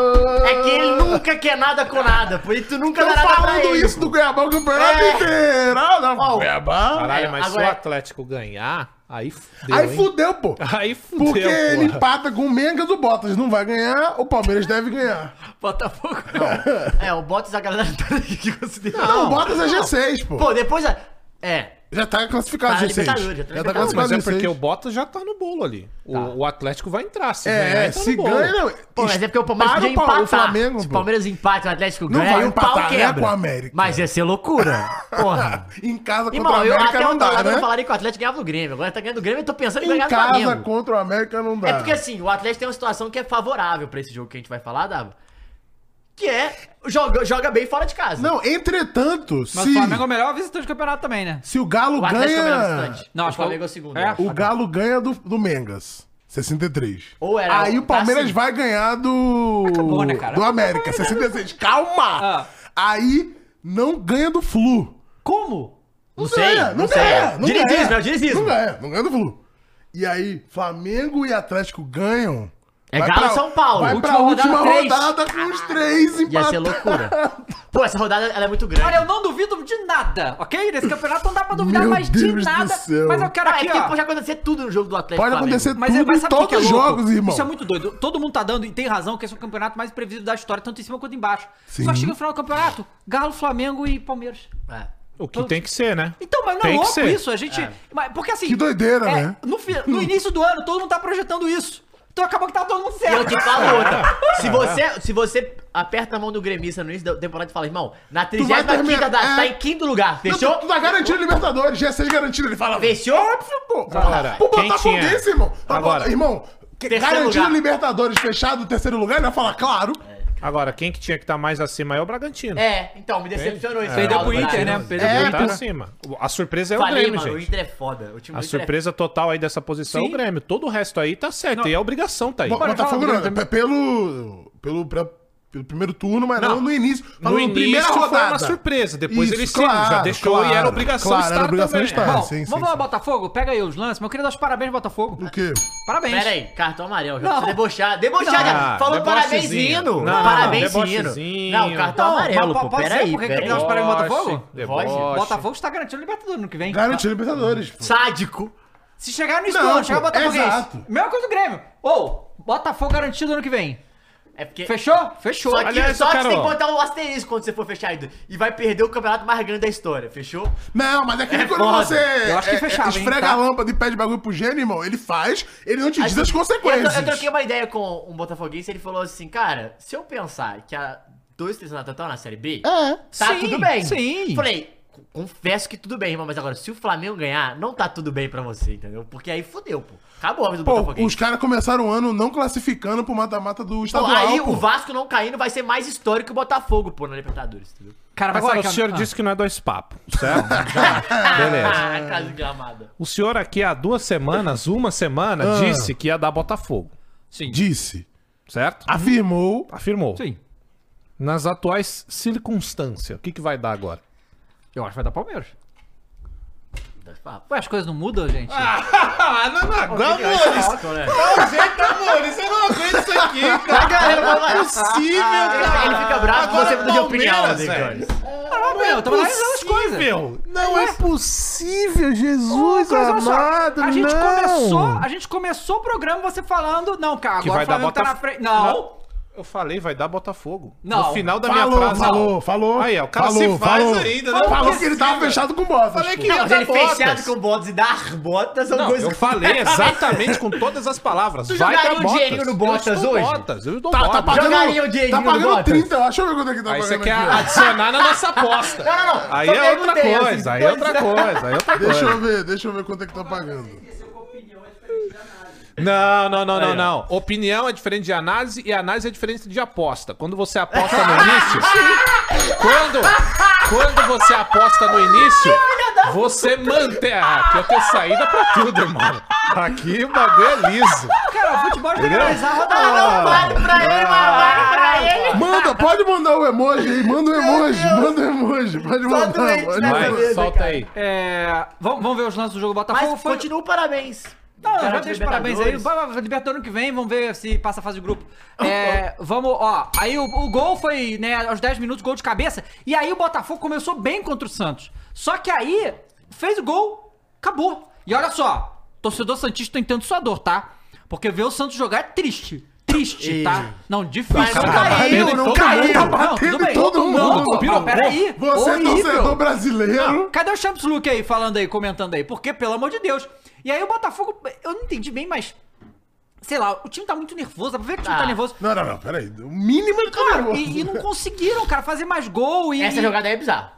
É que ele nunca quer nada com nada, por isso tu nunca dá
Estão
nada pra
falando
ele.
isso do Cuiabá o campeonato
É.
inteiro. Ah, não,
Ó,
Cuiabá.
Caralho,
É,
mas
agora-
se o Atlético ganhar, aí fudeu.
Aí
hein?
fudeu, pô.
Aí fudeu.
Porque ele
porra.
empata com o Mengas, o Bottas não vai ganhar, o Palmeiras deve ganhar.
Botafogo.
É, o Bottas a galera não tá aqui considerando.
Não, o Bottas é G6, pô.
Pô, depois a... É,
Já tá classificado
Tá na
G6.
Libertadores, já tá na
Já tá
Libertadores.
Não, mas
classificado
é porque o
G6.
Bottas já tá no bolo ali. O,
Tá.
o Atlético vai entrar. Se ganhar,
É,
tá no
se
bolo.
ganha, não.
Pô, mas é porque o Palmeiras
Para
podia
o Pa-
empatar.
O Flamengo,
Se o
pô.
Palmeiras empata, o Atlético
Não
ganha
vai
e o pau
empatar, né,
quebra.
com o América.
Mas ia ser loucura. Porra.
Em casa contra o
Irmão, eu
América
até um
não
outro
dá,
lado eu
né?
falaria que o Atlético ganhava do Grêmio. Agora tá ganhando do Grêmio e tô pensando em
Em
ganhar do
casa
Flamengo.
contra o América não dá.
É porque assim, o Atlético tem uma situação que é favorável pra esse jogo que a gente vai falar, Dava. Que é, joga, joga bem fora de casa.
Não, entretanto,
Mas
se,
o Flamengo é o melhor visitante do campeonato também, né?
se o Galo
O Atlético é o melhor
ganha.
visitante.
Não,
o
acho que
Flamengo é
o-
o segundo.
É?
eu acho.
o Galo ganha do, do Mengas. 63.
Ou era-
Aí o
tá
Palmeiras
assim.
vai ganhar do.
Acabou, né, cara?
Do América, 66. Calma!
Ah.
Aí não ganha do Flu.
Como?
Não sei,
ganha,
não
não
sei.
ganha, não
Dirigismo,
ganha.
é o dirigismo.
Não ganha, não ganha do Flu. E aí, Flamengo e Atlético ganham
É Galo e São Paulo.
Vai
Última
pra última
rodada, três.
rodada com os três
Ia ser
empatados.
loucura. Pô, essa rodada ela é muito grande.
Olha, eu não duvido de nada, ok? Nesse campeonato não dá pra duvidar
Meu
mais
Deus
de
do
nada.
céu.
Mas eu quero
Ah,
aqui,
é porque
ó.
pode acontecer tudo no jogo do Atlético.
Pode
Flamengo.
acontecer
Mas,
tudo
é- mas
em
sabe o que,
todos
que é
os
louco?
jogos, irmão.
Isso é muito doido. Todo mundo tá dando, e tem razão, que esse é o campeonato mais imprevisível da história, tanto em cima quanto embaixo. Só
Sim.
chega no final do campeonato, Galo, Flamengo e Palmeiras.
É.
O que tem que ser, né?
Então, mas não
Tem
é
que
louco
ser.
isso? A gente. mas- Porque assim.
Que doideira,
é,
né?
No, fi- no início do ano, todo mundo tá projetando isso. Então acabou que tá todo mundo
E eu
certo.
te falo outra. Se você, se você aperta a mão do gremista no início da temporada e fala, irmão, na
vai
35 quinta
terminar,
da,
é.
tá em quinto lugar. Fechou?
Não, tu tá garantido Libertadores, G6 garantido. Ele fala.
Fechou?
Óbvio, pô.
Agora,
Pro
quem
Botafogondense,
tinha?
irmão. Pra
Agora.
botar- Irmão,
Terceiro
garantido
lugar.
Libertadores fechado, terceiro lugar, ele vai falar, claro.
Agora, quem que tinha que estar mais acima é o Bragantino.
É, então, me decepcionou isso.
Perdeu
Fala,
pro Inter,
Brasil.
né? Perdeu pro
É,
Inter.
tá
então.
acima. O- A surpresa é o
Falei,
Grêmio,
mano, o
gente.
Inter é foda. O time
A
do Inter é
surpresa total aí dessa posição é
Sim.
o Grêmio. Todo o resto aí tá certo. E é obrigação, tá aí.
Bo-
Bora,
Botafogo
fala,
não,
Bruno,
é pelo, pelo, pré- pelo primeiro turno, mas não,
Não.
no início. Falou
início foi uma surpresa, depois ele sim, já deixou e era obrigação
claro,
estar
era obrigação
também.
estar,
Bom,
Ah, sim, sim.
vamos lá, Botafogo? Pega aí os lances, mas eu queria dar os parabéns ao Botafogo.
O quê?
Parabéns.
Pera aí, cartão amarelo. Já
Não.
precisa debochar. Debochar, já.
Ah,
Falou parabéns,
debochezinho.
hino.
Não,
parabéns, hino.
debochezinho.
Não, cartão
Não,
amarelo,
mas
pô.
pode ser,
Pera aí,
porque
pera
quer
aí.
que para o Botafogo?
Deboche.
O Botafogo está garantindo o Libertadores no que vem.
Garantiu Libertadores. pô.
Sádico.
Se chegar no
Não,
estouro,
pô,
chegar o Botafoguense.
exato.
Mesma coisa do Grêmio. Ou, Botafogo garantido ano que vem.
É porque...
Fechou? Fechou.
Só que,
Aliás,
só
eu
que
quero-
você tem que botar o asterisco quando você for fechar Edu. E vai perder o campeonato mais grande da história, fechou?
Não, mas é que quando
foda.
você
Eu acho que
é,
fechava,
é,
hein,
esfrega
tá?
a lâmpada e pede bagulho pro gênio, irmão, ele faz, ele não te diz as
Assim, Eu,
consequências.
tro- eu troquei uma ideia com um botafoguense, ele falou assim, cara, se eu pensar que há dois, três anos atrás eu tava na Série B, tá
É,
Sim,
tudo bem.
sim.
Falei, "Co- confesso que tudo bem, irmão, mas agora se o Flamengo ganhar, não tá tudo bem pra você, entendeu? Porque aí fodeu, pô. Acabou a vida do
Pô, os
botafoguense.
caras começaram o ano não classificando pro mata-mata do
um Pô,
estadual,
aí
pô.
o Vasco não caindo vai ser mais histórico que o Botafogo, pô, na Libertadores, entendeu?
Cara,
Agora,
que-
o senhor
ah.
disse que não é dois papos, certo? Beleza.
Ah, casa gramada.
O senhor aqui há duas semanas, uma semana,
Ah.
disse que ia dar Botafogo,
Ah, Sim.
Disse,
certo?
afirmou,
Afirmou.
Sim.
Nas atuais circunstâncias, o que, que vai dar agora?
Eu acho que vai dar Palmeiras.
Dois papos.
Ué, as coisas não mudam, gente?
Ah, não, não, não,
Então, né?
Maurício, eu não aguento isso aqui, cara.
Ele
Possível,
fica- ele fica bravo com
Agora
você mudou de opinião,
Palmeiras,
Negões.
velho.
Ah, não, meu, eu tô analisando as coisas.
é Possível. Não é possível, Jesus
Lucas, olha só,
amado,
a gente
não.
começou, a gente começou o programa você falando, não, cara,
Que
agora
vai
o
dar
Flamengo tá na
Botaf-
frente. Não,
Eu falei, vai dar Botafogo.
Não.
No final da minha
falou,
frase.
falou, falou.
Aí, ó, o cara
falou,
se faz
falou.
ainda, né?
Falou,
Falou
que ele tava fechado com o Bottas.
Falei
pô.
que
Não,
ia
mas
dar
ele fechado
Botas.
com botas e dar botas são
Não,
coisas
eu falei exatamente com todas as palavras.
Tu
vai
jogaria
dar
um
Botas.
dinheirinho no Botas
eu estou
hoje?
Botas, eu dou
Tá, tá
Botas.
pagando,
Jogaria o dinheirinho
tá
no
pagando
Botas.
30, deixa eu ver quanto é que tá
Aí você
pagando
quer
aqui, ó.
adicionar na nossa aposta.
Não, não, não.
Aí
Só
é outra
perguntei, assim,
coisa, aí é
dois-
outra coisa, aí é outra
Deixa
coisa.
eu ver, deixa eu ver quanto é que tá pagando.
Não, não, não, não, não. Opinião é diferente de análise e análise é diferente de aposta. Quando você aposta no início. quando, quando você aposta no início, você mantém. Ah, aqui eu tenho saída pra tudo, mano. Aqui o bagulho é liso.
cara, o futebol tem que
Entendeu?
analisar a roda
Ah, não, vale pra ele, mas vale pra ele.
Manda, pode mandar o emoji aí, manda o emoji, manda o emoji, pode mandar.
doente,
pode
né,
mandar.
velho?
Vai, solta aí.
É, vamos, vamos ver os lances do jogo do
Mas
Botafogo.
Pô,
Foi-
continua o parabéns.
Não,
Cara,
já
de
deixa os parabéns aí.
Libertadores.
Vai- vai- Libertadores ano que vem, vamos ver se passa a fase de grupo. É, vamos, ó. Aí o, o gol foi, né, aos 10 minutos, gol de cabeça. E aí o Botafogo começou bem contra o Santos. Só que aí fez o gol, acabou. E olha só, torcedor Santista, eu entendo sua dor, tá? Porque ver o Santos jogar é triste. Triste, tá? Não, difícil.
Mas não
cara.
caiu,
Batendo em
não
todo
caiu.
mundo.
Tá
Não,
batendo
tudo
em
bem.
todo
Não,
mundo.
pô, não, peraí.
Você é
Horrível.
torcedor
Hum?
brasileiro.
Cadê o Champs Luke aí falando aí, comentando aí? Porque, pelo amor de Deus. E aí o Botafogo, eu não entendi bem, mas. Sei lá, o time tá muito nervoso, dá pra ver que o time tá
Ah.
nervoso.
Não, não, não, peraí. O mínimo ele tá
Claro,
nervoso.
e, e não conseguiram, cara, fazer mais gol e.
Essa jogada aí é bizarra.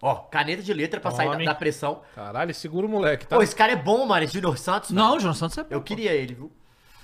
Ó, caneta de letra pra sair da,
Homem.
da pressão.
Caralho, segura o moleque, tá?
Pô, esse cara é bom, mano. Esse Junior Santos.
Não, o
mano.
Jonas Santos é.
Eu queria ele, viu?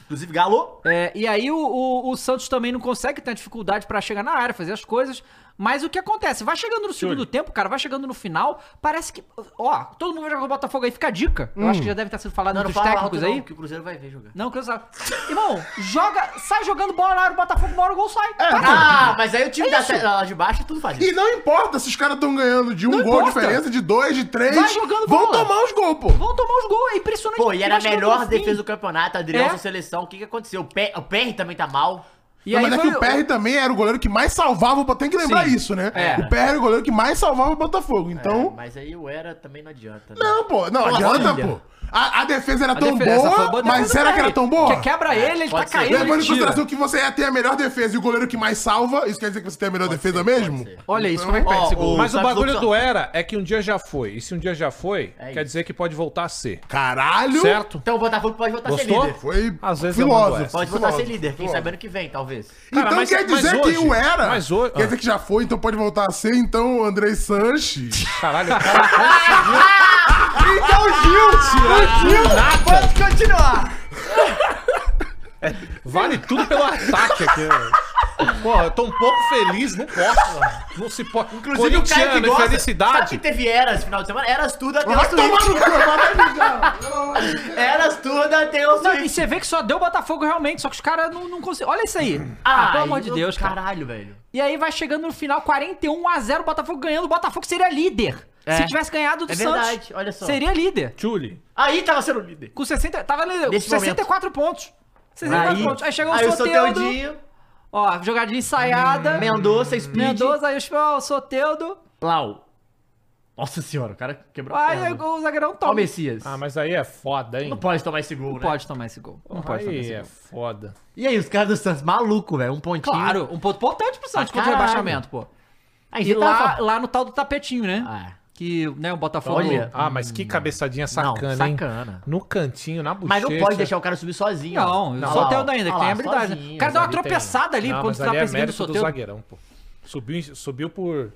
Inclusive, Galo.
É, e aí o, o- o Santos também não consegue ter dificuldade pra chegar na área, fazer as coisas. Mas o que acontece? Vai chegando no segundo tempo, cara, vai chegando no final, parece que. Ó, todo mundo vai jogar com o Botafogo aí, fica a dica. Eu acho que já deve ter sido falado
Hum. Não, não
dos
fala
técnicos
alto,
aí.
não, que o Cruzeiro vai ver jogar.
Não, que eu sa- Irmão, joga, sai jogando bola na área, o Botafogo, uma hora o gol sai. Tá.
Ah, mas aí o time da,
isso.
lá de baixo é tudo faz
E
isso.
não importa se os caras estão ganhando de um
Não
gol de
importa.
diferença, de dois, de três.
Vai jogando
vão
bola.
tomar os gols, pô.
Vão tomar os gols, é impressionante
Pô, e era a
acho que foi
melhor
pro fim.
defesa do campeonato, Adrielson
É.
seleção. O que que aconteceu? O Pe- o PR também tá mal.
E
Não, mas é
foi
que o PR também era o goleiro que mais salvava o Botafogo. Tem que lembrar
Sim,
isso, né?
é.
O PR era o goleiro que mais salvava o Botafogo.
É,
Então.
mas aí o Era também não adianta.
É,
né?
Não, pô. Não,
Fala,
adianta,
família.
pô. A, a defesa era
A
tão
defesa foi
boa,
boa,
mas
defesa
será
do
que era
PR.
tão boa?
Que quebra ele, ele tá
Pode ser.
caindo,
Levando
ele
em
tira.
consideração que você ia ter a melhor defesa e o goleiro que mais salva, isso quer dizer que você tem a melhor defesa mesmo?
ser.
Olha isso, como é que
Ó,
perde esse
o-
gol?
Mas o
Sabe
bagulho
só-
do era é que um dia já foi. E se um dia já foi,
É
quer
isso.
dizer que pode voltar a ser.
Caralho!
Certo?
Então o Botafogo pode voltar
Gostou?
a ser líder.
Foi
Às
é
vezes eu mando
filósofo.
essa.
Pode voltar a ser
filósofo,
líder. Quem
filósofo.
sabe ano que vem, talvez.
Cara,
então
mas-
quer
mas
dizer que
hoje-
o era.
mas hoje-
Quer
ah.
dizer que já foi, então pode voltar a ser, então, o Andrei Sanches.
Caralho, o cara
então o Ah, Gil! O Gil!
Pode continuar!
vale tudo pelo ataque aqui. velho. Porra, eu tô um pouco feliz, não posso. mano. Não se pode.
Inclusive o Caio que
Corintiano,
gosta, Sabe
infelicidade.
que teve Eras esse final de semana? Eras tudo até
Vai
o
tomar
Switch.
no cu, vai mijar.
Eras tudo até o
Não, e
Switch.
você vê que só deu Botafogo realmente, só que os caras não, não conseguiram. Olha isso aí. Ah,
Ah,
pelo amor de Deus, cara.
Caralho, velho.
E aí vai chegando no final 41 a 0 Botafogo ganhando, o Botafogo seria líder.
É.
Se tivesse ganhado do
É
Santos.
verdade, olha só.
Seria líder.
Tchuli.
Aí tava sendo líder.
Com 60, tava líder,
Nesse
com 64 pontos. 64 pontos. Aí chegou
aí
o Soteudo.
Soteudinho,
Ó,
Ah.
jogadinha ensaiada.
Mendonça, Speed.
Mendonça, aí ó, o Soteudo.
Lau. Nossa senhora, o cara quebrou a
Aí
perna.
o zagueirão
Ó o
toma.
Messias.
Ah, mas aí é foda, hein?
Não pode tomar esse gol,
Não
né?
pode tomar esse gol. Não pode tomar
aí
esse
é
gol.
foda.
E aí, os caras do Santos, maluco, velho. Um pontinho.
Claro, um ponto importante pro Santos
Ah,
contra o
caralho.
rebaixamento, pô.
Aí
E
você
lá,
tava...
lá no tal do tapetinho, né?
Ah,
Que, né, o Botafogo...
Olha.
Ah, mas que cabeçadinha sacana,
não,
hein?
sacana.
No cantinho, na bochecha.
Mas não pode deixar o cara subir sozinho.
Não,
ó.
o Soteldo
ó,
ainda,
ó lá,
que tem habilidade. né?
sozinho,
o cara deu uma
ali tem.
tropeçada ali
Não,
quando
mas
você tava
ali é
perseguindo o
mérito do
Soteldo.
zagueirão, pô. Subiu, subiu por...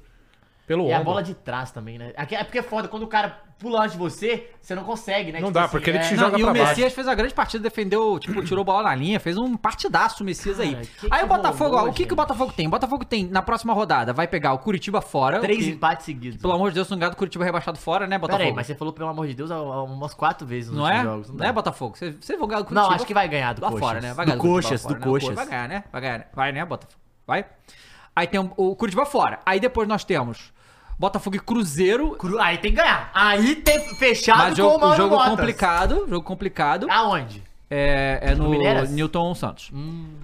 Pelo
E É a
ombro.
bola de trás também, né? Aqui- É porque é foda, quando o cara pula antes de você, você não consegue, né?
Não dá, porque ele te
Não,
joga
e o
pra baixo.
Messias fez uma grande partida, defendeu, tipo, tirou bola na linha, fez um partidaço o Messias aí.
Cara, que
aí
que
o Botafogo, ó,
rolou,
o que, que o
gente?
Botafogo tem? O Botafogo tem, na próxima rodada, vai pegar o Curitiba fora.
Três
o que-
empates seguidos.
Pelo amor de Deus, se não ganhar do Curitiba rebaixado fora, né, Botafogo?
Pera aí, mas você falou, pelo amor de Deus, há- há um, umas quatro vezes nos
Não
últimos
é?
jogos.
Não, é, Botafogo? Você, você vai ganhar do
Não,
Curitiba?
acho que vai ganhar do
lá
Coxas.
fora, né? Vai ganhar
do Coxas,
Curitiba
do
lá fora, né?
Coxas.
Vai ganhar, né? Vai ganhar, né? Vai, né, Botafogo? Vai. Aí tem o, o Curitiba fora. Aí depois nós temos Botafogo e Cruzeiro.
Cru- Aí tem que ganhar. Aí tem fechado
Mas jogo,
Mauro Ah.
jogo
Motas.
complicado, jogo complicado.
Aonde?
É, é no
Mineiras?
Newton Santos.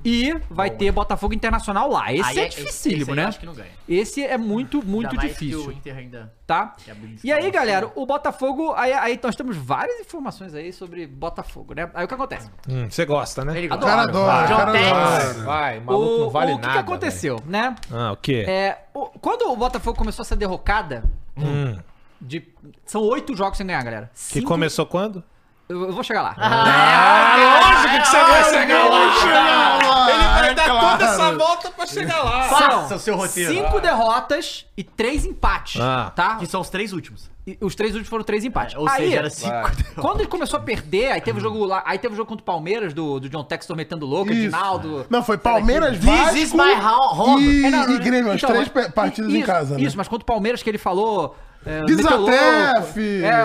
E vai ter Botafogo Internacional lá. Esse
Hum. Aí
é,
é- esse-
dificílimo,
esse aí
né?
eu acho que não ganha.
Esse é muito, muito
Ainda mais Que
difícil,
o Inter ainda...
tá?
que abriu
E aí,
escalação.
galera, o Botafogo. Aí, aí nós temos várias informações aí sobre Botafogo, né? Aí o que acontece?
Hum, Você gosta, né?
O cara
Adoro.
adora, o
John
cara
Tex.
adora.
Vai, o maluco
o
não vale
o que
nada.
que aconteceu, né?
velho. Ah, o quê?
É, o- quando o Botafogo começou essa derrocada. De, são oito jogos sem ganhar, galera.
Hum. Que
Cinco-
começou quando?
Eu, eu vou chegar lá.
Lógico que você Ah, vai chegar lá! Ele vai dar toda essa volta pra chegar lá!
Faça o seu roteiro.
Cinco derrotas e três empates,
Ah. É,
tá?
Que são os três últimos.
E os três últimos foram três empates.
Ou
aí, é.
seja, era cinco derrotas.
quando ele começou a perder, aí teve o jogo lá, aí teve o jogo contra o Palmeiras do, do John Textor metendo louco,
Isso.
Edinaldo.
Não, foi Palmeiras, Vasco
This is my ho- home.
e,
É, não, não,
e
né?
Grêmio. As
Então,
três
mas-
pe- partidas
e-
em casa, né?
Isso, mas contra o Palmeiras que ele falou. É,
Desatrefe!
meteu louco, É,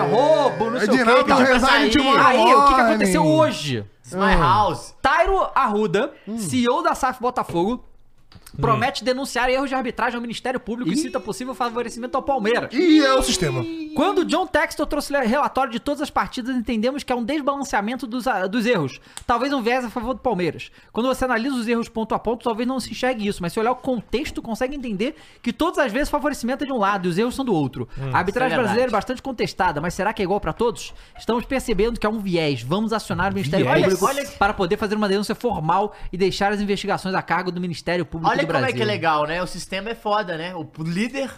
roubo, não sei o
Edinaldo
quê. pediu pra
Rezende
sair.
Timor
Aí, o que que
Morning.
aconteceu hoje?
It's
Ah.
my house.
Tairo Arruda,
Hum.
CEO da SAF Botafogo, promete denunciar erros de arbitragem ao Ministério Público e cita possível favorecimento ao Palmeiras.
E é o sistema.
Quando John Textor trouxe relatório de todas as partidas, entendemos que há um desbalanceamento dos, ah, dos erros. Talvez um viés a favor do Palmeiras. Quando você analisa os erros ponto a ponto, talvez não se enxergue isso, mas se olhar o contexto, consegue entender que todas as vezes o favorecimento é de um lado e os erros são do outro. a arbitragem
isso é
brasileira é
verdade.
bastante contestada, mas será que é igual pra todos? Estamos percebendo que há um viés. Vamos acionar o Ministério
Viés?
Público
Olha- olha-
para poder fazer uma denúncia formal e deixar as investigações a cargo do Ministério Público
Olha
do
como
Brasil.
é que é legal, né? O sistema é foda, né? O líder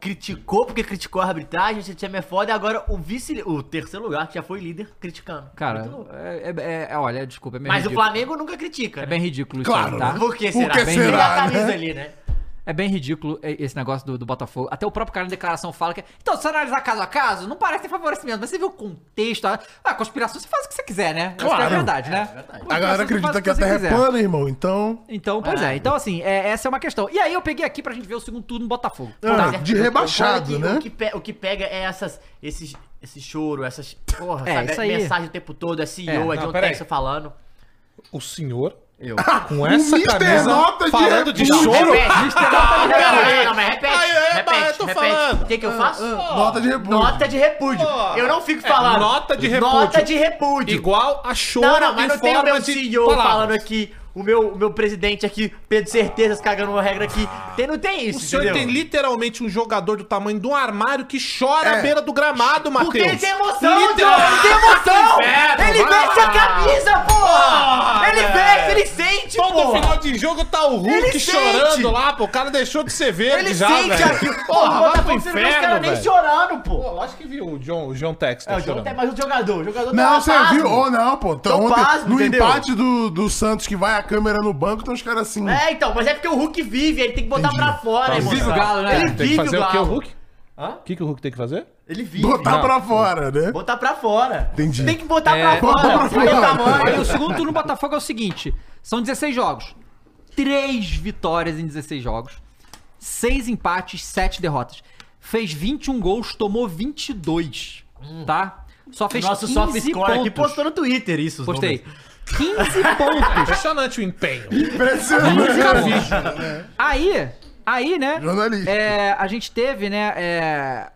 criticou porque criticou a arbitragem, o sistema é foda, e agora o vice, o terceiro lugar, que já foi líder, criticando.
Cara,
Muito louco.
é, é- é- olha, desculpa, é meio
Mas
ridículo.
o Flamengo nunca critica,
É
né?
bem ridículo isso
Claro,
aí, tá?
né?
Por que
Por
será?
que
Bem
será,
ridículo. a camisa
né?
ali, né?
É bem ridículo e- esse negócio do, do Botafogo. Até o próprio cara na declaração fala que. Então, se você analisar caso a caso, não parece ter favorecimento, mas você vê o contexto. A, a conspiração, você faz o que você quiser, né? Isso que é
Claro.
verdade, né?
A galera acredita que a
até
Terra é plana, irmão. Então,
Então, pois é. Então, assim, é- essa é uma questão. E aí eu peguei aqui pra gente ver o segundo turno do Botafogo.
ah,
Mas é-
de
o- o-
rebaixado,
o que-
né?
O que, pe- o que pega é essas, esses, esse choro, essas. Porra,
É,
sabe?
isso aí.
Mensagem o tempo todo, é CEO,
É,
é,
não,
John
peraí.
Texas falando.
O senhor
Eu.
Ah,
Com essa
Mister
camisa
Nota de
falando de
repúdio.
choro.
Não, não, mas repete.
Aí, é,
repete,
mas eu tô
repete.
falando. Ah,
O que que eu faço?
Nota de repúdio.
Nota de repúdio. Eu não fico falando.
É, nota de
Nota
repúdio.
de repúdio.
Igual a choro
Não, não, mas não
em
tem o meu
forma
CEO
palavras.
falando aqui, o meu, o meu presidente aqui, Pedro Certezas, cagando uma regra aqui. Tem, não tem isso,
O senhor tem
entendeu?
literalmente um jogador do tamanho de um armário que chora à beira do gramado, Matheus.
Porque ele tem emoção, João,
Literal-
ele tem emoção!
Inferno,
ele
vai.
veste a camisa, porra!
Ah,
ele
velho.
veste, ele sente,
Todo
porra!
final de jogo tá o Hulk
Ele
chorando
sente.
lá, pô. O cara deixou de ser verde
Ele
já,
sente
velho.
aqui,
vai
porra!
pro
Botafogo, você não vê os
inferno,
caras nem
velho.
chorando, pô!
Lógico que viu o John, o John Tex
É,
tá
o jogo
chorando.
tem mais um jogador, o jogador tá
Não,
lá,
você
pasmo.
viu? Ou não, pô. Então,
Tô
ontem,
pasmo,
no
entendeu?
empate do, do Santos, que vai a câmera no banco, estão os caras assim.
É, então, mas é porque o Hulk vive, ele tem que botar pra fora, irmão.
Vive o Galo, né?
Ele
Tá Tem que
vive o
fazer o que, o
Galo.
Hulk? O que, que o Hulk tem que fazer?
Ele vive.
botar
não,
pra fora, né?
Botar pra fora.
Entendi.
Tem que botar
É.
pra fora. Você tem
Aí o
tamanho.
segundo turno do Botafogo é o seguinte: são 16 jogos. 3 vitórias em 16 jogos. 6 empates, 7 derrotas. Fez 21 gols, tomou 22.
Hum.
Tá? Só fez
Nosso
15
soft score aqui
pontos.
postou no Twitter isso. é, os
Postei.
números.
15 pontos.
Impressionante o empenho.
Impressionante.
né?
Aí, aí, né?
Jornalista.
é, a gente teve, né? é,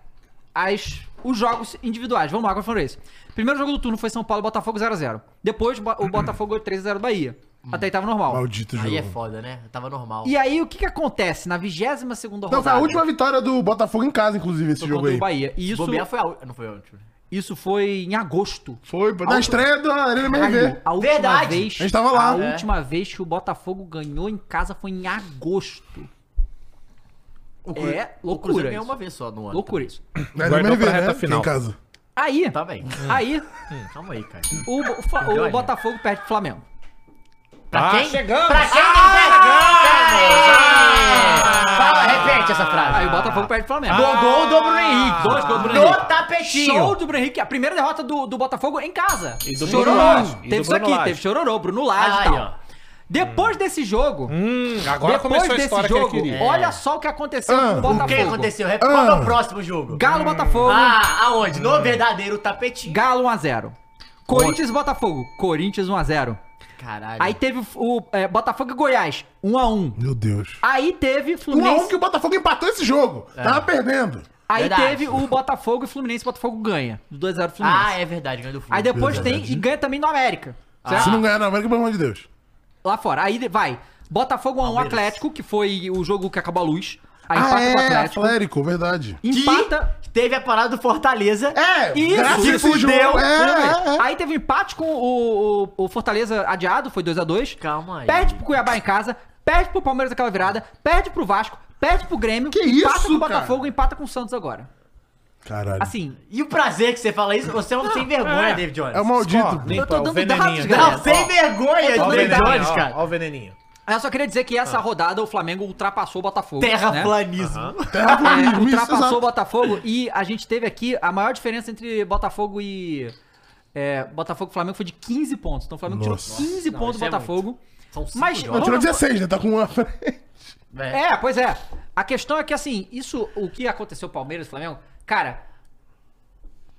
as, os jogos individuais. Vamos lá, qual foram isso? Primeiro jogo do turno foi São Paulo e Botafogo 0x0. Depois Bo- o Botafogo ganhou 3x0 do Bahia. Até aí tava normal.
Maldito jogo.
Aí é foda, né? Tava normal.
E aí, o que que acontece na 22 rodada?
Não, foi a última vitória do Botafogo em casa, inclusive, esse
foi
jogo
contra
aí.
o Bahia. E isso,
Bobear foi a última. Não foi a última.
isso foi em agosto.
Foi, pô. Na estreia da Arena MRV.
a última
Verdade.
vez.
A gente tava lá.
A
É.
última vez que o Botafogo ganhou em casa foi em agosto. é
O Cruzeiro
loucura.
ganhou
isso.
uma vez só no ano.
Loucura isso.
Na
Guardou
Arena MRV,
pra reta
né?
final.
Em casa.
Aí,
Tá bem.
aí,
Calma aí, cara.
o, Bo- o Fa- o
Olha.
Botafogo perde pro Flamengo.
Pra
Ah,
Tá quem?
chegamos.
Pra quem não tá perde? Fala, repete essa frase.
Aí o Botafogo perde pro Flamengo. Ah,
Do gol do Bruno Henrique.
Dois gols do Bruno
No
Henrique.
tapetinho.
Show do Bruno Henrique, a primeira derrota do, do Botafogo em casa.
E do
Chororô.
Bruno Lage, e do
Teve isso
Bruno
aqui,
Lage. Hum.
teve chororô, Bruno Lage e
Aí,
tal.
ó.
Depois desse jogo,
Agora
depois
começou a
desse
história
jogo,
que ele queria.
olha só o que aconteceu
Ah,
com o
o
Botafogo.
O que aconteceu? Rep- Qual é o próximo jogo?
Galo Botafogo,
Ah, aonde? No verdadeiro tapetinho.
Galo 1x0. Corinthians e Botafogo, Corinthians 1x0.
Caralho.
Aí teve o é, Botafogo e Goiás, 1x1.
Meu Deus.
Aí teve
Um a um
Ah, Fluminense. É.
que o Botafogo empatou esse jogo. Tava perdendo.
Aí
Verdade.
teve o Botafogo e Fluminense, Botafogo ganha. 2x0 Fluminense.
Ah, é verdade, ganhou do
Aí
Fluminense.
depois tem e ganha também no América.
Se não ganhar na América, pelo amor de Deus.
Lá fora. Aí de- vai. Botafogo 1 Atlético, que foi o jogo que acabou a luz. Aí
Ah,
empata com o
é,
Atlético.
Atlético, verdade.
Empata.
Que teve a parada do Fortaleza.
É,
Isso,
graças
se né?
a esse jogo.
fudeu.
É, é, é.
Aí teve um empate com o, o- o Fortaleza adiado, foi 2x2.
Calma aí.
Perde pro Cuiabá em casa, perde pro Palmeiras aquela virada, perde pro Vasco, perde pro Grêmio,
Que
empata
isso,
com o Botafogo,
cara?
empata com o Santos agora.
Caralho.
Assim,
E o prazer que você fala isso, você é um sem vergonha, David Jones.
É o maldito.
Limpa,
eu tô
o
dando dados,
veneninho.
galera.
Não, sem vergonha,
Ó o
David
veneninho,
Jones,
ó,
cara.
ó o veneninho.
eu só queria dizer que
Tá.
essa rodada o Flamengo ultrapassou o Botafogo. né?
Terraplanismo.
Terra
É,
comigo, Ah, isso,
ultrapassou o
exato.
Botafogo e a gente teve aqui a maior diferença entre Botafogo e é, Botafogo e Flamengo foi de 15 pontos. Então o Flamengo
Nossa.
tirou 15 pontos do
isso é
Botafogo.
São cinco
Mas-
Não,
jogos.
tirou 16, né? Tá com uma.
É.
É, pois é. A questão é que assim, isso o que aconteceu Palmeiras e Flamengo, cara,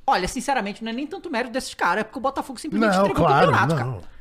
olha, sinceramente, não é nem tanto mérito desses caras, é porque o Botafogo simplesmente
Não,
entregou
claro,
o campeonato, cara.
não.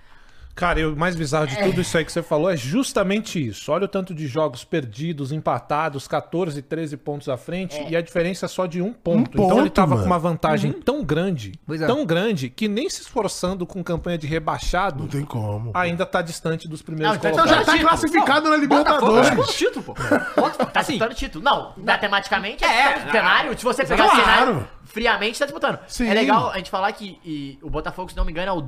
Cara, e o mais bizarro de tudo isso aí que você falou é justamente isso. Olha o tanto de jogos perdidos, empatados, 14, 13 pontos à frente e a diferença é só de um ponto. então ele
ponto,
tava
mano.
com uma vantagem tão grande,
Pois é.
tão grande, que nem se esforçando com campanha de rebaixado,
Não tem como.
ainda tá distante dos primeiros
Não, então
Então já
colocados.
tá
Título.
classificado na
Botafogo
Libertadores. É.
disputa o título, pô. Botafogo-
Tá
assim,
disputando título. Não, matematicamente
É,
é,
é.
cenário. Se você pegar o
Claro.
cenário friamente, tá disputando.
Sim.
É legal a gente falar que e, o Botafogo, se não me engano, é o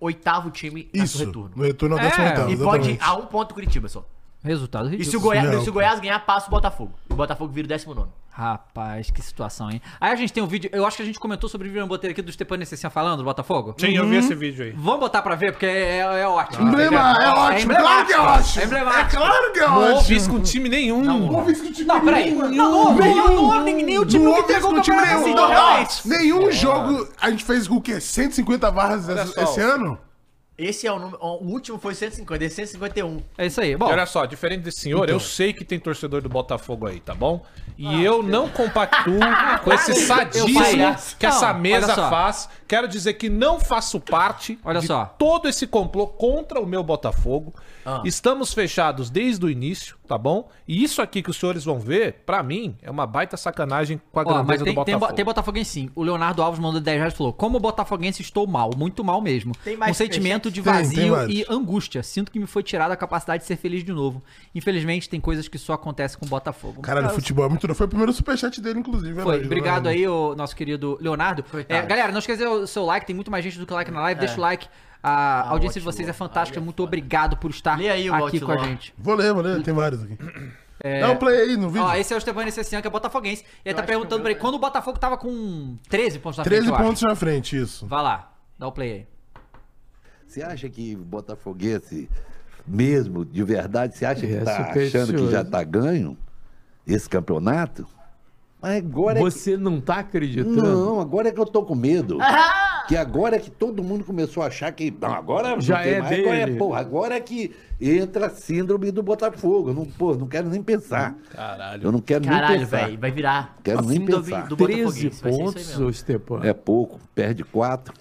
18 time na
Isso.
sua retorno.
No retorno ao
É,
18.
E pode ir a um ponto Curitiba só.
resultado
E
ridículo.
se o, Goiás,
Não.
se o Goiás ganhar, passa o Botafogo. O Botafogo vira o 19.
Rapaz, que situação, hein? Aí a gente tem um vídeo, eu acho que a gente comentou sobre o vídeo boteiro aqui do Stepan Necessian falando do Botafogo.
Sim, eu vi esse vídeo aí.
Vamos botar pra ver, porque é, é- é ótimo.
Emblema,
entendeu?
é ótimo. Claro que é ótimo.
É emblemático.
Claro que é
Não houve isso
ótimo.
com time nenhum.
Não houve isso com time
Não, peraí.
nenhum.
Não houve,
Nenhum.
não houve, nem- nem o time
Não
que
houve isso
entregou
com
o
time
campeonato É.
nenhum.
assim, não,
Não,
realmente.
Nenhum jogo a gente fez com o quê? 150 barras esse,
só.
esse ano?
Esse é o número. O último foi 150, esse é 151.
É isso aí. Bom,
E olha só, diferente desse senhor, eu sei que tem torcedor do Botafogo aí, tá bom? E
Ah,
eu não compactuo com esse sadismo
palhaço.
que essa
né? Não,
mesa
olha só.
faz. Quero dizer que não faço parte
Olha
de
só.
todo esse complô contra o meu Botafogo. Estamos fechados desde o início, tá bom? E isso aqui que os senhores vão ver, pra mim, é uma baita sacanagem com a
ó, mas
grandeza do
tem, tem,
Botafogo.
bo- tem Botafoguense sim. O Leonardo Alves mandou 10 reais e falou: Como botafoguense estou mal, muito mal mesmo.
Tem mais
um sentimento de
Tem, tem
vazio
vários.
e angústia. Sinto que me foi tirada a capacidade de ser feliz de novo. Infelizmente, tem coisas que só acontecem com o Botafogo.
Caralho, futebol é muito doido. Foi o primeiro superchat dele, inclusive. é
Foi.
verdade,
Obrigado
Leonardo.
aí, o nosso querido Leonardo.
Coitado. É.
É, galera, não esqueça o seu like, tem muito mais gente do que like na live. Deixa o like. A audiência de
Outlaw.
vocês é fantástica.
Tá Aí é
muito
foda.
obrigado por estar
Lê aí o
aqui com a
Outlaw.
gente.
Vou ler, vou ler. Tem vários aqui. Dá um play aí no vídeo.
É. Ó, esse é o Estevani Cessian, que é botafoguense. E ele tá
é
perguntando pra ele quando o Botafogo tava com 13 pontos na
13
frente, eu acho.
pontos na frente, isso.
Vai lá, dá o play aí.
Você acha que o botafoguense, mesmo, de verdade, você acha que
É
está achando
supersticioso.
que já está ganho esse campeonato? Mas agora é
Você não tá
que...
acreditando?
Não, agora é que eu tô com medo.
Ah!
que agora é que todo mundo começou a achar que. Não, agora não
Já
tem
é
mais, agora é,
dele.
porra, agora é que entra a síndrome do Botafogo. Eu Não, pô, não quero nem pensar. Caralho. Eu não quero nem
Caralho,
pensar.
velho, vai virar.
Quero
a
nem
síndrome
pensar.
do
13
Botafoguense, vai ser isso aí
pontos,
mesmo.
ô Stepan.
É pouco, perde quatro,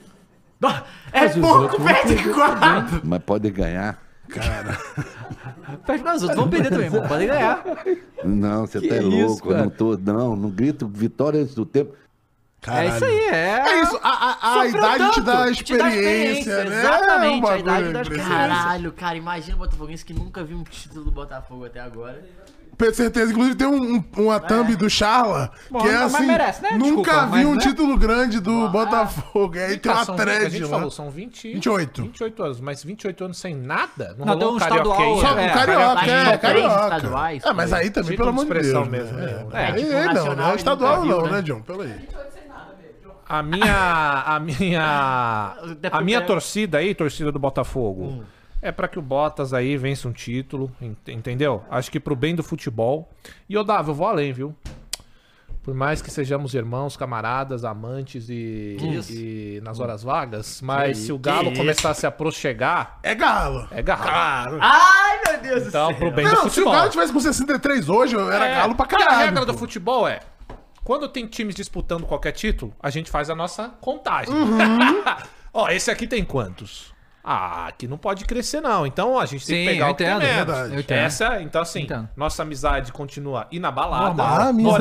É
os
pouco,
outros
perde quatro.
mas pode ganhar.
Perde pra nós outros, vamos perder também, irmão. Podem ganhar.
Não, você
Que
tá é
isso,
louco, eu
cara?
não tô, não. Não grito vitória antes do tempo.
É isso aí, é.
É isso, a, a, a
Sofreu
idade te
tanto, te
dá
dá
experiência,
experiência,
né?
exatamente,
É um
a idade
bagulho
dá experiência.
impressionante.
Caralho, cara, imagina o Botafoguense que nunca viu um título do Botafogo até agora.
Com certeza. Inclusive, tem um, um- uma thumb do Charla,
Bom,
que é
mas
assim,
merece, né?
nunca
Desculpa,
vi
mas,
um
né?
título grande do Botafogo. E aí tem
Tá,
uma
são vinte- a
thread né?
gente
lá.
falou, são 20,
28.
28 anos, mas 28 anos sem nada?
Não,
rolou
deu um estadual,
carioquinha?
Só com
É,
carioca,
carioca,
é,
três
carioca.
estaduais,
É, mas aí também,
Título
pelo amor
de
de
expressão
Deus.
mesmo, né?
né?
É,
É,
tipo,
é, não,
nacional
não é estadual
ele nunca
não,
viu,
né,
né?
John? Peraí.
A minha. A minha.
Depois
A
é.
minha
eu-
torcida aí, torcida do Botafogo,
Hum.
é pra que o Botas aí vença um título, ent- entendeu? Acho que pro bem do futebol. E eu eu vou além, viu? Por mais que sejamos irmãos, camaradas, amantes e,
isso.
e nas horas vagas, mas se o Galo começar a se aproxegar,
É galo.
é garra.
Ai, meu Deus do
Então,
céu.
pro bem do
Não, se o
futebol.
Galo tivesse com 63 hoje, eu era
É,
galo pra
cara,
caralho.
A regra
pô.
do futebol é: quando tem times disputando qualquer título, a gente faz a nossa contagem.
Uhum.
Ó, esse aqui tem quantos? Ah, aqui não pode crescer, não. Então a gente tem
Sim,
que pegar
eu
o que tem
entendo, é
menos.
verdade. Eu
entendo.
Essa, então assim,
Entendo.
nossa amizade continua inabalada.
Normal. Ah, Amizade.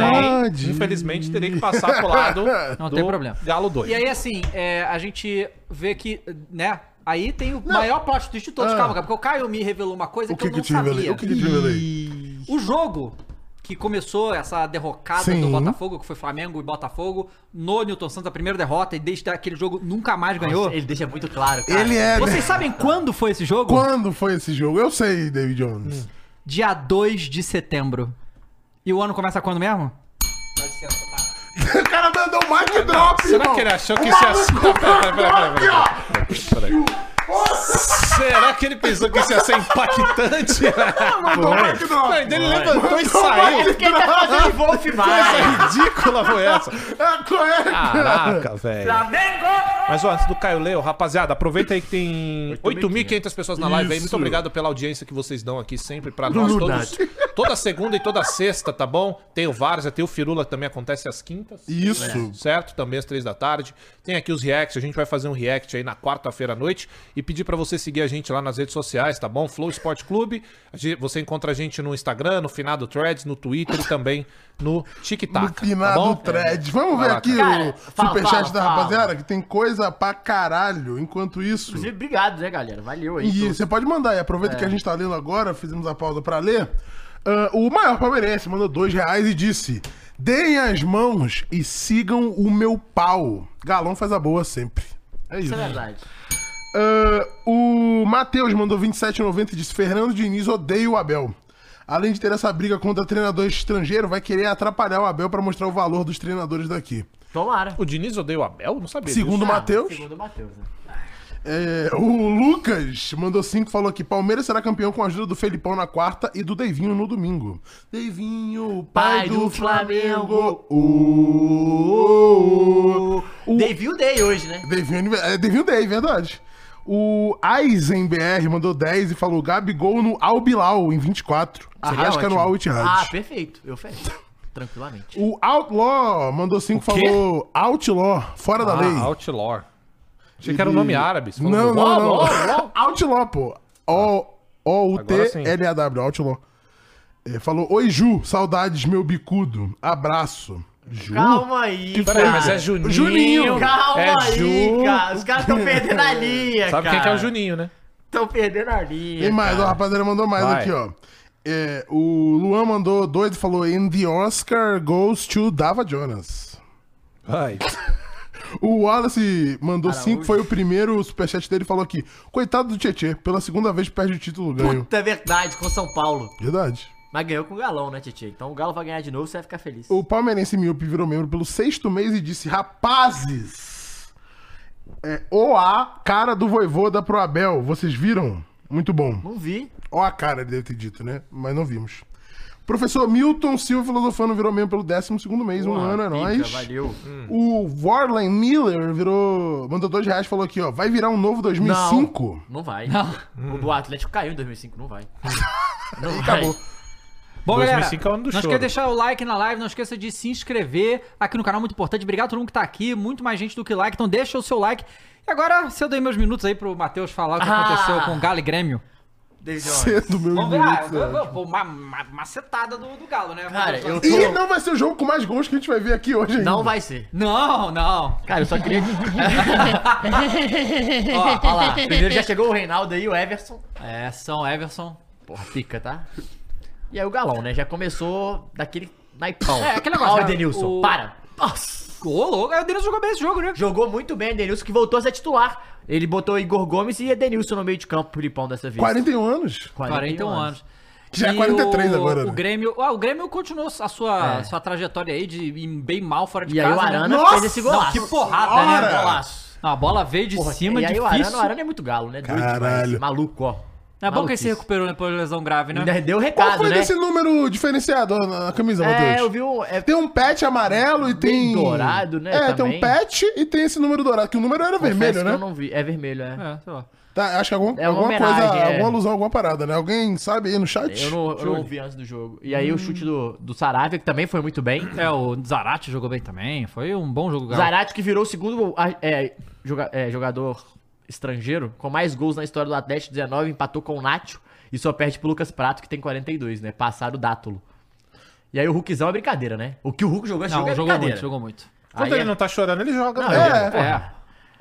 Porém, infelizmente, terei que passar pro lado
Não
do
tem problema.
Galo 2.
E aí, assim, é, a gente vê que, né? Aí tem o maior plot twist de todos. Calma, cara, porque o Caio me revelou uma coisa
Ah. O
é que,
que
eu
que
não
te revelei?
sabia.
O que que te revelei?
O jogo que começou essa derrocada do
Sim.
Botafogo, que foi Flamengo e Botafogo, no Newton Santos, a primeira derrota, e desde aquele jogo nunca mais ganhou.
Ele deixa muito claro, cara.
Ele é...
Vocês sabem quando foi esse jogo?
Quando foi esse jogo? Eu sei, David Jones.
Hum.
Dia 2 de setembro. E o ano começa quando mesmo?
O cara mandou um mic drop,
Será que ele achou que isso ia ser. Pera, pera, pera, pera, pera. Peraí. Será que ele pensou que isso ia ser impactante?
mandou um mic drop? um
Não, ele levantou e saiu.
Quem é. tá fazendo Wolf
Essa
Maia?
ridícula foi essa.
Ah, qual é?
Caraca, velho. Mas ó, antes do Caio Leo, rapaziada, aproveita aí que tem 8.500 pessoas na live aí. Muito
Isso.
obrigado pela audiência que vocês dão aqui sempre pra nós todos. Toda segunda e toda sexta, tá bom? Tem o Varza, tem o Firula, também acontece às quintas.
Isso.
Certo? Também às três da tarde. Tem aqui os reacts. A gente vai fazer um react aí na quarta-feira à noite e pedir pra você seguir a gente lá nas redes sociais, tá bom? Flow Esporte Clube. A gente- Você encontra a gente no Instagram, no Finado Threads, no Twitter e também no
No
TikTok. Tá
pinado
bom?
thread. Vamos
Vai
ver
lá,
aqui
É. cara.
o
Cara, fala,
superchat
fala,
da
fala.
rapaziada, que tem coisa pra caralho. Enquanto isso.
Inclusive, É. obrigado, né, galera? Valeu aí.
E você pode mandar aí. Aproveita que a gente tá lendo agora, fizemos a pausa pra ler. Ah, o maior palmeirense mandou dois reais e disse: Deem as mãos e sigam o meu pau. Galão faz a boa sempre. É isso.
Isso é verdade.
Ah, o Matheus mandou 27,90 e disse: Fernando Diniz odeia o Abel. Além de ter essa briga contra treinador estrangeiro, vai querer atrapalhar o Abel pra mostrar o valor dos treinadores daqui.
Tomara. Ah,
O Diniz odeia o Abel? Não sabia.
Segundo o Matheus,
Segundo o Matheus, né?
é, o Lucas mandou cinco falou que Palmeiras será campeão com a ajuda do Felipão na quarta e do Deivinho no domingo. Deivinho, pai,
Pai
do
do
Flamengo.
Flamengo.
Uh, uh, uh.
Dei, viu Day hoje, né?
Deivinho é, Deivinho Dei, verdade. O Eisenbr mandou 10 e falou Gabigol no Albilau em 24.
Seria
é
Arrasca é no
ótimo.
Al
Ah,
Ittihad.
perfeito. Eu fecho. Tranquilamente.
O Outlaw mandou
quê?
5 falou Outlaw, fora da lei.
Ah, Outlaw. Achei que era um nome árabe. você falou
Não,
do-
não,
Ó,
não.
ó,
Outlaw, pô.
Agora sim.
O-U-T-L-A-W, Outlaw. É, falou, oi Ju, saudades meu bicudo, abraço. Ju?
Calma aí, cara.
Peraí, mas é Juninho.
Juninho.
Calma
é
aí,
Ju-
cara. Os caras estão perdendo a linha,
Sabe
cara.
quem que é o Juninho, né?
Estão perdendo a linha.
Tem mais,
cara.
ó, a rapaziada mandou mais
Vai.
aqui, ó. É, o Luan mandou doido e falou, and the Oscar goes to Dava Jonas.
Ai.
O Wallace mandou 5, foi o primeiro superchat dele, falou aqui, coitado do Tietê, pela segunda vez perde o título, ganho.
Puta, é verdade, com São Paulo.
Verdade.
Mas ganhou com o Galão, né, Tietchan? Então o Galo vai ganhar de novo, você vai ficar feliz.
O palmeirense Miope virou membro pelo sexto mês e disse: Rapazes, é, ou a cara do voivô da Proabel, vocês viram? Muito bom.
Não vi.
Ó a cara, ele deve ter dito, né? Mas não vimos. Professor Milton Silva Filosofano virou membro pelo 12 segundo mês, um ano, é
Pica,
nóis.
Valeu.
O Warlen Miller virou. Mandou dois reais e falou aqui, ó. Vai virar um novo 2005?
Não vai. O do Atlético caiu em 2005, não vai. Não vai.
Acabou.
Bom, galera,
2005 é o ano do
não
choro.
esqueça de deixar o like na live, não esqueça de se inscrever aqui no canal, muito importante. Obrigado a todo mundo que tá aqui, muito mais gente do que like, então deixa o seu like. E agora, se eu dei meus minutos aí pro Matheus falar o que
Ah!
aconteceu com o Galo e Grêmio.
Desde ontem.
Cedo, meu
Vamos ver, ah,
Deus.
eu, eu, eu, uma, uma macetada do, do Galo, né?
Cara, eu tô...
E não vai ser o jogo com mais gols que a gente vai ver aqui hoje ainda.
Não vai ser.
Não, não.
Cara, eu só queria... ó, ó lá. Primeiro já chegou o Reinaldo aí, o Everson.
É, São Everson.
Porra, pica, tá? E aí o Galão, né? Já começou daquele naipão.
É, aquele negócio,
Ó, o
né?
Edenilson,
O-
para. Nossa.
Ô, louco, aí o Denilson jogou bem esse jogo, né?
Jogou muito bem o Edenilson, que voltou a ser titular. Ele botou Igor Gomes e Edenilson no meio de campo, Filipão, dessa vez.
41 anos.
41 anos.
Já é
E
43
o,
agora, né?
O Grêmio, ah, o Grêmio continuou a sua,
É.
sua trajetória aí de ir bem mal fora de
E aí
casa.
o
né?
Arana
Nossa
fez esse golaço.
que porrada,
Senhora!
né?
Golaço.
A bola veio de
Porra,
cima,
e aí
difícil.
o Arana, o Arana é muito galo, né? Doido demais.
Caralho.
Maluco, ó.
É bom que ele
Maluquice.
se recuperou depois da lesão grave, né?
Ainda deu o
Qual
recado,
foi
né?
desse número diferenciado na camisa,
É,
Matheus?
eu vi um... É,
Tem um pet amarelo e tem.
Bem dourado, né,
É, tem um
também.
pet e tem esse número dourado, que o número era
confesso
vermelho,
que
né?
Eu não vi. É vermelho, é.
É, sei lá.
Tá, acho que algum,
É uma
alguma coisa,
homenagem, é.
alguma alusão, alguma parada, né? Alguém sabe aí no
É,
chat?
Eu não, eu não ouvi antes do jogo. E
Hum.
aí o chute do, do Saravia, que também foi muito bem.
É, o Zarate jogou bem também. Foi um bom jogo, Galo.
Zarate que virou o segundo ah, é, joga- é, jogador estrangeiro com mais gols na história do Atlético, 19, empatou com o Nacho e só perde pro Lucas Prato, que tem 42, né? Passado o Dátulo. E aí o Hulkzão é brincadeira, né? O que o Hulk jogou esse jogo
Não,
é
jogou
brincadeira.
muito, jogou muito.
Quando
Aí
ele
é-
não tá chorando, ele joga.
Não,
né?
é.
É,
É.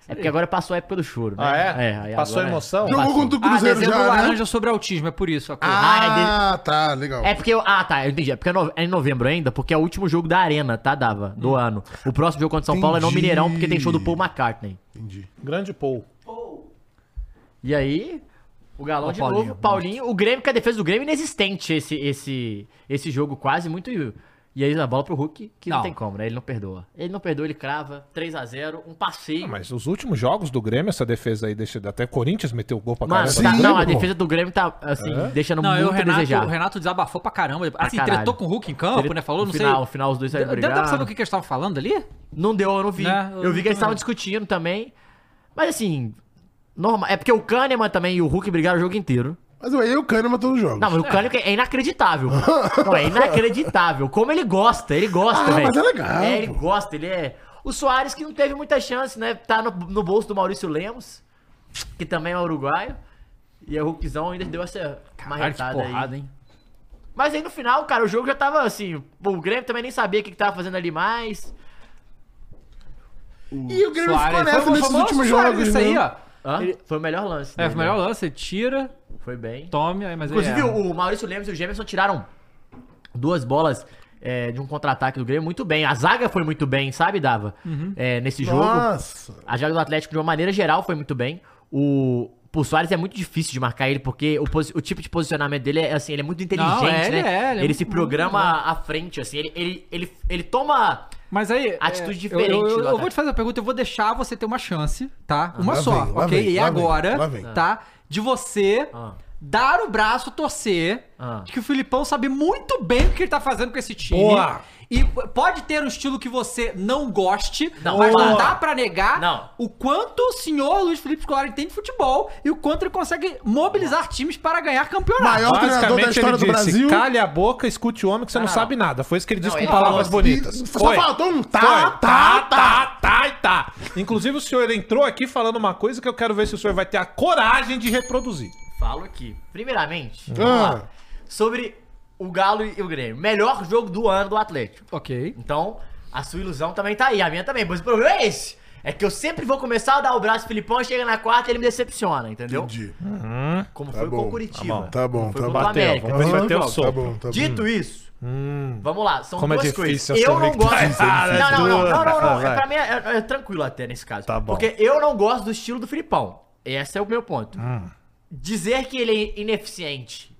É porque agora passou a época do choro, né?
Ah, é?
aí
Passou
agora-
emoção?
Jogou
Passou.
contra o
Ah,
Cruzeiro
desenho do
já, né?
laranja sobre autismo, é por isso a coisa.
Ah, tá, legal.
É porque eu. Ah, tá, eu entendi. É porque é no- é em novembro ainda, porque é o último jogo da Arena, tá, Dava? Do
Hum.
ano. O próximo jogo contra São Paulo é no
Entendi.
Mineirão, porque tem show do Paul McCartney.
Entendi.
Grande Paul.
E aí, o Galão
Ó,
de
Paulinho,
novo, Paulinho, o Grêmio, que a defesa do Grêmio é inexistente esse, esse, esse jogo quase, muito... E aí na bola pro Hulk, que não.
Não.
tem como, né? Ele não perdoa. Ele não perdoa, ele crava, 3x0, um passeio.
Mas os últimos jogos do Grêmio, essa defesa aí deixa. Até Corinthians meteu gol pra
Mano,
é
caramba.
tá-
sim,
não, a
pô.
defesa do Grêmio tá, assim, deixando
assim, Não, eu,
muito
o,
a
Renato,
desejar.
o Renato desabafou pra caramba. Assim,
caralho.
tretou com o Hulk em campo, né? Falou,
no
não
final, No
sei.
final, os dois saíram
Deu deu
brigar.
pra saber o que, que eles estavam falando ali?
Não deu, eu não vi.
Né?
eu, vi
Eu
que eles
também.
estavam discutindo também. Mas assim, normal. É porque o Kahneman também e o Hulk brigaram o jogo inteiro.
Mas ué, eu e o Kahneman todos os jogos.
Não, mas o Kahneman é inacreditável. não, é inacreditável. Como ele gosta, ele gosta,
Ah,
velho.
mas é legal,
É, ele
pô.
gosta, ele é. O Soares que não teve muita chance, né? Tá no, no bolso do Maurício Lemos, que também é uruguaio. E o Hulkzão ainda deu essa
Caralho, que
marretada aí.
porrada, hein?
Mas aí no final, cara, o jogo já tava assim. pô, O Grêmio também nem sabia o que, que tava fazendo ali mais.
E o Grêmio ficou
Suárez.
nessa
Foi-
nesses
foi-
últimos
Suárez,
jogos.
Isso aí,
né?
ó.
Hã?
Ele-
Foi o melhor lance.
É,
né?
foi o melhor lance, você tira,
Foi bem.
tome, aí, mas é, ele
Inclusive,
erra.
o Maurício Lemos e o Gemerson tiraram duas bolas é, de um contra-ataque do Grêmio muito bem. A zaga foi muito bem, sabe, Dava?
Uhum.
É, nesse jogo.
Nossa.
A zaga do Atlético, de uma maneira geral, foi muito bem. O. Pro Soares é muito difícil de marcar ele, porque o, posi- o tipo de posicionamento dele é assim, ele é muito inteligente,
Não,
né?
é, ele é, ele é
se
muito
programa à frente, assim, ele, ele, ele, ele toma.
Mas aí.
Atitude
é,
diferente
Eu, eu-
do
eu
ataque.
vou te fazer uma pergunta, eu vou deixar você ter uma chance, tá? uma
Ah, lá
só,
vem, lá
ok?
vem,
e
lá vem,
agora,
lá vem.
tá? De você
Ah.
dar o braço, torcer,
Ah.
de que o Filipão sabe muito bem o que ele tá fazendo com esse time.
Boa.
E pode ter um estilo que você não goste,
Não,
mas
claro.
não dá pra negar
Não.
o quanto o senhor Luiz Felipe Scolari tem de futebol e o quanto ele consegue mobilizar times para ganhar campeonato.
Maior é treinador da
Basicamente
história
ele
do
disse,
Brasil.
calha a boca, escute o homem que você não,
Não, não.
sabe nada. Foi isso que ele disse
Não,
com
ele
palavras
assim,
falou
bonitas.
Só
Foi.
faltou um tá,
Foi.
tá,
tá, tá, e tá. Inclusive o senhor entrou aqui falando uma coisa que eu quero ver se o senhor vai ter a coragem de reproduzir.
Falo aqui. Primeiramente, vamos
Ah.
lá. sobre o Galo e o Grêmio. Melhor jogo do ano do Atlético.
Ok.
Então, a sua ilusão também tá aí, a minha também. Mas o problema é esse. É que eu sempre vou começar a dar o braço pro Filipão, chega na quarta e ele me decepciona, entendeu?
Entendi.
Como
Tá
foi
bom,
com o Curitiba.
tá bom,
foi contra
tá
o
bom.
América.
Uhum. vamos ver se vai ter um o
Aham,
som.
Tá bom, tá bom.
Dito isso, vamos lá, são
Como é
duas coisas.
difícil
Eu
assumir
não
que tá
gosto.
errado,
não, não, não,
né?
não, não, não.
Vai.
É, pra mim é, é tranquilo até nesse caso.
Tá bom.
Porque eu não gosto do estilo do Filipão. Esse é o meu ponto.
Ah.
Dizer que ele é ineficiente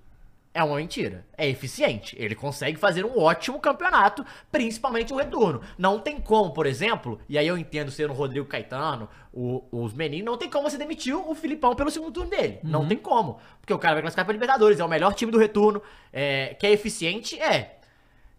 é uma mentira. É eficiente. Ele consegue fazer um ótimo campeonato, principalmente o retorno. Não tem como, por exemplo, e aí eu entendo ser o Rodrigo Caetano, o- os meninos, não tem como você demitir o Filipão pelo segundo turno dele. Não tem como. Porque o cara vai classificar pra Libertadores, é o melhor time do retorno, é, que é eficiente, é.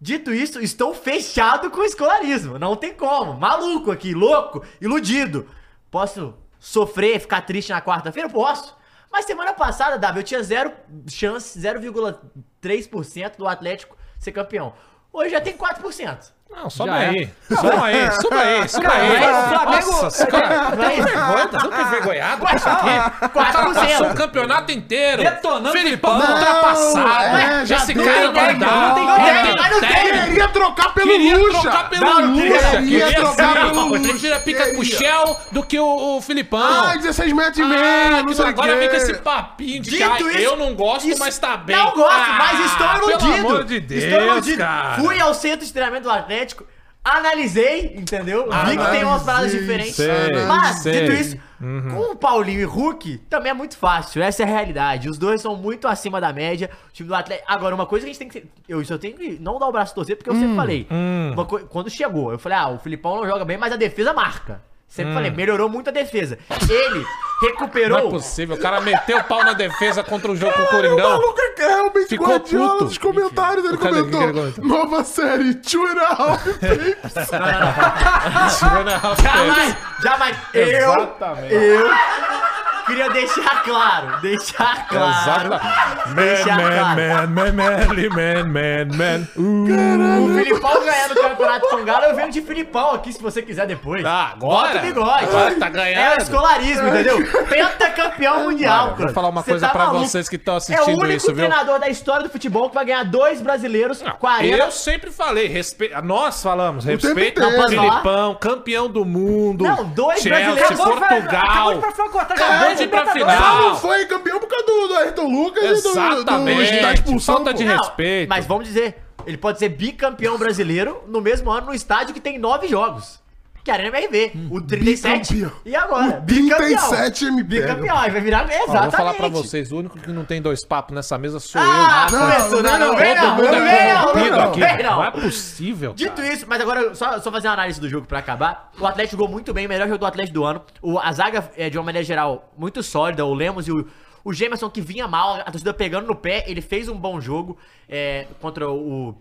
Dito isso, estou fechado com o escolarismo. Não tem como. Maluco aqui, louco, iludido. Posso sofrer, ficar triste na quarta-feira? Posso. Mas semana passada, Davi, eu tinha zero chance, 0,3% do Atlético ser campeão. Hoje já tem 4%.
Não, sobe
Já é.
aí. Sobe aí, sobe aí, sobe
Cara,
aí.
mas o Flamengo-
Nossa senhora,
Não é isso?
vergonha, não envergonhado com isso aqui. Passou o
4%.
campeonato inteiro.
Detonando
Felipão
o Filipão.
ultrapassado.
é, já
Esse
deu,
cara
né?
não dá.
Não tem técnica,
não tem
técnica.
Queria trocar pelo
Queria
Lucha.
trocar pelo
Não,
Lucha.
Queria trocar pelo
Lucha.
Lucha.
Prefiro a pica com o Shell do que o, o Filipão.
Ah, 16 metros e meio,
é,
Ah,
não
que
sei o
agora
quê.
vem com esse papinho de que
Dito
ah,
isso-
eu não gosto,
isso-
mas tá bem.
Não gosto,
Ah,
mas estou iludido.
Pelo amor de Deus,
estou iludido.
cara.
Fui ao centro de treinamento do Atlético, analisei, entendeu? Vi que tem umas paradas diferentes.
sei,
mas,
sei. Uhum.
dito isso, com o Paulinho e Hulk, também é muito fácil. Essa é a realidade. Os dois são muito acima da média. O time do Atlético... Agora, uma coisa que a gente tem que... Eu, isso eu tenho que não dar o braço a torcer, porque eu
Hum,
sempre falei. Uma coi- Quando chegou, eu falei, ah, o Filipão não joga bem, mas a defesa marca. Sempre falei, melhorou muito a defesa. Ele
Hum. Não é
recuperou...
possível, o cara meteu o pau na defesa contra o jogo com o Coringão.
O Luca é realmente
Ficou
Guardiola
puto.
nos comentários. Ele
O cara- o que ele
comentou:
comentou?
Nova série, Two and a Half Babes.
né?
Jamais, jamais. Eu, eu queria deixar claro, deixar claro. Deixar claro.
Man, man, man, man, man, man.
O Filipão ganhando o campeonato com o Galo, eu venho de Filipão aqui, se você quiser depois.
Ah, agora?
Bota o bigode.
Agora tá
É o
ganhando.
escolarismo, entendeu? Pentacampeão mundial, cara.
Vou falar uma
Você
coisa
tá
pra
maluco.
vocês que estão
É o
assistindo
único
isso, viu?
treinador da história do futebol que vai ganhar dois brasileiros, 40
Eu sempre falei, respe... nós falamos,
tempo
respeito
inteiro.
ao
Posso falar?
Filipão, campeão do mundo.
Não, dois brasileiros,
Acabou de falar- Acabou
Portugal.
de falar cortar,
Acabou de ir pra
Libertadores.
final.
Só não foi campeão por causa do, do Ayrton Lucas e do- do,
Exatamente.
da expulsão.
Falta de
pô.
Não,
respeito.
Mas vamos dizer, ele pode ser bicampeão brasileiro no mesmo ano no estádio que tem nove jogos. Que é a Arena MRV. o 37.
Hum, bicampeão.
E agora?
O 37 me pega.
Bicampeão. Aí vai virar. Exatamente.
Ó, vou falar pra vocês, o único que não tem dois papos nessa mesa sou
Ah,
eu.
não,
começou. Não, não,
não,
vem
todo
não.
mundo
Não, vem não.
corrompido
Não,
aqui,
vem
não é
não.
possível, cara.
Dito isso, mas agora só, só fazer uma análise do jogo pra acabar. O Atlético jogou muito bem, o melhor jogo do Atlético do ano. O, a zaga é de uma maneira geral muito sólida, o Lemos e o, o Gemerson que vinha mal, a torcida pegando no pé, ele fez um bom jogo é, contra o,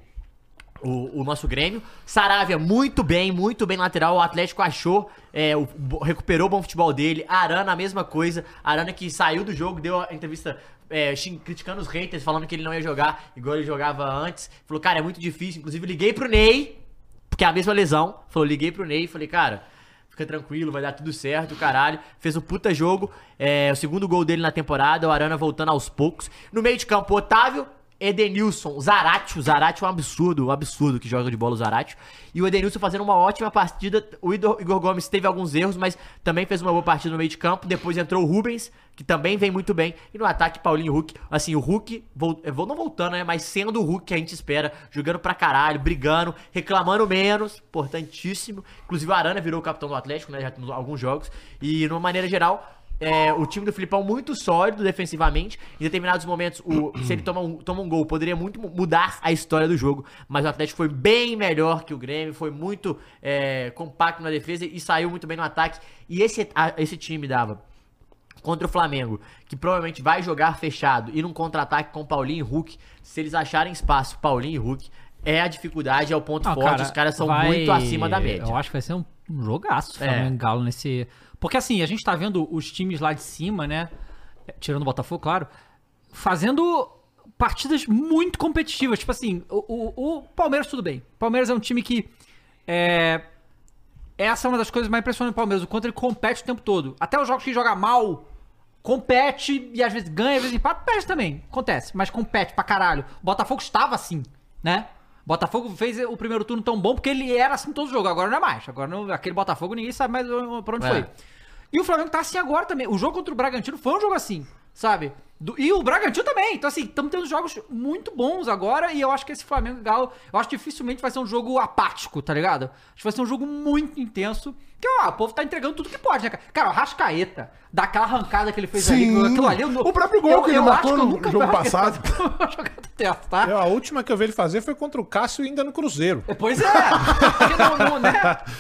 o, o nosso Grêmio. Saravia muito bem, muito bem lateral, o Atlético achou, é, o- bo- recuperou o bom futebol dele. Arana a mesma coisa, Arana que saiu do jogo, deu a entrevista é, xin- criticando os haters, falando que ele não ia jogar igual ele jogava antes. Falou, cara, é muito difícil. Inclusive, liguei pro Ney, porque é a mesma lesão. Falou, liguei pro Ney e falei, cara, fica tranquilo, vai dar tudo certo, caralho. Fez um puta jogo. É, o segundo gol dele na temporada, o Arana voltando aos poucos. No meio de campo, Otávio, Edenilson, Zarate. O Zarate é um absurdo, um absurdo que joga de bola o Zarate. E o Edenilson fazendo uma ótima partida. O Idor- Igor Gomes teve alguns erros, mas também fez uma boa partida no meio de campo. Depois entrou o Rubens, que também vem muito bem. E no ataque, Paulinho e Hulk. Assim, o Hulk, vol- eh, vol- não voltando, né? Mas sendo o Hulk que a gente espera, jogando pra caralho, brigando, reclamando menos, importantíssimo. Inclusive, o Arana virou o capitão do Atlético, né? Já tem alguns jogos. E, de uma maneira geral, é, o time do Filipão muito sólido defensivamente. Em determinados momentos, o- se ele toma um, toma um gol, poderia muito mu- mudar a história do jogo. Mas o Atlético foi bem melhor que o Grêmio, foi muito é, compacto na defesa e saiu muito bem no ataque. E esse, a- esse time dava contra o Flamengo, que provavelmente vai jogar fechado e num contra-ataque com Paulinho e Hulk, se eles acharem espaço, Paulinho e Hulk, é a dificuldade, é o ponto
Ah,
forte, os caras são
vai-
muito acima da média.
Eu acho que vai ser um um jogaço
É.
Flamengo e Galo nesse. Porque assim, a gente tá vendo os times lá de cima, né? É, Tirando o Botafogo, claro, fazendo partidas muito competitivas. Tipo assim, o, o- o Palmeiras, tudo bem. O Palmeiras é um time que. é, Essa é uma das coisas mais impressionantes do Palmeiras, o quanto ele compete o tempo todo. Até os jogos que joga mal, compete e às vezes ganha, às vezes empata, perde também. Acontece, mas compete pra caralho. O Botafogo estava assim, né? O Botafogo fez o primeiro turno tão bom porque ele era assim em todo jogo, agora não é mais. Agora não- aquele Botafogo ninguém sabe mais pra onde
É.
foi. E o Flamengo tá assim agora também. O jogo contra o Bragantino foi um jogo assim, sabe? Do- e o Bragantino também. Então, assim, estamos tendo jogos muito bons agora. E eu acho que esse Flamengo e Galo, eu acho que dificilmente vai ser um jogo apático, tá ligado? Acho que vai ser um jogo muito intenso. Que, ó, o povo tá entregando tudo que pode, né, cara? Cara, o Rascaeta, daquela arrancada que ele fez ali.
Sim.
Aquilo ali, eu não-
O próprio gol que ele
acho
marcou
que eu
no
nunca
jogo
vi alguém
passado.
fazer uma jogada dessa, tá?
Eu, a última que eu vi ele fazer foi contra o Cássio ainda no Cruzeiro.
Pois é. Porque não- não, né?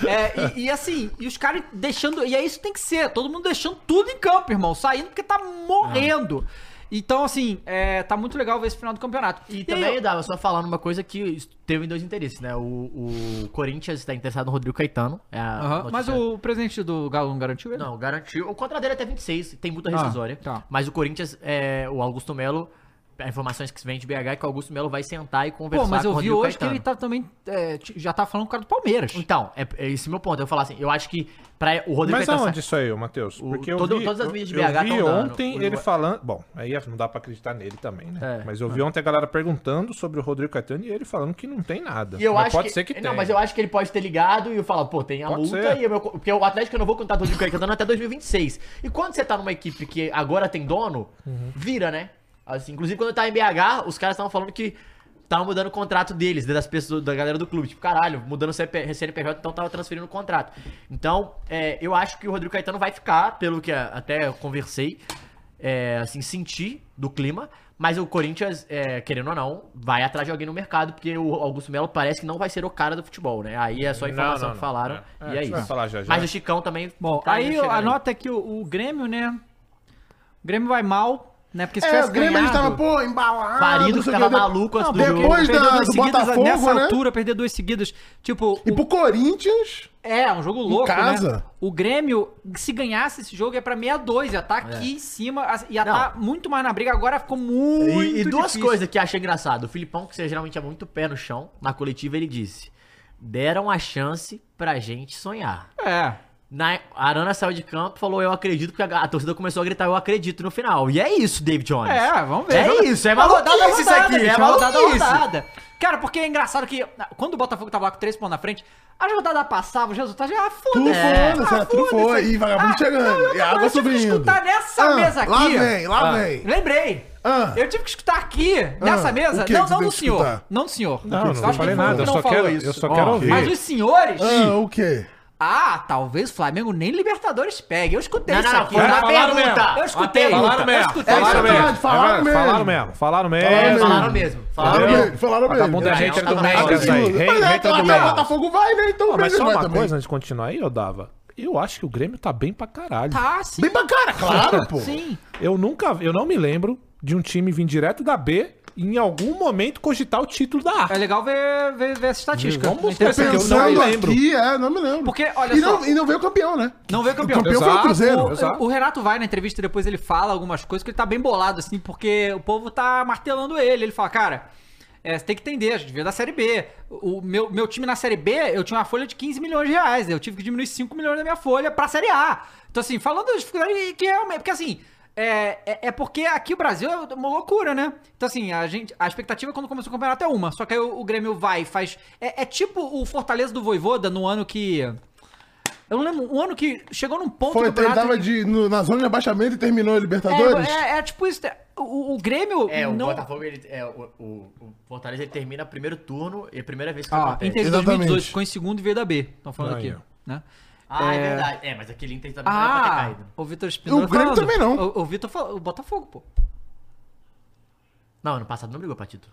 É, e, e assim, e os caras deixando. E é isso que tem que ser. Todo mundo deixando tudo em campo, irmão. Saindo porque tá morrendo. Então, assim, é, tá muito legal ver esse final do campeonato.
E também
aí,
dava só falando uma coisa que teve dois interesses, né? O, o Corinthians está interessado no Rodrigo Caetano. é a
Aham,
notícia-
mas o presidente do Galo não garantiu ele?
Não, garantiu. O contrato dele é até 26, tem multa
Ah,
rescisória.
tá.
Mas o Corinthians, é, o Augusto Melo, as informações que se vem de BH é que o Augusto Melo vai sentar e conversar
Pô, mas
com o
eu vi
Rodrigo
hoje que
Caetano.
ele tá também. é, t- já tá falando com o cara do Palmeiras.
Então, é, é esse meu ponto. Eu falar assim, eu acho que pra o Rodrigo
Mas
Caetano
aonde
sa-
isso aí, ô, Matheus?
O-
Porque eu
todo-
vi,
todas as mídias de
eu- eu
BH
vi
tão dando.
ontem
O
ele
Uruguai-
falando... Bom, aí é, não dá pra acreditar nele também, né?
É.
Mas eu vi ontem a galera perguntando sobre o Rodrigo Caetano e ele falando que não tem nada.
E eu
Mas
acho
pode
que,
ser que
não,
tenha.
mas eu acho que ele pode ter ligado e eu falo, pô, tem a
Pode
multa
ser.
e o meu, co- porque o Atlético eu não vou contar todo de Caetano até 2026. E quando você tá numa equipe que agora tem dono, vira, né? Assim, inclusive quando eu tava em BH, os caras estavam falando que tava mudando o contrato deles, das pessoas, da galera do clube. Tipo, caralho, mudando o CP CNPJ, então tava transferindo o contrato. Então, é, eu acho que o Rodrigo Caetano vai ficar, pelo que a- até eu conversei, é, assim, sentir do clima. Mas o Corinthians, é, querendo ou não, vai atrás de alguém no mercado, porque o Augusto Melo parece que não vai ser o cara do futebol, né? Aí é só a
Não, não,
informação
não.
que falaram.
É,
e
a
é
gente vai
isso.
falar já, já.
Mas o Chicão também.
Bom,
tá
aí
chegando
a nota é que o, o Grêmio, né? O Grêmio vai mal, né? Porque se
É,
tivesse
o Grêmio ele
ganhado-
tava, pô, embalado.
Parido
não
que
sei o
tava
que.
maluco antes
Não,
do
perder-
jogo.
Depois
perder
da-
duas
do
seguidas
Botafogo,
nessa
né?
altura, perder duas seguidas. Tipo,
E
o-
pro Corinthians,
é um jogo louco, né?
casa.
O Grêmio, se ganhasse esse jogo, ia pra 62, ia
É.
tá aqui em cima, as- ia
Não.
tá muito mais na briga, agora ficou muito
E, e duas
difícil.
coisas que eu achei engraçado. O Filipão, que você geralmente é muito pé no chão, na coletiva ele disse: deram a chance pra gente sonhar.
É.
Na, a Arana saiu de campo e falou: Eu acredito, porque a, a torcida começou a gritar: Eu acredito no final. E é isso, David Jones.
É, vamos ver.
É
Joga-
isso, é
Uma rodada,
maluquice isso
rodada,
aqui,
gente,
é
uma rodada,
maluquice.
rodada. Cara, porque é engraçado que na- quando o Botafogo tava lá com três pontos na frente, a rodada passava, os resultados, ah,
tu
foda-se.
foda,
ah,
sabe? Tu foi, e vagabundo chegando. e
Agora
água
eu tive que
subindo.
escutar nessa
Ah,
mesa aqui.
Lá vem, lá vem.
Lembrei.
Ah.
Eu tive que escutar aqui, nessa
Ah,
mesa.
o que
Não, não
que você
do
teve que
senhor.
escutar?
Não do senhor.
Não,
Eu
não
acho que
falei
foi o
nada, eu
tá que não
só
falou
quero,
isso.
eu só
Ó,
quero ouvir.
Mas os senhores...
Ah, o quê?
Ah, talvez Flamengo nem Libertadores pegue. Eu escutei
Não,
isso
não,
aqui.
não, foi
né?
na
Falaram
pergunta.
mesmo.
Eu escutei.
tá
Falaram
eu
mesmo,
escutei.
falaram
verdade,
mesmo,
falaram mesmo.
falaram mesmo, falaram
É,
mesmo.
falaram mesmo. Falaram
Entendeu?
mesmo.
Falaram, falaram mesmo.
Vagabundo é
Não,
hater
não,
do
não,
Mendes
não,
essa aí.
Absurdo. Mas
Hei-
é,
Hater
até
do
o
Mendes.
Botafogo vai, né? Então
Ah,
o
Mas
Grêmio
só
vai
uma
também.
coisa antes de continuar aí, ô Dava. Eu acho que o Grêmio tá bem pra caralho.
Tá, sim.
Bem pra
tá,
cara, claro, pô.
Sim.
Eu nunca, eu não me lembro de um time vir direto da B e em algum momento cogitar o título da A.
É legal ver, ver, ver essa estatística.
Vamos buscar
Não
esse aqui, eu
interessa.
não
Pensando
lembro.
aqui, é, não me lembro.
Porque, olha
e
só-
Não, e não veio campeão, né?
Não veio campeão.
O campeão foi o
Exato.
Cruzeiro.
Exato.
O Renato vai na entrevista depois ele fala algumas coisas que ele tá bem bolado, assim, porque o povo tá martelando ele. Ele fala, cara, é, você tem que entender, a gente veio da Série B. O meu, meu time na Série B, eu tinha uma folha de 15 milhões de reais. Eu tive que diminuir 5 milhões da minha folha pra Série A. Então, assim, falando da dificuldade que realmente... Porque, assim... É, é, é porque aqui o Brasil é uma loucura, né? Então, assim, a, gente, a expectativa quando começou o campeonato é uma. Só que aí o, o Grêmio vai, faz. É, é tipo o Fortaleza do Voivoda no ano que. Eu não lembro, um ano que chegou num ponto
Foi,
do campeonato.
ele tava
que-
de, no- na zona de abaixamento e terminou a Libertadores.
é, é, é tipo isso. O, o Grêmio.
É, o
não...
Botafogo, ele, é, o, o, o Fortaleza ele termina primeiro turno e é a primeira vez que isso
Ó,
acontece.
Ah, Inter de
Exatamente.
2018 ficou em segundo e veio da B. Estão falando
Aí,
aqui.
ó.
Né?
Ah, é... verdade. É, mas aquele Inter também não era pra ter
Ah,
caído.
o Vitor Espinosa.
O Grêmio também não.
O, o Vitor falou. O Botafogo, pô.
Não, ano passado não brigou pra título.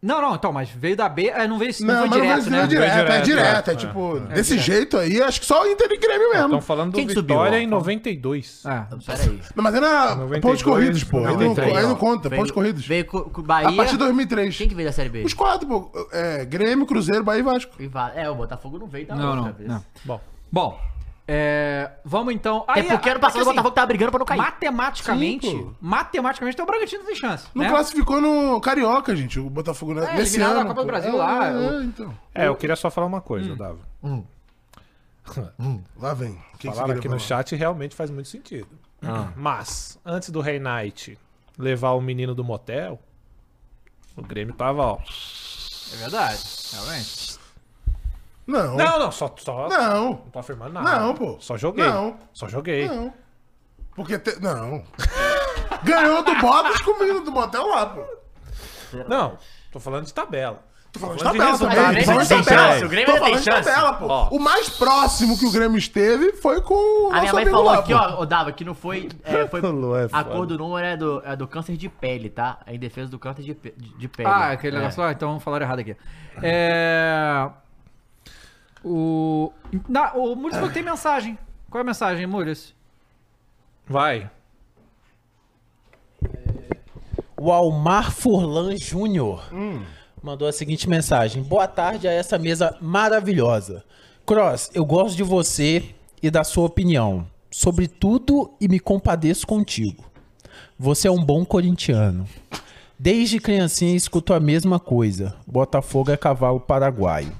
Não, não, então, mas veio da B, é, não veio, não
Não,
foi
mas
direto,
não veio
né?
direto, é
Veio
direto.
direto,
É,
é.
tipo, desse jeito aí, acho que só Inter e Grêmio mesmo.
Então,
Estão falando
Quem
do
que subiu,
Vitória
ó? Ah,
em 92.
É.
Peraí.
Não, mas era
92,
pontos corridos, pô. Aí não,
93,
aí não
ó.
conta,
Veio-
pontos corridos.
Veio com, com
A
Bahia.
partir de 2003.
Quem que veio da Série B?
Os quatro, pô. É, Grêmio, Cruzeiro, Bahia e Vasco.
E va- É, o Botafogo não veio da
Não,
outra
não,
vez.
não.
Bom.
Bom, é, vamos então...
É
Aí,
porque ano
é
passado
que
o
assim,
Botafogo tava brigando pra não cair.
Matematicamente,
Sim, pô.
matematicamente, então o Bragantino tem chance,
Não
né?
classificou no Carioca, gente, o Botafogo né?
É,
nesse
eliminado
ano.
da Copa do
pô.
Brasil
É,
lá,
é,
o-
é, então.
É, eu queria só falar uma coisa,
Hum.
Dava.
Lá vem. O que que você
Falaram
queria
aqui
falar?
no chat realmente faz muito sentido. Mas, antes do Rei Knight levar o menino do motel, o Grêmio tava, ó.
É verdade, realmente.
Não. Não.
Não, não, só. só não.
Não.
tô afirmando nada.
Não, pô.
Só joguei.
Não.
Só joguei.
Porque. te- Não. Ganhou do Bottas com o menino do Botel lá, pô.
Não, tô falando de tabela.
Tô falando de
Falando de resultado,
tabela também.
né?
Tô falando de
Tem
tabela.
chance, o Grêmio
Tô
tem
falando de
chance.
tabela, pô.
Ó.
O mais próximo que o Grêmio esteve foi com o
A minha
nosso
mãe
amigo
falou
lá,
aqui,
pô.
ó, ô, Dava, que não foi. é, foi
Falou, é
a
foda.
cor do número é do, é do câncer de pele, tá? É em defesa do câncer de, pe- de, de pele.
Ah, aquele
é.
negócio lá, então falaram errado aqui. É... O... Na, o Muris falou que tem mensagem. Qual é a mensagem, Muris?
Vai.
O Almar Furlan Júnior mandou a seguinte mensagem: Boa tarde a essa mesa maravilhosa. Cross, eu gosto de você e da sua opinião sobre tudo e me compadeço contigo. Você é um bom corintiano. Desde criancinha escuto a mesma coisa. Botafogo é cavalo paraguaio.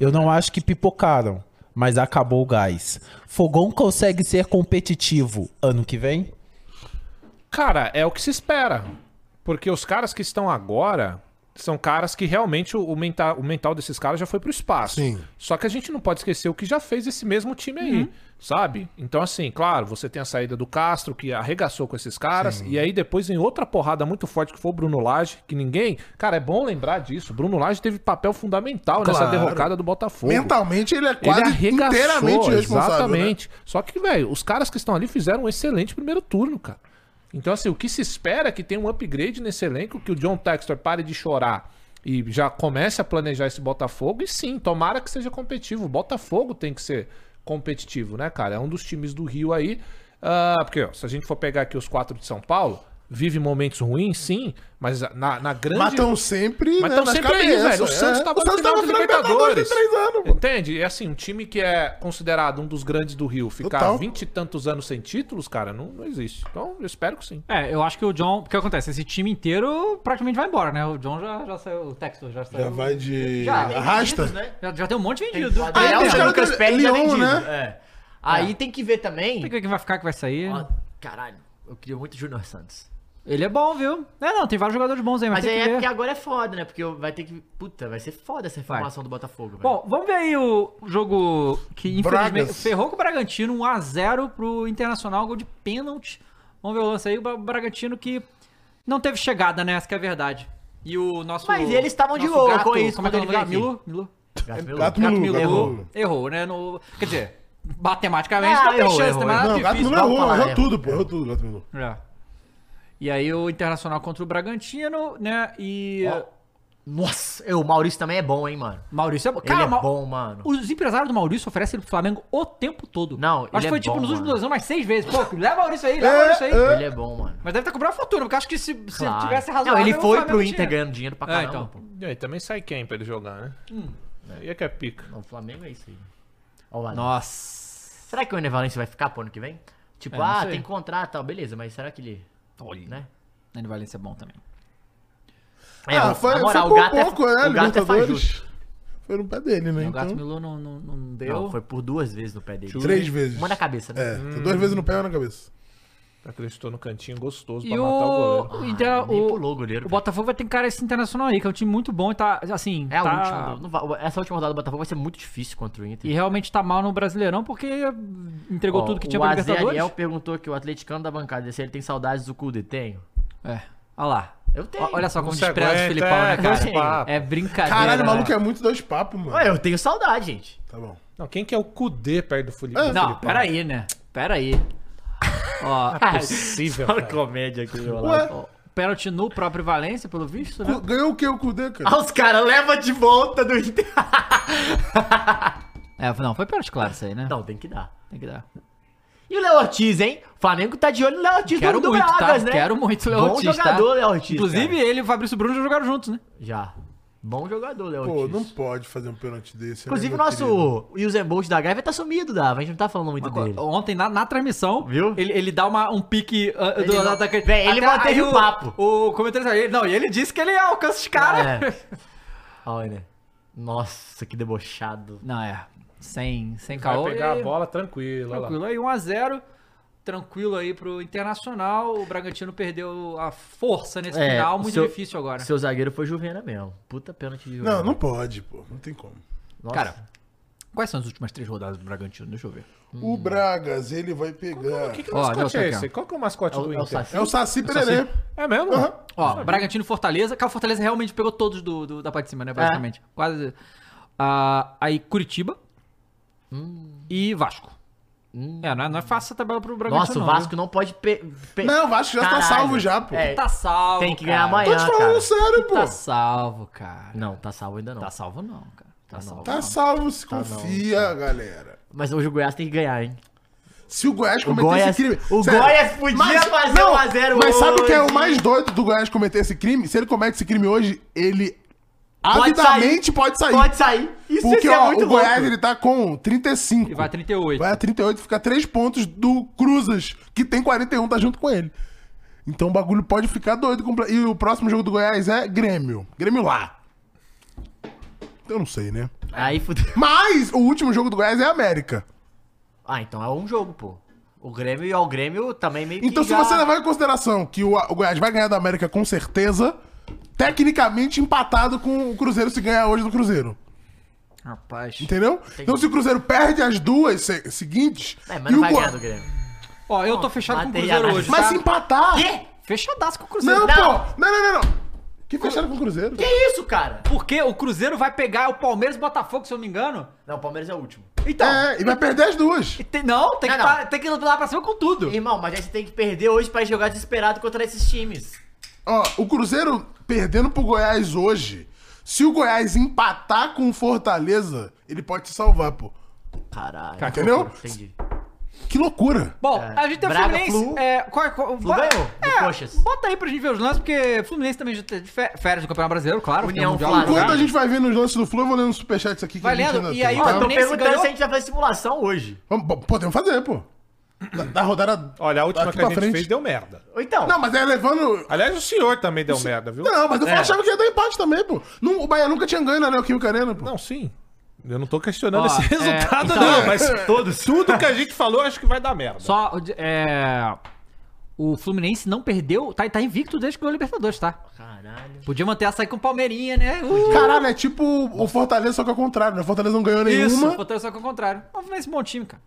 Eu não acho que pipocaram, mas acabou o gás. Fogão consegue ser competitivo ano que vem?
Cara, é o que se espera. Porque os caras que estão agora são caras que realmente o, o menta- o mental desses caras já foi pro espaço.
Sim.
Só que a gente não pode esquecer o que já fez esse mesmo time aí, sabe? Então, assim, claro, você tem a saída do Castro, que arregaçou com esses caras, e aí depois em outra porrada muito forte que foi o Bruno Lage, que ninguém. Cara, é bom lembrar disso. O Bruno Lage teve papel fundamental nessa
Claro.
derrocada do Botafogo
Mentalmente ele é quase
ele arregaçou,
inteiramente responsável. né?
Exatamente. Só que, velho, os caras que estão ali fizeram um excelente primeiro turno, cara. Então, assim, o que se espera é que tenha um upgrade nesse elenco, que o John Textor pare de chorar e já comece a planejar esse Botafogo. E sim, tomara que seja competitivo. O Botafogo tem que ser competitivo, né, cara? É um dos times do Rio aí. ah, porque, ó, se a gente for pegar aqui os quatro de São Paulo, vive momentos ruins, sim, mas na, na grande.
Mas estão sempre.
Mas
né,
tão
nas
sempre aí,
cabeças,
velho. O
é.
Santos tava no final do
tava na Libertadores
Libertadores.
tem três anos, pô.
Entende? É assim, um time que é considerado um dos grandes do Rio ficar
Total.
vinte e tantos anos sem títulos, cara, não, não existe. Então, eu espero que sim.
É, eu acho que o John. Porque acontece, esse time inteiro praticamente vai embora, né? O John já, já saiu, o Texto já saiu.
Já vai de.
Já, tem
Arrasta.
Vendidos, né?
Já, já tem um monte
Tem
vendido.
o
Ah,
Tem
Adriel,
tem os
o
caras
Lucas
do
Pérez já
Lyon,
vendido.
né?
É. Aí tem que ver também.
que ver quem vai ficar, que vai sair.
Ó, caralho, eu queria muito o Júnior Santos.
Ele é bom, viu? É, não, tem vários jogadores bons aí, mas,
Mas
tem
aí é
que ver.
porque agora é foda, né? Porque vai ter que. Puta, vai ser foda essa reformação do Botafogo, velho.
Bom, vamos ver aí o jogo que infelizmente
Bragas.
ferrou com o Bragantino, 1x0 pro Internacional, gol de pênalti. Vamos ver o lance aí, o Bra- Bragantino que não teve chegada, né? Essa que é a verdade. E o nosso.
Mas eles estavam de
nosso
olho
gato-
com isso
Como é que é o nome
quando ele
dele?
veio
Milu? Milu?
Gato Melo.
Gato
Gato Milu,
Milu,
Gato
errou.
Milu.
Errou, né? No... Quer dizer, matematicamente
Ah,
não tem
errou,
chance,
errou,
mas nada
Não, o Gato
difícil.
Milu
vamos
errou,
falar,
errou
errou.
tudo, pô. Errou tudo, o Gato Milu.
É. E aí o Internacional contra o Bragantino, né? E.
Nossa, eu, o Maurício também é bom, hein, mano.
Maurício é bom.
Ele é
Mau-
bom, mano.
Os empresários do Maurício oferecem ele pro Flamengo o tempo todo.
Não,
Acho
ele
que
é
foi tipo
bom,
nos últimos
mano.
dois anos, mais seis vezes. Pô, leva o Maurício aí, leva o Maurício aí.
Ele é bom, mano.
Mas deve estar cobrando fortuna, porque acho que se, se
Claro.
tivesse
Não,
razoável...
ele
o
foi
Flamengo
pro
tinha.
Inter ganhando dinheiro pra
É,
caramba,
então.
pô.
E aí também sai quem pra ele jogar, né? Aí é que é pica.
Não, o Flamengo é isso aí. Ó, o Vale.
Nossa.
Será que o Ener Valencia vai ficar pro ano que vem? Tipo,
É, não
ah,
sei.
tem contrato, tal, beleza, mas será que ele.
Olha.
Né?
Ele Valência é bom também.
É,
ah,
na
foi,
moral,
foi por
o gato é-
pouco, né?
o gato é
Libertadores.
fajuto.
foi no pé dele, né?
O Gato
Então,
Milu não, não, não deu.
Não, foi por duas vezes no pé dele.
três vezes.
Uma na cabeça, né?
É, tem duas vezes no pé e uma na cabeça.
Acreditou no cantinho gostoso
E
pra matar o
o...
goleiro.
Inter-
Ah, nem
o-
pulou Então, o goleiro,
o Botafogo vai ter cara esse internacional aí, que é um time muito bom e tá, assim...
É a
tá...
última. do- não vai- essa última rodada do Botafogo vai ser muito difícil contra o Inter.
E realmente tá mal no Brasileirão, porque entregou
Ó,
tudo que tinha
o
pra
Azé
Libertadores.
Ariel perguntou que o atleticano da bancada, se ele tem saudades do Cude. Tenho.
É. Olha lá.
Eu tenho.
O- Olha só como
Não se
despreza o
aguenta,
Filipão, né,
é,
cara?
dois papos.
É brincadeira.
Caralho, o
né?
maluco é muito dois papos, mano.
Ué, eu tenho saudade, gente.
Tá bom.
Não, quem que é o Cudê perto do Felipe?
Ah,
do
Não,
Filipão?
peraí, né? Peraí. Ó,
Possível,
Olha
cara.
É comédia aqui, olha
Ué,
lá.
pênalti no próprio Valência, pelo visto, né?
Cu- Ganhou o que o Kudê, cara?
Ah, os caras leva de volta do Inter.
É, não, foi pênalti claro isso aí, né?
Não, tem que dar.
Tem que dar.
E o Léo Ortiz, hein? O Flamengo tá de olho no Léo Ortiz
Quero
do
muito,
Bragas,
tá?
né?
Quero muito o Léo
Bom
Ortiz,
jogador,
tá?
Léo Ortiz.
Inclusive,
cara.
ele e o Fabrício Bruno já jogaram juntos, né?
Já. Bom jogador, Léo
Pô,
Ortiz.
não pode fazer um pênalti desse. né,
Inclusive, o
meu querido?
nosso Usain Bolt da Gávea tá sumido, Dava. A gente não tá falando muito dele.
Ontem, na, na transmissão,
Viu?
Ele, ele dá uma, um pique ah,
Ele
do
não-
atacante.
Véi, ele
Até
manteve
aí
o papo.
O comentário ele- Não, e ele disse que ele alcança os caras.
É. Olha. Nossa, que debochado.
Não, é. Sem, sem
Vai
caô.
pegar
e-
a bola tranquilo. olha lá.
Tranquilo aí, 1x0. Tranquilo aí pro Internacional. O Bragantino perdeu a força nesse
É,
tá
final. Muito
seu-
difícil agora.
Seu zagueiro foi Juvena mesmo. Puta pênalti de
Não, não pode, pô. Não tem como.
Nossa. é
Cara, quais são as últimas três rodadas do Bragantino? Deixa eu ver.
Hum.
O Bragas, ele vai pegar.
Que
Ó,
mascote
deu
é
aqui, ó.
esse? Qual que é o mascote
é
do
o, é o
Inter?
Saci.
É o Saci Pererê.
É mesmo?
Ó, Bragantino e Fortaleza. Cara, o Fortaleza realmente pegou todos do, do- da parte de
É.
cima, né? Basicamente. Quase. Ah, aí Curitiba.
Hum.
E Vasco. É, não é, não é fácil a tabela pro Bragantino.
Nossa, o
não,
Vasco não pode. Pe... pe-
tá Não, o Vasco já tá
Caralho.
salvo já, pô.
viu?
É,
Tá salvo.
tem que
cara.
ganhar amanhã.
Tô te falando
cara.
sério, pô.
Tá salvo, cara.
Não, tá salvo ainda não.
Tá salvo, não, cara. Tá salvo.
Tá
não.
salvo, se confia,
tá.
galera.
Mas hoje o Goiás tem que ganhar, hein?
Se o Goiás
O
cometer
Goiás,
esse crime.
o
Sério.
Goiás podia fazer
não,
1x0
Mas sabe o que é o
hoje.
mais doido do Goiás cometer esse crime? Se ele comete esse crime hoje, ele
Pode
avidamente pode sair.
Pode sair. Isso
Porque
isso é
ó,
muito
o Goiás
louco.
ele tá com 35.
E vai 38.
Vai a 38 e fica 3 pontos do Cruzas, que tem 41, tá junto com ele. Então o bagulho pode ficar doido. comple- E o próximo jogo do Goiás é Grêmio. Grêmio lá. Eu não sei, né?
Aí fudeu.
Mas o último jogo do Goiás é América.
Ah, então é um jogo, pô. O Grêmio e o Grêmio também meio que.
Então, se
já-
você levar em consideração que o, o Goiás vai ganhar da América com certeza, tecnicamente empatado com o Cruzeiro se ganhar hoje do Cruzeiro.
Rapaz.
Entendeu? Então, se o Cruzeiro perde as duas se- seguintes.
É, mas
e
não
o
vai
Goi-
ganhar do Grêmio.
Ó, eu tô fechado com o
matei
Cruzeiro
a
hoje.
Mas
tá?
se empatar.
Quê?
Fechadaço com o Cruzeiro.
Não,
Não.
pô! Não, não, não, não. Que fecharam com o Cruzeiro. É,
Que isso, cara?
Porque o Cruzeiro vai pegar o Palmeiras e o Botafogo, se eu não me engano.
Não, o Palmeiras é o último.
Então.
É, e vai perder as duas.
e tem- não, tem
Não,
que
não.
tá- tem que ir lá pra cima com tudo.
Irmão, mas aí você tem que perder hoje pra jogar desesperado contra esses times.
Ó, o Cruzeiro perdendo pro Goiás hoje. Se o Goiás empatar com o Fortaleza, ele pode se salvar, pô.
Caralho.
Entendeu?
Entendi.
Que loucura.
Bom,
É.
a gente tem o
Braga,
Fluminense.
Flu.
é, qual, qual,
Flu
bota-
ganhou do
é,
Coxas.
Bota aí pra gente ver os lances, porque Fluminense também já tá de fé- férias do Campeonato Brasileiro, claro.
União,
tem o Mundial
Flamengo.
agora.
Enquanto a gente vai vendo os lances do Flu, eu vou lendo os superchats aqui que
Vai
a gente
lendo,
ainda
e
tem,
aí,
tá?
ó,
Eu tô
Fluminense
perguntando
ganhou?
se a gente vai fazer simulação hoje.
Vamos, bom, podemos fazer, pô. Da, da rodada.
Olha, a última
daqui
que a
Tá pra
gente fez deu merda.
Ou então.
Não, mas é levando.
Aliás, o senhor também deu merda, viu?
Não, mas eu
É.
achava que ia dar empate também, pô. Não, o Bahia nunca tinha ganho na Neoquímica Arena, pô.
Não, sim. Eu não tô questionando
Ó,
esse
é,
resultado, não, mas todos. tudo que a gente falou, acho que vai dar merda.
Só, é, O Fluminense não perdeu, tá, tá invicto desde que ganhou a Libertadores, tá?
Caralho.
Podia manter essa aí com o Palmeirinha, né? Uh,
Caralho, é tipo o Fortaleza, só que ao contrário, né? O Fortaleza não ganhou
isso,
nenhuma.
botou só que é o contrário. O Fluminense é um bom time, cara.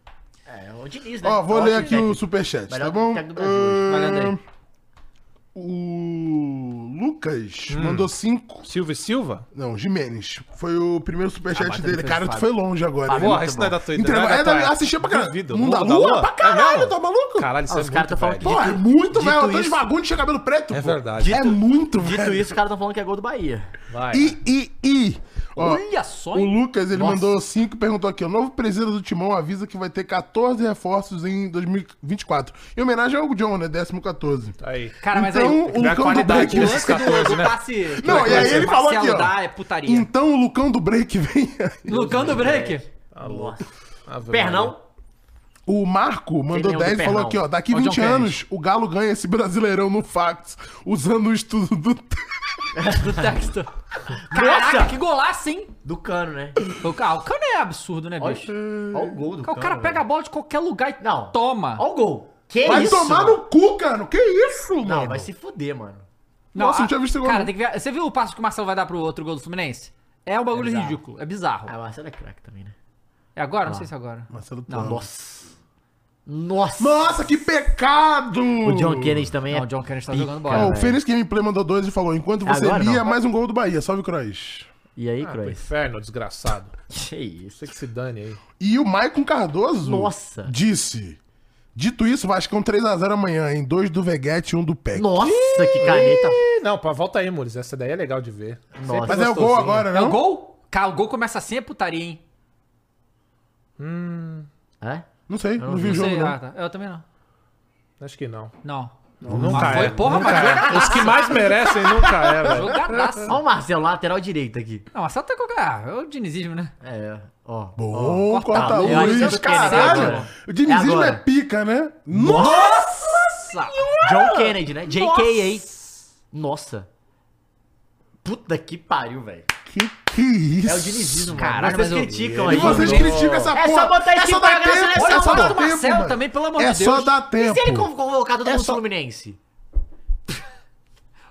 É, o Diniz, né?
Ó, vou
Ótimo
ler aqui
técnico.
o superchat,
Melhor
tá bom?
técnico do Brasil hoje.
Vai lendo aí.
O Lucas mandou cinco.
Silvio e Silva?
Não, Jimenez. Foi o primeiro superchat
Ah, mas é
dele.
foi
Cara, tu
fácil.
foi longe agora. né? hein?
Porra, isso não é da tua
Entrev-
não
é
tua
da-
época.
assistia pra caralho.
Duvido.
Mundo da Lua? Pra
É
caralho,
mesmo?
tá maluco?
Caralho, isso
Ah,
é
os caras
muito
tão falando
velho.
Pô, é
Dito-
muito, velho.
dito
Antônio
isso-
Fagundes tinha cabelo preto,
É
pô.
verdade.
é muito,
Dito isso, os caras estão falando que é gol do Bahia.
Vai.
I, I, I. Ó,
Olha só,
o
hein?
Lucas, ele mandou 5 e perguntou aqui. O novo presidente do Timão avisa que vai ter 14 reforços em 2024. Em homenagem ao John, né? 14.
Tá aí.
Cara, mas aí.
então, o
tiver
Lucão do
é qualidade
Break...
O lance
nesses 14,
do, do
né?
passe.
Não, e aí ele falou aqui,
Marcelo
ó. Um
dá é putaria.
Então o Lucão do Break vem aí.
Lucão do break.
Nossa.
Ave Maria.
Pernão.
O Marco mandou
Quem lembra
10
do
e falou
Pernão?
aqui, ó. Daqui
Ó, John
20 anos, o Galo ganha esse Brasileirão no fax, usando o estudo do...
Do texto.
Nossa!
Caraca, que golaço, hein?
Do cano, né?
O cara, o cara é absurdo, né,
Olha
bicho?
olha o né? gol do
O cara pega a bola de qualquer lugar e
Não.
toma.
Olha o gol. Que
Vai
É isso?
tomar no cu, cara. Que isso, mano?
Não, vai se fuder, mano.
Nossa,
a-
eu tinha visto esse gol,
Cara,
não.
tem que ver. Você viu o passo que o Marcelo vai dar pro outro gol do Fluminense? É um bagulho
É bizarro.
ridículo, é bizarro.
Ah, o Marcelo é craque também, né?
É agora? Não sei se é agora.
Marcelo
Não,
Trump.
Nossa. Nossa.
Nossa, que pecado!
O John Kennedy também
Não,
é...
o John Kennedy tá jogando
Ó,
bola.
o Fênix Gameplay mandou dois e falou: enquanto
É
você
agora,
lia,
não?
mais um gol do Bahia. Salve, Croix.
E aí,
Ah, pro
Cruz?
inferno, desgraçado.
Que isso?
Você que se dane aí.
E o Maicon Cardoso
Nossa.
disse: Dito isso, Vascão 3x0 amanhã, em dois do Veguete e um do Peck.
Nossa, que caneta.
Ih, Não, pá, volta aí, Muris. Essa daí é legal de ver.
Nossa.
Mas é o gol agora,
É
não?
o gol? Cara, o gol começa assim, é putaria, hein?
É?
Não sei, não, vi o
Não
jogo.
sei,
não.
ah, tá. Eu também não.
Acho que não.
Não. Ah,
nunca
Foi,
é.
porra, mas jogadaço.
Os que mais merecem nunca é, velho.
Jogadaço.
Olha o Marcelo, lateral direito aqui.
Não, mas só tá com ah, É o dinizismo, né?
É, ó.
Bom, corta
a
a
luz,
luz,
eu quero ver
caralho.
agora.
O dinizismo
É
é
agora.
pica, né? Nossa!
Nossa!
John Kennedy, né? JK aí. Nossa. Puta que pariu, velho.
Que, que isso?
É o dinizismo, mano.
Caralho,
vocês
mas eu-
criticam
E
aí.
vocês
né?
criticam essa porra.
É só botar esse
só
pra
dar
ganhar a
tempo,
seleção.
é só
Olha
dar
o do
tempo,
Marcelo
mano.
também, pelo amor
É
de Deus.
só dar
E se ele
tempo.
conv- convocar todo
É
mundo
só-
Fluminense?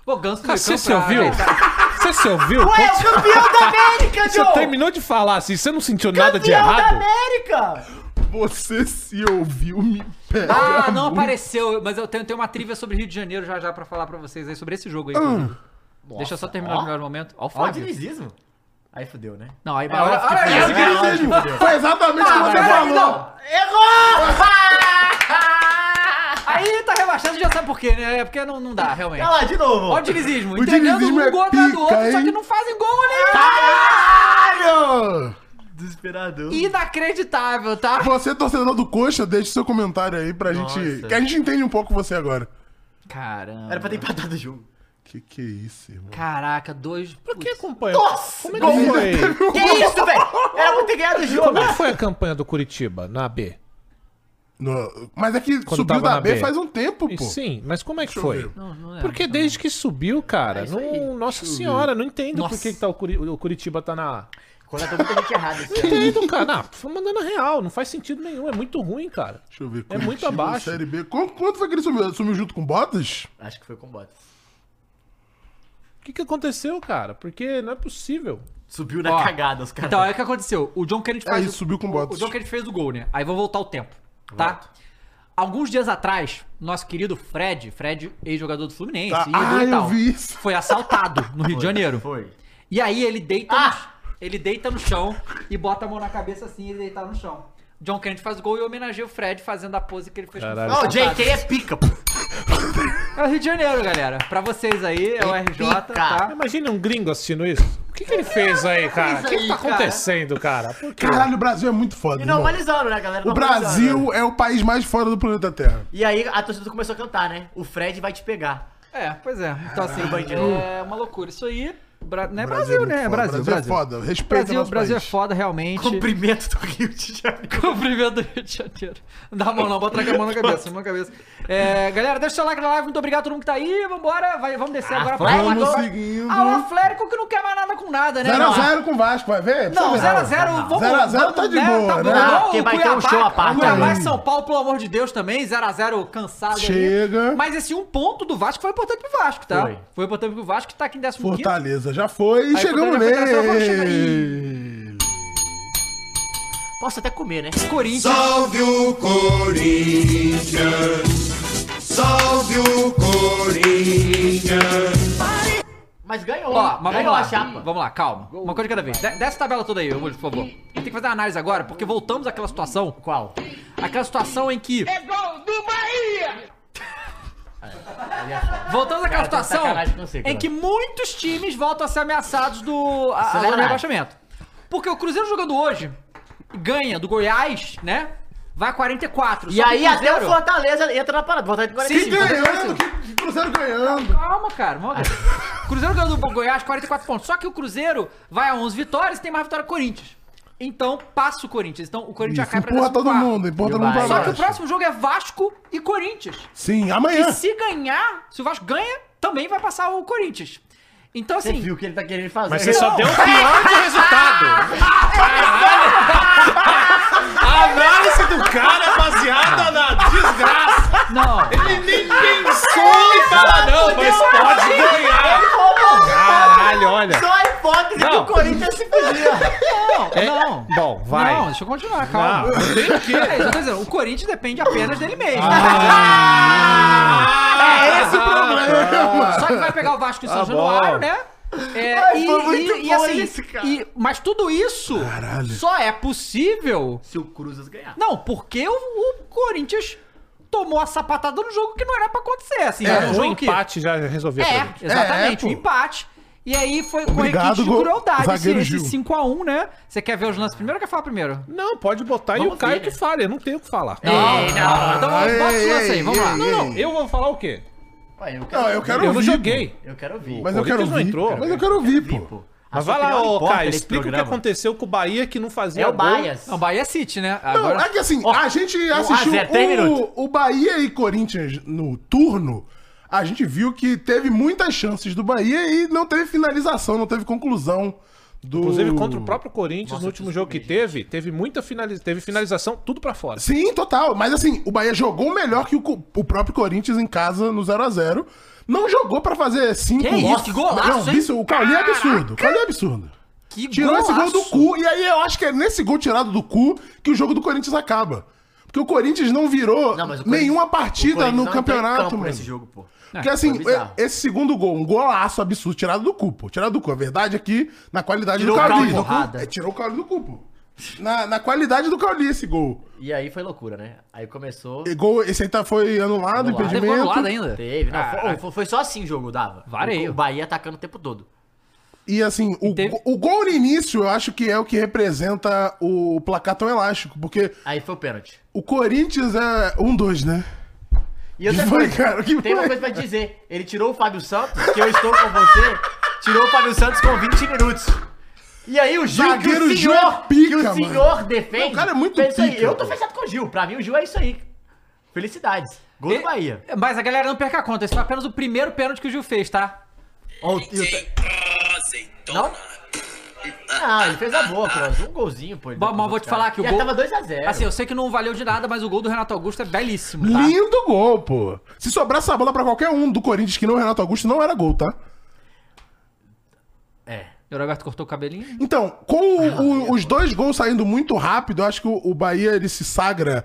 Pô, Ganso
Cara,
no
você
campo
se
é
pra-
ouviu? Você se ouviu?
um Ué, é o campeão da América,
Você
John!
terminou de falar assim, você não sentiu nada de
Campeão da
errado?
América!
Você se ouviu, me pega.
Ah, não apareceu, mas eu tenho, tenho uma trivia sobre Rio de Janeiro já já pra falar pra vocês aí, sobre esse jogo aí.
Ah,
inclusive.
Hum.
Deixa eu só terminar
ó.
o melhor momento. Ó o
Ó o
Fábio.
dinizismo. Aí fudeu, né?
Não, aí...
olha-
olha,
olha-
É o dinizismo. Foi exatamente o
Ah,
que você falou.
Errou!
Aí tá rebaixando, já sabe por quê, né? É porque não, não dá, realmente.
Olha lá, de novo.
Olha o dinizismo.
O
Entregando
dinizismo
um
é
gol atrás do
pica,
outro, só que
hein? Ah.
não fazem gol, né?
Caralho!
Desesperador.
Inacreditável, tá?
Você, torcedor do Coxa, deixe seu comentário aí pra gente.
Nossa.
Que a gente entende um pouco você agora.
Caramba.
Era pra ter empatado o jogo.
Que que é isso, irmão?
Caraca, dois...
Por que acompanha?
Nossa!
Como é que foi?
um
Que isso, velho? Era pra ter ganhado o
Então,
jogo.
né?
Como é que foi a campanha do Curitiba na B?
No- Mas é que
Quando
subiu
tava
da
na
B,
B.
faz um tempo,
E
pô.
Sim, mas como é que
eu
foi?
ver.
Não, não é.
Porque desde que subiu, cara, não, nossa senhora, não entendo
Nossa.
por que, que tá o, Curi- o Curitiba tá na A.
Contratou muita gente errada. assim, esse ano.
Entendo, cara. Não, foi mandando a real, não faz sentido nenhum, é muito ruim, cara.
Deixa eu ver.
É muito abaixo.
Série B. Qu- Quanto, foi que ele sumiu? Sumiu junto com o Bottas?
Acho que foi com o Bottas.
O que, que aconteceu, cara? Porque não é possível.
Subiu na
Ó,
cagada os caras.
Então, é o que aconteceu. O John Kennedy
É
faz um
isso, subiu com
o,
botas.
O John Kennedy fez o gol, né? Aí vou voltar o tempo, tá? Alguns dias atrás, nosso querido Fred, Fred, ex-jogador do Fluminense,
Tá.
ídolo
Ah,
e
eu
tal,
vi isso.
foi assaltado no Rio de Janeiro.
Foi. Ah!
E aí ele deita, no, ele deita no chão e bota a mão na cabeça assim e deitar no chão. John Kennedy faz o gol e homenageia o Fred fazendo a pose que ele fez
Caralho.
com o
Não, o
Fred.
JK é pica, pô.
É o Rio de Janeiro, galera. Pra vocês aí, é o RJ, tá?
Imagina um gringo assistindo isso. O que, que ele fez aí, cara? O que, que tá
aí, cara?
acontecendo, cara? Por quê?
Caralho, o Brasil é muito foda,
E
irmão.
normalizando, né, galera?
O Brasil é o país mais fora do planeta Terra.
E aí a torcida começou a cantar, né? O Fred vai te pegar.
É, pois é. Então assim, é uma loucura. Isso aí, Bra... não é
Brasil é
Brasil,
muito
né? É
foda.
Brasil,
Brasil é
Brasil.
foda. Respeita o
Brasil,
nosso
Brasil é
país.
foda, realmente.
Cumprimento do Rio de Janeiro.
Cumprimento do Rio de Janeiro. Não dá a mão, não. Bota a mão na cabeça. Mão na cabeça. É, galera, deixa o seu like na live. Muito obrigado a todo mundo que tá aí. Vambora. Vai, vamos descer agora pra
Ah, vamos
agora.
seguindo.
Ah, o Flérico que não quer mais nada com nada, né?
0x0 com o Vasco, vai ver?
Não, 0x0, vamos
0x0 tá
vamos,
de boa, né?
bom.
Porque vai ter um
Cuiabá-
show à parte
Cuiabá e
ainda.
São Paulo, pelo amor de Deus, também. 0x0 cansado aí.
Chega.
Mas esse um ponto do Vasco foi importante pro Vasco, tá? Foi,
Foi.
importante pro Vasco, que tá aqui em 15
Fortaleza já foi e
Aí
chegamos
Fortaleza já foi, chega
nele.
Posso até comer, né?
Corinthians.
Salve o Corinthians. Salve o Corinthians.
Mas ganhou.
Ó, mas vamos
ganhou
lá.
a chapa.
Vamos lá, calma. Uma coisa de cada vez. De- Desce a tabela toda aí, Yuri, por favor. Tem que fazer uma análise agora, porque voltamos àquela situação.
Qual?
Aquela situação em que.
É gol do Bahia!
Voltamos àquela
Cara, tá de
situação
sacanagem com você, cara.
em que muitos times voltam a ser ameaçados do a- a- do
Sacanagem.
rebaixamento. Porque o Cruzeiro jogando hoje ganha do Goiás, né? Vai a 44.
E
Só um que
aí até o
Cruzeiro-
Fortaleza entra na parada. Fortaleza é de
Que
45.
ganhando,
assim,
que Cruzeiro ganhando.
Calma, cara. Calma, cara. Cruzeiro ganhou do Goiás 44 pontos. Só que o Cruzeiro vai a 11 vitórias e tem mais vitória que o Corinthians. Então passa o Corinthians. Então o Corinthians
Isso,
já cai pra
empurra todo
14º.
mundo, empurra todo mundo pra
Vai.
Só que o
baixo.
próximo jogo é Vasco e Corinthians.
Sim, amanhã.
E se ganhar, se o Vasco ganha, também vai passar o Corinthians. Então,
Você
assim.
viu o que ele tá querendo fazer.
Mas você só
Não.
deu o pior do resultado. Caralho! A análise do cara é baseada na desgraça.
Não.
Ele nem pensou em falar, não, mas pode ganhar. Caralho, olha.
Só a hipótese que
Não.
o Corinthians se fugia.
Não,
É-
não.
Bom, vai.
Não, deixa eu continuar, calma.
Não,
É isso, eu tô dizendo, o Corinthians depende apenas dele mesmo.
É esse o problema.
Só que vai pegar o Vasco em São
Tá
Januário,
bom.
né? É,
Ai,
e,
foi muito
e- e
bom
assim,
isso, cara.
e- mas tudo isso
Caralho.
só é possível.
Se o Cruzas ganhar.
Não, porque o, o Corinthians tomou a sapatada no jogo que não era pra acontecer, assim. era um
o
jogo que...
é empate já resolvia pra gente.
É, exatamente,
É,
um
pô.
empate. E aí foi com
Obrigado,
requinte de
gol-
crueldade assim, esse,
zagueiro
esse
Gil.
5x1, né? Você quer ver os lances primeiro ou quer falar primeiro?
Não, pode botar e
Vamos
o Caio
ver,
que
né?
fale, eu não tenho o que falar.
Ei, não,
Então
Ah,
bota os
ei,
lances aí,
ei,
vamos lá.
ei,
Não, não.
Eu vou falar o quê?
Ué, eu quero,
Não, eu quero
eu não
ouvir. pô.
joguei.
eu quero ouvir.
Mas eu quero
Corinthians não
ouvir.
entrou,
mas eu quero ouvir,
ouvir,
pô.
pô. A
Mas
sua
vai lá,
opinião
ô
importa
Caio,
nesse
explica o que
programa.
aconteceu com o Bahia que não fazia
É o
gol.
Baias.
Não, Bahia City, né?
Não,
Agora...
é que assim, a gente
a
assistiu
zero, três minutos.
o, o Bahia e Corinthians no turno, a gente viu que teve muitas chances do Bahia e não teve finalização, não teve conclusão. Do...
Inclusive contra o próprio Corinthians,
Nossa,
no último
isso
jogo que
mesmo.
teve, teve muita finalização, teve finalização tudo pra fora.
Sim, total. Mas assim, o Bahia jogou melhor que o, co- o próprio Corinthians em casa no 0x0. Não jogou pra fazer 5
Que isso, que golaço, hein?
O Cauli é absurdo. O Cauli é absurdo.
Que
Tirou esse
golaço.
gol do cu. E aí eu acho que é nesse gol tirado do cu que o jogo do Corinthians acaba. Porque o Corinthians não virou
Não, mas o Corinthians-
nenhuma
o
partida
Corinthians
no
não entrou em
campeonato,
campo
mano.
Nesse jogo, pô.
Porque assim,
foi bizarro.
esse segundo gol, um golaço absurdo, tirado do cu, pô. Tirado do cu. A verdade é que na qualidade
Tirou
do
o Cauli
Cauli.
da
do cu-
porrada.
É, tirou o Cauli do cu, pô. Na, na qualidade do Cauli esse gol.
E aí foi loucura, né? Aí começou.
E Gol, esse aí tá, foi anulado,
Anulado.
Teve gol
impedimento.
anulado ainda.
Teve. Não, foi- foi, foi só assim o jogo, dava.
Vareio.
O Bahia atacando o tempo todo.
E assim, o,
teve-
go- o gol no início eu acho que é o que representa o placar tão elástico. Porque
Aí foi o pênalti.
o Corinthians é um dois né?
E outra
Que foi,
coisa,
cara? Que
tem uma
foi?
coisa pra te dizer. Ele tirou o Fábio Santos, que eu estou com você, tirou o Fábio Santos com 20 minutos. E aí o Gil,
Zagueiro
que o
Gil
senhor,
é pica,
que o
mano.
senhor defende.
Não, o cara é muito
foi isso aí.
pica,
Eu tô
pô.
fechado com o Gil. Pra mim o Gil é isso aí. Felicidades. Gol do Bahia.
Mas a galera não perca a conta, esse foi apenas o primeiro pênalti que o Gil fez, tá?
Ó, o- e o- Não? Ah, ele fez a boa, Cross. Um golzinho, pô. ele
Bom,
deu
mas
pros
vou
outros
te falar
caras.
que o
Já
gol-
tava 2x0.
Assim, eu sei que não valeu de nada, mas o gol do Renato Augusto é belíssimo, tá?
Lindo gol, pô. Se sobrasse essa bola pra qualquer um do Corinthians que não o Renato Augusto, não era gol, tá?
É.
O Roberto cortou o cabelinho.
Então, com o- o- os dois gols saindo muito rápido, eu acho que o, o Bahia ele se sagra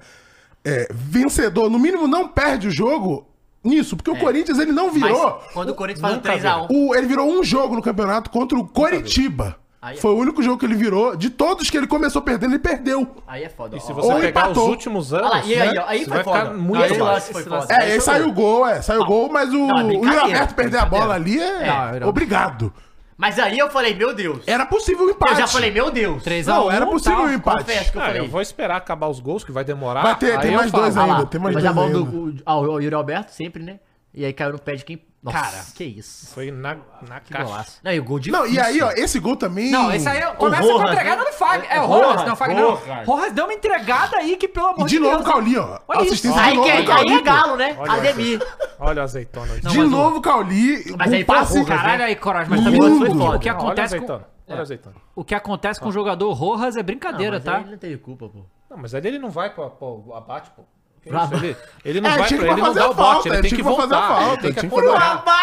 é, vencedor. No mínimo, não perde o jogo nisso, porque o Corinthians ele não virou.
É. Mas quando o Corinthians faz um
nunca
3x1.
O- ele virou um jogo no campeonato contra o Coritiba.
Aí é.
Foi o único jogo que ele virou. De todos que ele começou perdendo, ele perdeu.
Aí é foda.
E se
ó.
você
Ou
pegar
empatou.
os últimos anos,
Olha lá, e aí,
né,
ó, aí
você
foi
vai
foda.
ficar muito
aí o
mais.
lance foi
Esse
foda.
lance-
É,
Aí
e
foi
aí saiu o
foda.
gol, é, saiu o gol, mas o,
Não, é
o
brincadeira,
Roberto perder a bola ali é,
É, não.
obrigado.
Mas aí eu falei, meu Deus.
Era possível o empate.
Eu já falei, meu Deus.
3 a 1
não, é era possível o
tal.
empate.
Confesso que eu
Ah,
falei.
eu vou esperar acabar os gols, que vai demorar.
Vai ter-
aí
tem
eu
mais
falo.
dois
Ah
ainda,
lá,
tem mais
mas a
dois
bola
ainda.
do o, ah, o Yuri Alberto sempre, né? E aí caiu no pé de quem... Nossa,
Cara.
que isso.
Foi na, na
Que
caixa.
golaço. Não, e o gol de...
Não, e aí, ó, esse gol também.
Não, esse aí é- começa
Rojas,
com a entregada
né?
do Fag. É, o
O
Rojas,
Rojas,
não, Fag não.
Rojas.
Rojas deu uma entregada aí que, pelo
E
amor
de novo o Cauli, ó.
Olha isso.
Assistência de
Aí,
novo
que,
do
é- aí
Cauli.
é galo, né?
Olha
Ademir.
Olha o azeitona. aí.
de
mas o-
novo o Cauli.
Mas
um
aí foi a
passe-
Rojas,
Caralho aí, Coragem, mas
Lindo.
também
Lindo.
o que
Não, olha o
acontece com...
azeitona. Olha o azeitona.
O que acontece com o jogador Rojas é brincadeira,
mas aí
tá?
ele não teve culpa, pô.
Não, mas ali ele não vai pra, pra o abate, pô. Que
Pra-
isso, Ele, ele não
É,
vai
tinha
pra,
que
ele não
fazer
dá
a
o bote, ele
falta,
tem que
tinha que fazer a
voltar,
falta,
ele tem que
tinha que fazer a
acompanhar.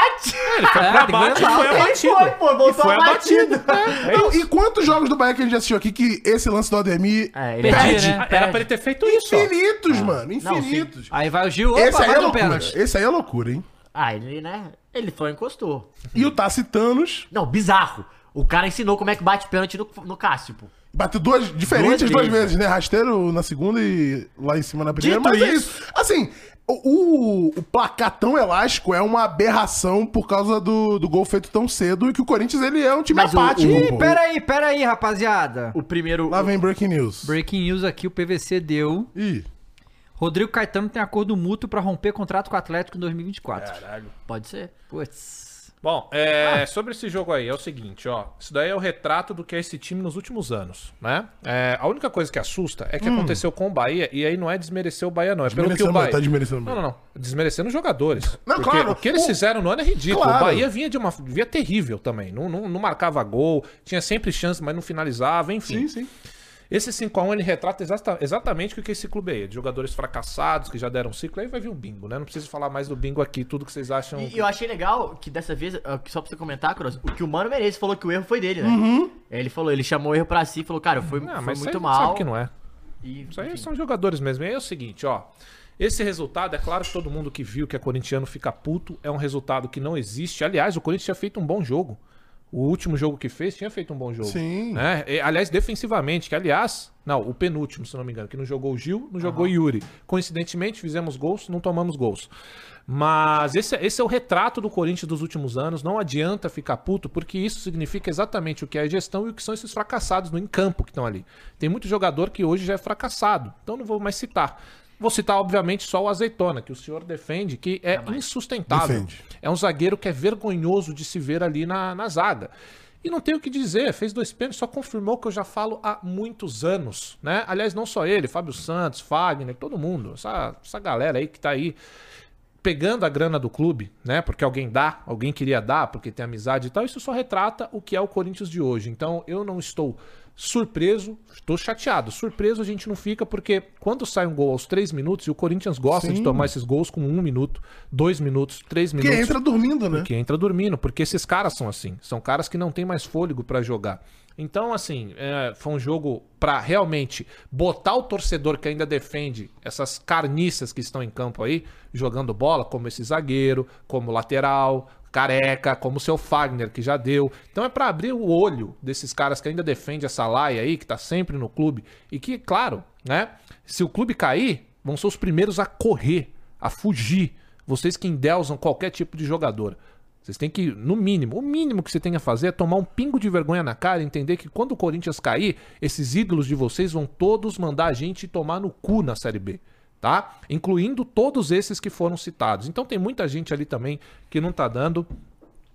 Abate!
Ele foi pra
É, tem que
abate,
voltar.
foi
Ele
abatido.
foi, pô, voltou
E foi
abatido.
abatido. É
Não,
isso.
e quantos jogos do Bahia que a gente assistiu aqui que esse lance do Ademir.
É, ele
Perdi,
Perde.
né?
Era
Perde.
pra ele ter feito isso, ó.
Infinitos, mano. Infinitos.
Aí vai o Gil,
esse aí é
bateu o
loucura. Esse aí é loucura, hein?
Ah, ele, né? Ele foi e encostou.
E o Tacitanos
Não, bizarro. O cara ensinou como é que bate pênalti no, no Cássio, pô.
bateu duas diferentes
Duas
duas
vezes.
vezes, né? Rasteiro na segunda e lá em cima na primeira.
Dito
mas é
isso-
isso. Assim, o, o- o placar tão elástico é uma aberração por causa do, do gol feito tão cedo e que o Corinthians ele é um time
Mas o-
apático.
Ih,
pô.
peraí, peraí, rapaziada.
O primeiro.
Lá vem Breaking News.
Breaking news aqui, o PVC deu.
Ih.
Rodrigo Caetano tem acordo mútuo pra romper contrato com o Atlético em 2024. Caralho.
Pode ser.
Putz.
Bom,
Ah.
é, sobre esse jogo aí, é o seguinte, ó. Isso daí é o retrato do que é esse time nos últimos anos, né? É, a única coisa que assusta é que aconteceu com o Bahia, e aí não é desmerecer o Bahia, não. É pelo que o
Hum. Desmerecendo,
Bahia.
tá desmerecendo.
Não, não, não. Desmerecendo os jogadores.
Não,
Porque
claro,
O que eles
o-
fizeram no ano é ridículo.
Claro.
O Bahia vinha de uma. Via terrível também. Não, não, não marcava gol, tinha sempre chance, mas não finalizava, enfim.
Sim, sim.
Esse 5x1 ele retrata exata- exatamente o que é esse clube aí. De jogadores fracassados que já deram ciclo, aí vai vir um bingo, né? Não preciso falar mais do bingo aqui, tudo que vocês acham. Ah,
E eu achei legal que dessa vez, ah, que só pra você comentar, Cross, o que o Mano Menezes falou que o erro foi dele, né? Ele falou, ele chamou o erro pra si e falou, cara, eu fui,
Ah,
fui
mas isso aí a
muito
gente
mal.
Sabe que não é.
E,
Isso aí
enfim.
são jogadores mesmo. E aí é o seguinte, ó. Esse resultado, é claro que todo mundo que viu que é corintiano fica puto, é um resultado que não existe. Aliás, o Corinthians tinha feito um bom jogo. O último jogo que fez tinha feito um bom jogo.
Sim.
É,
Né? E, aliás, defensivamente, que aliás, não, o penúltimo, se não me engano, que não jogou o Gil, não jogou o Yuri. Coincidentemente, fizemos gols, não tomamos gols. Mas esse, é- esse é o retrato do Corinthians dos últimos anos. Não adianta ficar puto, porque isso significa exatamente o que é a gestão e o que são esses fracassados no em campo que estão ali. Tem muito jogador que hoje já é fracassado, então não vou mais citar. Vou citar, obviamente, só o Azeitona, que o senhor defende que é insustentável.
Defende.
É um zagueiro que é vergonhoso de se ver ali na, na zaga. E não tem o que dizer, fez dois pênaltis, só confirmou o que eu já falo há muitos anos, né? Aliás, não só ele, Fábio Santos, Fagner, todo mundo, essa, essa galera aí que tá aí pegando a grana do clube, né? Porque alguém dá, alguém queria dar, porque tem amizade e tal. Isso só retrata o que é o Corinthians de hoje. Então, eu não estou surpreso, estou chateado. Surpreso a gente não fica, porque quando sai um gol aos três minutos, e o Corinthians gosta de tomar esses gols com um minuto, dois minutos, três
Porque
minutos.
entra dormindo, né?
Que entra dormindo, porque esses caras são assim. São caras que não têm mais fôlego pra jogar. Então, assim, é, foi um jogo pra realmente botar o torcedor que ainda defende essas carniças que estão em campo aí, jogando bola, como esse zagueiro, como lateral, careca, como o seu Fagner, que já deu. Então é pra abrir o olho desses caras que ainda defende essa laia aí, que tá sempre no clube. E que, claro, né? Se o clube cair, vão ser os primeiros a correr, a fugir. Vocês que endeusam qualquer tipo de jogador. Vocês têm que, no mínimo, o mínimo que você tem a fazer é tomar um pingo de vergonha na cara e entender que quando o Corinthians cair, esses ídolos de vocês vão todos mandar a gente tomar no cu na Série B, tá? Incluindo todos esses que foram citados. Então tem muita gente ali também que não tá dando.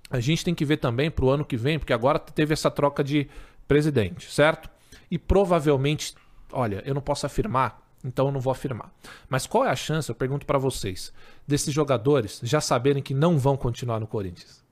A gente tem que ver também pro ano que vem, porque agora teve essa troca de presidente, certo? E provavelmente, olha, eu não posso afirmar, então eu não vou afirmar. Mas qual é a chance, eu pergunto pra vocês, desses jogadores já saberem que não vão continuar no Corinthians?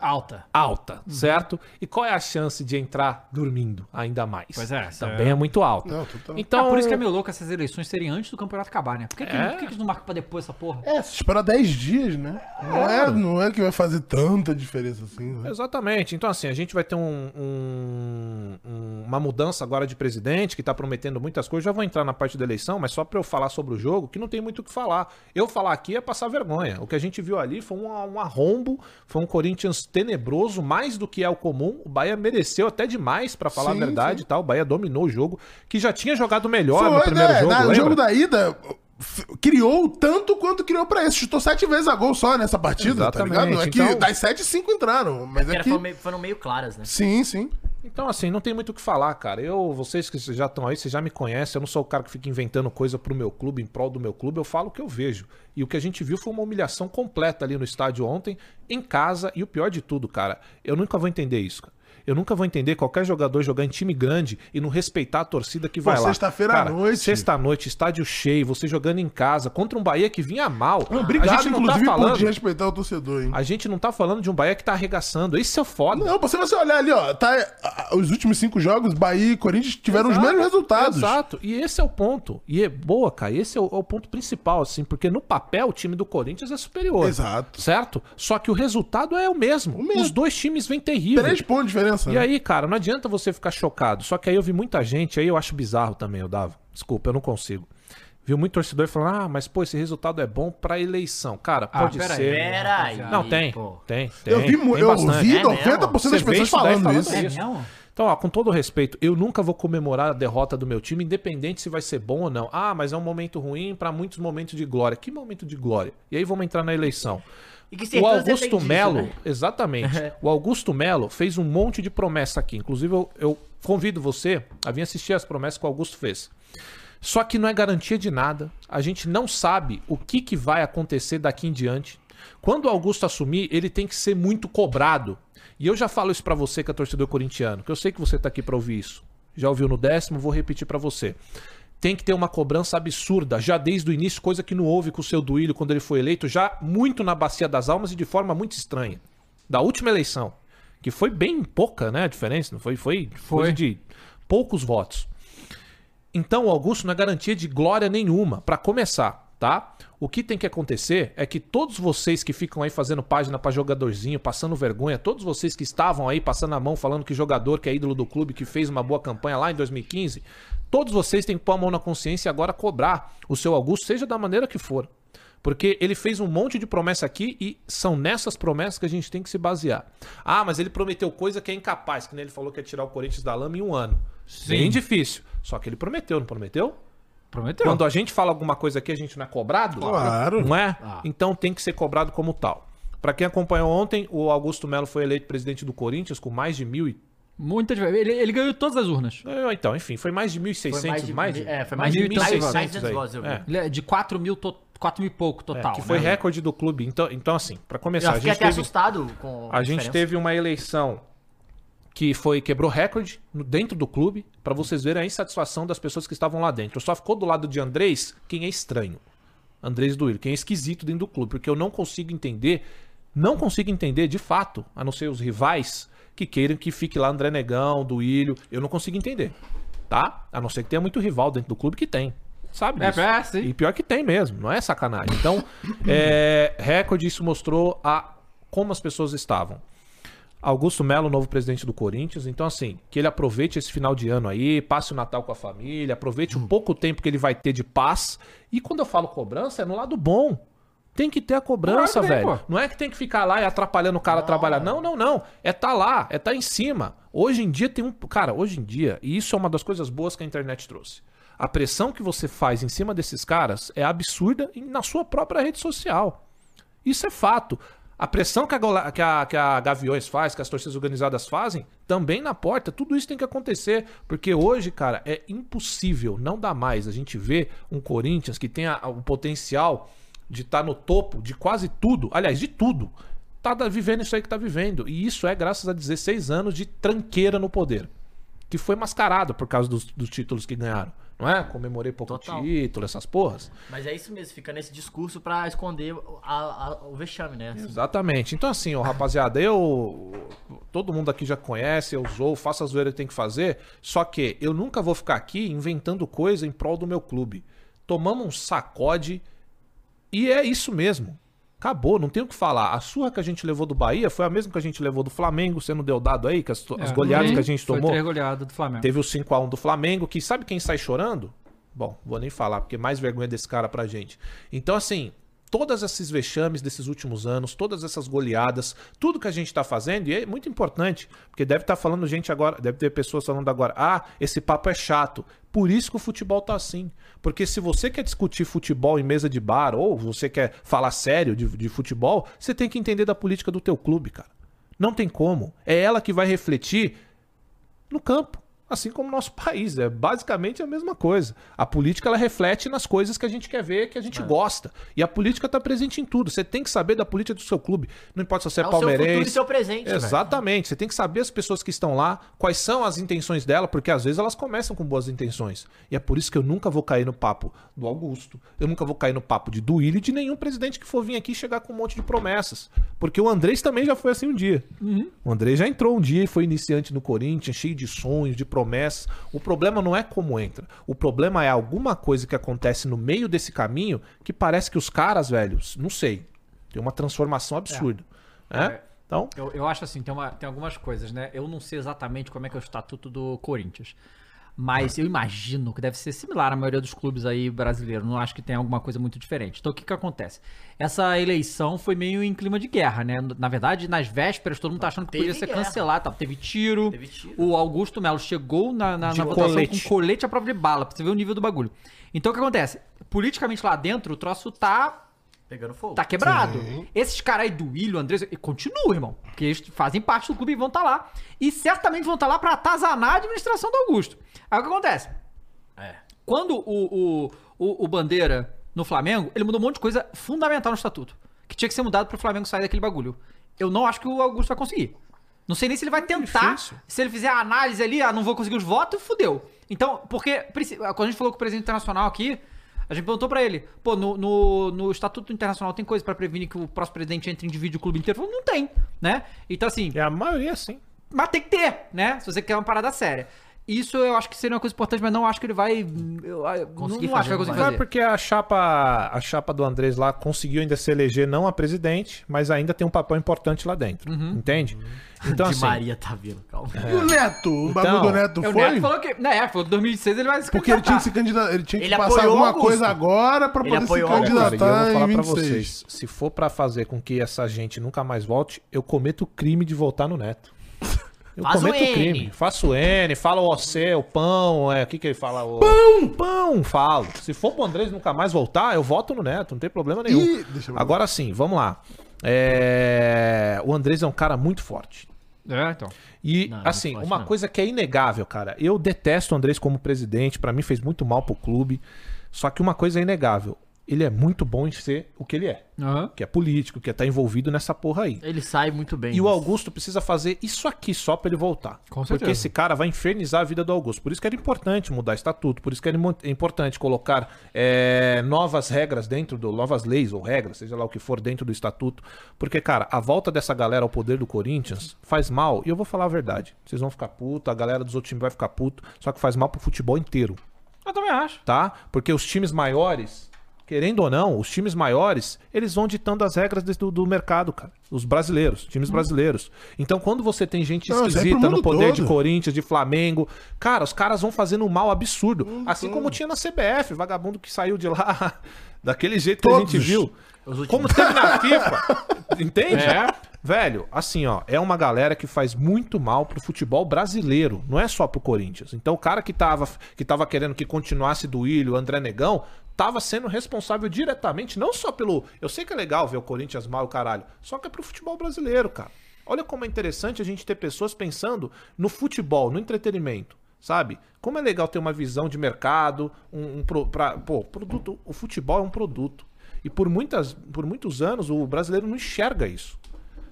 Alta. Uhum.
Alta, certo? E qual é a chance de entrar dormindo ainda mais?
Pois é, essa
Também é, muito alta.
Não, total.
Então,
Ah, por isso que é meio louco essas eleições serem antes do campeonato acabar, né? Por que, que,
É.
por que que eles não marcam pra depois essa porra?
É, se esperar 10 dias, né? Não é, não é que vai fazer tanta diferença assim, né?
Exatamente. Então, assim, a gente vai ter um- um- um- uma mudança agora de presidente que tá prometendo muitas coisas. Já vou entrar na parte da eleição, mas só pra eu falar sobre o jogo, que não tem muito o que falar. Eu falar aqui é passar vergonha. O que a gente viu ali foi um, um arrombo, foi um Corinthians tenebroso, mais do que é o comum. O Bahia mereceu até demais, pra falar
Sim,
a verdade, e tal. O Bahia dominou o jogo, que já tinha jogado melhor no
Foi,
primeiro
né?
jogo.
Na- o
lembra?
jogo da ida f- criou tanto quanto criou pra esse. Chutou sete vezes a gol só nessa partida,
Exatamente.
tá ligado? É que
Então-
das sete, cinco entraram. Mas é
Era,
que...
foram, meio, foram meio claras, né?
Sim, sim.
Então, assim, não tem muito o que falar, cara. Eu, vocês que já estão aí, vocês já me conhecem, eu não sou o cara que fica inventando coisa pro meu clube, em prol do meu clube, eu falo o que eu vejo. E o que a gente viu foi uma humilhação completa ali no estádio ontem, em casa, e o pior de tudo, cara, eu nunca vou entender isso, cara. Eu nunca vou entender qualquer jogador jogar em time grande e não respeitar a torcida que vai lá.
sexta-feira à
Cara,
noite.
Sexta-noite, estádio cheio, você jogando em casa, contra um Bahia que vinha mal.
Não, obrigado,
a gente não tá
inclusive, por
falando.
respeitar o torcedor, hein?
A gente não tá falando de um Bahia que tá arregaçando. Isso é foda.
Não, você você olhar ali, ó, tá, ah, os últimos cinco jogos, Bahia e Corinthians tiveram os mesmos resultados.
Ah, Exato. E esse é o ponto. E é boa, cara. Esse é o, é o ponto principal, assim, porque no papel o time do Corinthians é superior.
Exato.
Certo? Só que o resultado é o mesmo.
mesmo.
Os dois times vêm terrível.
Três pontos de diferença.
E
né?
aí, cara, não adianta você ficar chocado. Só que aí eu vi muita gente, aí eu acho bizarro também, eu dava. Desculpa, eu não consigo. Viu muito torcedor falando: "Ah, mas pô, esse resultado é bom pra eleição". Cara, pode
peraí.
ser.
Pera Ah, aí.
Não tem.
pô.
Tem, tem.
eu vi, mu-
tem
eu
bastante.
ouvi
É mesmo?
90%
Você
das
vê
pessoas
isso daí
falando
falando
isso.
É
isso. Então, ó, com todo respeito, eu nunca vou comemorar a derrota do meu time, independente se vai ser bom ou não. Ah, mas é um momento ruim pra muitos momentos de glória. Que momento de glória? E aí vamos entrar na eleição.
E que então
O
certeza tem
Augusto
disso,
Melo,
né?
exatamente. O Augusto Melo fez um monte de promessa aqui. Inclusive, eu, eu convido você a vir assistir as promessas que o Augusto fez. Só que não é garantia de nada. A gente não sabe o que, que vai acontecer daqui em diante. Quando o Augusto assumir, ele tem que ser muito cobrado. E eu já falo isso pra você que é torcedor corintiano, que eu sei que você tá aqui pra ouvir isso. Já ouviu no décimo, vou repetir pra você. Tem que ter uma cobrança absurda, já desde o início, coisa que não houve com o seu Duílio quando ele foi eleito, já muito na bacia das almas e de forma muito estranha. Da última eleição, que foi bem pouca, né, a diferença, não foi? Foi, foi. coisa de poucos votos. Então o Augusto não é garantia de glória nenhuma, pra começar, tá? O que tem que acontecer é que todos vocês que ficam aí fazendo página pra jogadorzinho, passando vergonha, todos vocês que estavam aí passando a mão falando que jogador que é ídolo do clube, que fez uma boa campanha lá em 2015, todos vocês têm que pôr a mão na consciência e agora cobrar o seu Augusto, seja da maneira que for. Porque ele fez um monte de promessa aqui e são nessas promessas que a gente tem que se basear. Ah, mas ele prometeu coisa que é incapaz, que nem ele falou que ia tirar o Corinthians da lama em um ano. Bem difícil. Só que ele prometeu, não prometeu?
Prometeu.
Quando a gente fala alguma coisa aqui, a gente não é cobrado?
Claro.
Não é? Então tem que ser cobrado como tal. Pra quem acompanhou ontem, o Augusto Melo foi eleito presidente do Corinthians com mais de mil e...
Muitas vezes. Ele, ele ganhou todas as urnas.
Ah, Então, enfim, foi mais de 1.600,
Foi mais de,
mais de...
é, foi mais de
mil e tantos
1.600
aí.
votos, eu vi.
É.
Ele é de 4 mil, to, 4 mil e pouco total.
que foi
né?
recorde do clube. Então, então assim, pra
Eu
começar, a
fiquei
gente,
até
teve,
assustado com
a gente
diferença.
teve uma eleição que foi quebrou recorde no- dentro do clube, pra vocês verem a insatisfação das pessoas que estavam lá dentro. Só ficou do lado de Andrés quem é estranho. Andrés Duílio, quem é esquisito dentro do clube, porque eu não consigo entender, não consigo entender de fato, a não ser os rivais que queiram que fique lá André Negão, Duílio, eu não consigo entender. Tá? A não ser que tenha muito rival dentro do clube que tem. Sabe?
É,
disso.
é, sim.
E pior que tem mesmo, não é sacanagem. Então, é, recorde, isso mostrou a como as pessoas estavam. Augusto Melo, novo presidente do Corinthians. Então, assim, que ele aproveite esse final de ano aí, passe o Natal com a família, aproveite
Hum.
o pouco tempo que ele vai ter de paz. E quando eu falo cobrança, é no lado bom. Tem que ter a cobrança,
Claro que tem,
velho.
pô.
não é que tem que ficar lá e atrapalhando o cara a trabalhar. Não, não, não. É tá lá, é tá em cima. Hoje em dia tem um. Cara, hoje em dia, e isso é uma das coisas boas que a internet trouxe. A pressão que você faz em cima desses caras é absurda em- na sua própria rede social. Isso é fato. A pressão que a, gola- que, a, que a Gaviões faz, que as torcidas organizadas fazem, também na porta, tudo isso tem que acontecer. Porque hoje, cara, é impossível, não dá mais a gente ver um Corinthians que tem a- a- o potencial de estar no topo de quase tudo, aliás, de tudo. Tá da- vivendo isso aí que tá vivendo. E isso é graças a 16 anos de tranqueira no poder que foi mascarado por causa dos, dos títulos que ganharam. Não é? Comemorei pouco
Total.
título, essas porras.
Mas é isso mesmo, fica nesse discurso pra esconder a- a- o vexame, né?
Exatamente. Então, assim, ó, rapaziada, eu. Todo mundo aqui já conhece, eu usou, faço a zoeira que tem que fazer. Só que eu nunca vou ficar aqui inventando coisa em prol do meu clube. Tomamos um sacode e é isso mesmo. Acabou, não tem o que falar. A surra que a gente levou do Bahia foi a mesma que a gente levou do Flamengo, você não deu dado aí, que as, to- as
É,
goleadas
foi-
que a gente tomou.
Foi três goleadas do Flamengo.
Teve o 5x1 do Flamengo, que sabe quem sai chorando? Bom, vou nem falar, porque mais vergonha desse cara pra gente. Então, assim, todos esses vexames desses últimos anos, todas essas goleadas, tudo que a gente tá fazendo, e é muito importante, porque deve estar falando gente agora, deve ter pessoas falando agora, ah, esse papo é chato. Por isso que o futebol tá assim. Porque se você quer discutir futebol em mesa de bar, ou você quer falar sério de, de futebol, você tem que entender da política do teu clube, cara. Não tem como. É ela que vai refletir no campo, assim como o nosso país. É basicamente a mesma coisa. A política ela reflete nas coisas que a gente quer ver, que a gente
É.
gosta. E a política está presente em tudo. Você tem que saber da política do seu clube. Não importa se você é,
É o seu futuro e
palmeirense.
seu presente, né? velho.
Exatamente. Você tem que saber as pessoas que estão lá, quais são as intenções dela, porque às vezes elas começam com boas intenções. E é por isso que eu nunca vou cair no papo do Augusto. Eu nunca vou cair no papo de Duílio e de nenhum presidente que for vir aqui chegar com um monte de promessas. Porque o Andrés também já foi assim um dia.
Uhum.
O Andrés já entrou um dia e foi iniciante no Corinthians, cheio de sonhos, de promessas. O problema não é como entra. O problema é alguma coisa que acontece no meio desse caminho que parece que os caras, velhos, não sei. Tem uma
É.
transformação absurda. né?
É.
Então,
Eu, eu acho assim, tem, uma- tem algumas coisas, né? Eu não sei exatamente como é que é o estatuto do Corinthians. Mas eu imagino que deve ser similar à maioria dos clubes aí brasileiros. Não acho que tenha alguma coisa muito diferente. Então o que que acontece? Essa eleição foi meio em clima de guerra, né? Na verdade, nas vésperas, todo mundo tá achando que
Teve
podia ser
guerra.
cancelado. Tá? Teve tiro.
Teve tiro.
O Augusto Melo chegou na, na, na votação
colete.
com colete à prova de bala, pra você ver o nível do bagulho. Então o que acontece? Politicamente lá dentro, o troço tá
Pegando fogo.
Tá quebrado. Esses caras aí do Willian, Andrés, continuam, irmão. Porque eles fazem parte do clube e vão estar lá. E certamente vão estar lá pra atazanar a administração do Augusto. Aí o que acontece? Quando o, o, o, o Bandeira no Flamengo, ele mudou um monte de coisa fundamental no estatuto. Que tinha que ser mudado pro Flamengo sair daquele bagulho. Eu não acho que o Augusto vai conseguir. Não sei nem se ele vai tentar.
difícil.
Se ele fizer a análise ali, ah, não vou conseguir os votos, fudeu. Então, porque princi- quando a gente falou com o presidente internacional aqui, a gente perguntou pra ele, pô, no, no, no Estatuto Internacional tem coisa pra prevenir que o próximo presidente entre e divide o clube inteiro? Ele falou, não tem, né? Então, assim,
é a maioria sim.
mas tem que ter, né? Se você quer uma parada séria. Isso eu acho que seria uma coisa importante, mas não acho que ele vai. Eu, eu
Conseguir
não acho que
fazer,
vai conseguir
não
Não,
fazer.
é porque a chapa, a chapa do Andrés lá conseguiu ainda se eleger não a presidente, mas ainda tem um papel importante lá dentro. Entende? Então,
de
assim, é.
Maria tá vindo, calma.
E o Neto? O bagulho
Então,
do Neto
É,
foi?
O Neto falou que. Né, é, falou que 2006 ele vai se
Porque ele tinha
candidatar.
que se candidatar. Ele tinha que
Ele
passar
apoiou
alguma
Augusto.
coisa agora pra
Ele
poder se
apoiou Augusto.
cara, e eu vou
candidatar
falar
em
pra
26.
vocês, se for pra fazer com que essa gente nunca mais volte, eu cometo o crime de voltar no Neto. Eu
Faz o
cometo
N.
crime. Faço o N, falo o OC, o pão, é, o que que ele fala? O... Pão! Pão, falo. Se for pro Andrés nunca mais voltar, eu voto no Neto, não tem problema nenhum.
Ih, deixa eu ver.
Agora sim, vamos lá. É, O Andrés é um cara muito forte.
É, então.
E,
Não, não
assim,
pode,
uma
não.
coisa que é inegável, cara. Eu detesto o Andrés como presidente, pra mim fez muito mal pro clube. Só que uma coisa é inegável. Ele é muito bom em ser o que ele é.
Aham.
Que é político, que é tá envolvido nessa porra aí.
Ele sai muito bem.
E o
mas-
Augusto precisa fazer isso aqui só pra ele voltar.
Com
Porque
certeza.
esse cara vai infernizar a vida do Augusto. Por isso que era importante mudar estatuto, por isso que era imo- importante colocar eh, novas regras dentro do. novas leis ou regras, seja lá o que for, dentro do estatuto. Porque, cara, a volta dessa galera ao poder do Corinthians faz mal, e eu vou falar a verdade. Vocês vão ficar puto, a galera dos outros times vai ficar puto, só que faz mal pro futebol inteiro
Eu também acho.
tá? Porque os times maiores, querendo ou não, os times maiores, eles vão ditando as regras desse- do, do mercado, cara. Os brasileiros, times brasileiros. Então, quando você tem gente
Hum. Não, isso aí é pro
esquisita no
mundo
poder de
todo.
Corinthians, de Flamengo, cara, os caras vão fazendo um mal absurdo.
Uhum.
Assim como tinha na CBF, vagabundo que saiu de lá daquele jeito
Todos.
que a gente viu. Como teve na FIFA, entende? Velho, assim, ó, é uma galera que faz muito mal pro futebol brasileiro, não é só pro Corinthians. Então o cara que tava, que tava querendo que continuasse do Ilho, André Negão, tava sendo responsável diretamente, não só pelo. Eu sei que é legal ver o Corinthians mal, o caralho, só que é pro futebol brasileiro, cara. Olha como é interessante a gente ter pessoas pensando no futebol, no entretenimento. Sabe? Como é legal ter uma visão de mercado, um, um pro- pra- pô, produto. O futebol é um produto. E por, muitas, por muitos anos o brasileiro não enxerga isso.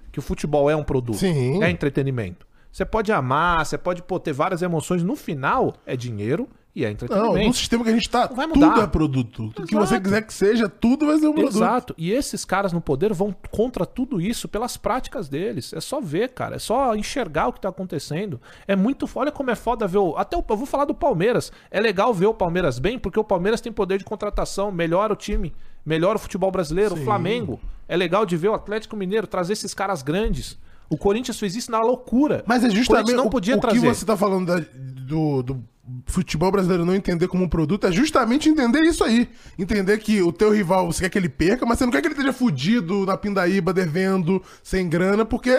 Que o futebol é um produto,
Sim.
é entretenimento. Você pode amar, você pode pô, ter várias emoções, no final é dinheiro e é
Não, no
entretenimento.
sistema que a gente tá,
Não vai
tudo
mudar.
é produto. O que
Exato.
você quiser que seja, tudo vai ser um produto.
Exato. E esses caras no poder vão contra tudo isso pelas práticas deles. É só ver, cara. É só enxergar o que tá acontecendo. É muito. fo- Olha como é foda ver o. Até o... eu vou falar do Palmeiras. É legal ver o Palmeiras bem, porque o Palmeiras tem poder de contratação, melhora o time, melhora o futebol brasileiro, o Flamengo. É legal de ver o Atlético Mineiro trazer esses caras grandes. O Corinthians fez isso na loucura.
Mas é
o
justamente
Corinthians não
o-
podia
o,
trazer.
que você tá falando da- do, do futebol brasileiro não entender como um produto é justamente entender isso aí. Entender que o teu rival, você quer que ele perca, mas você não quer que ele esteja fudido na pindaíba, devendo, sem grana, porque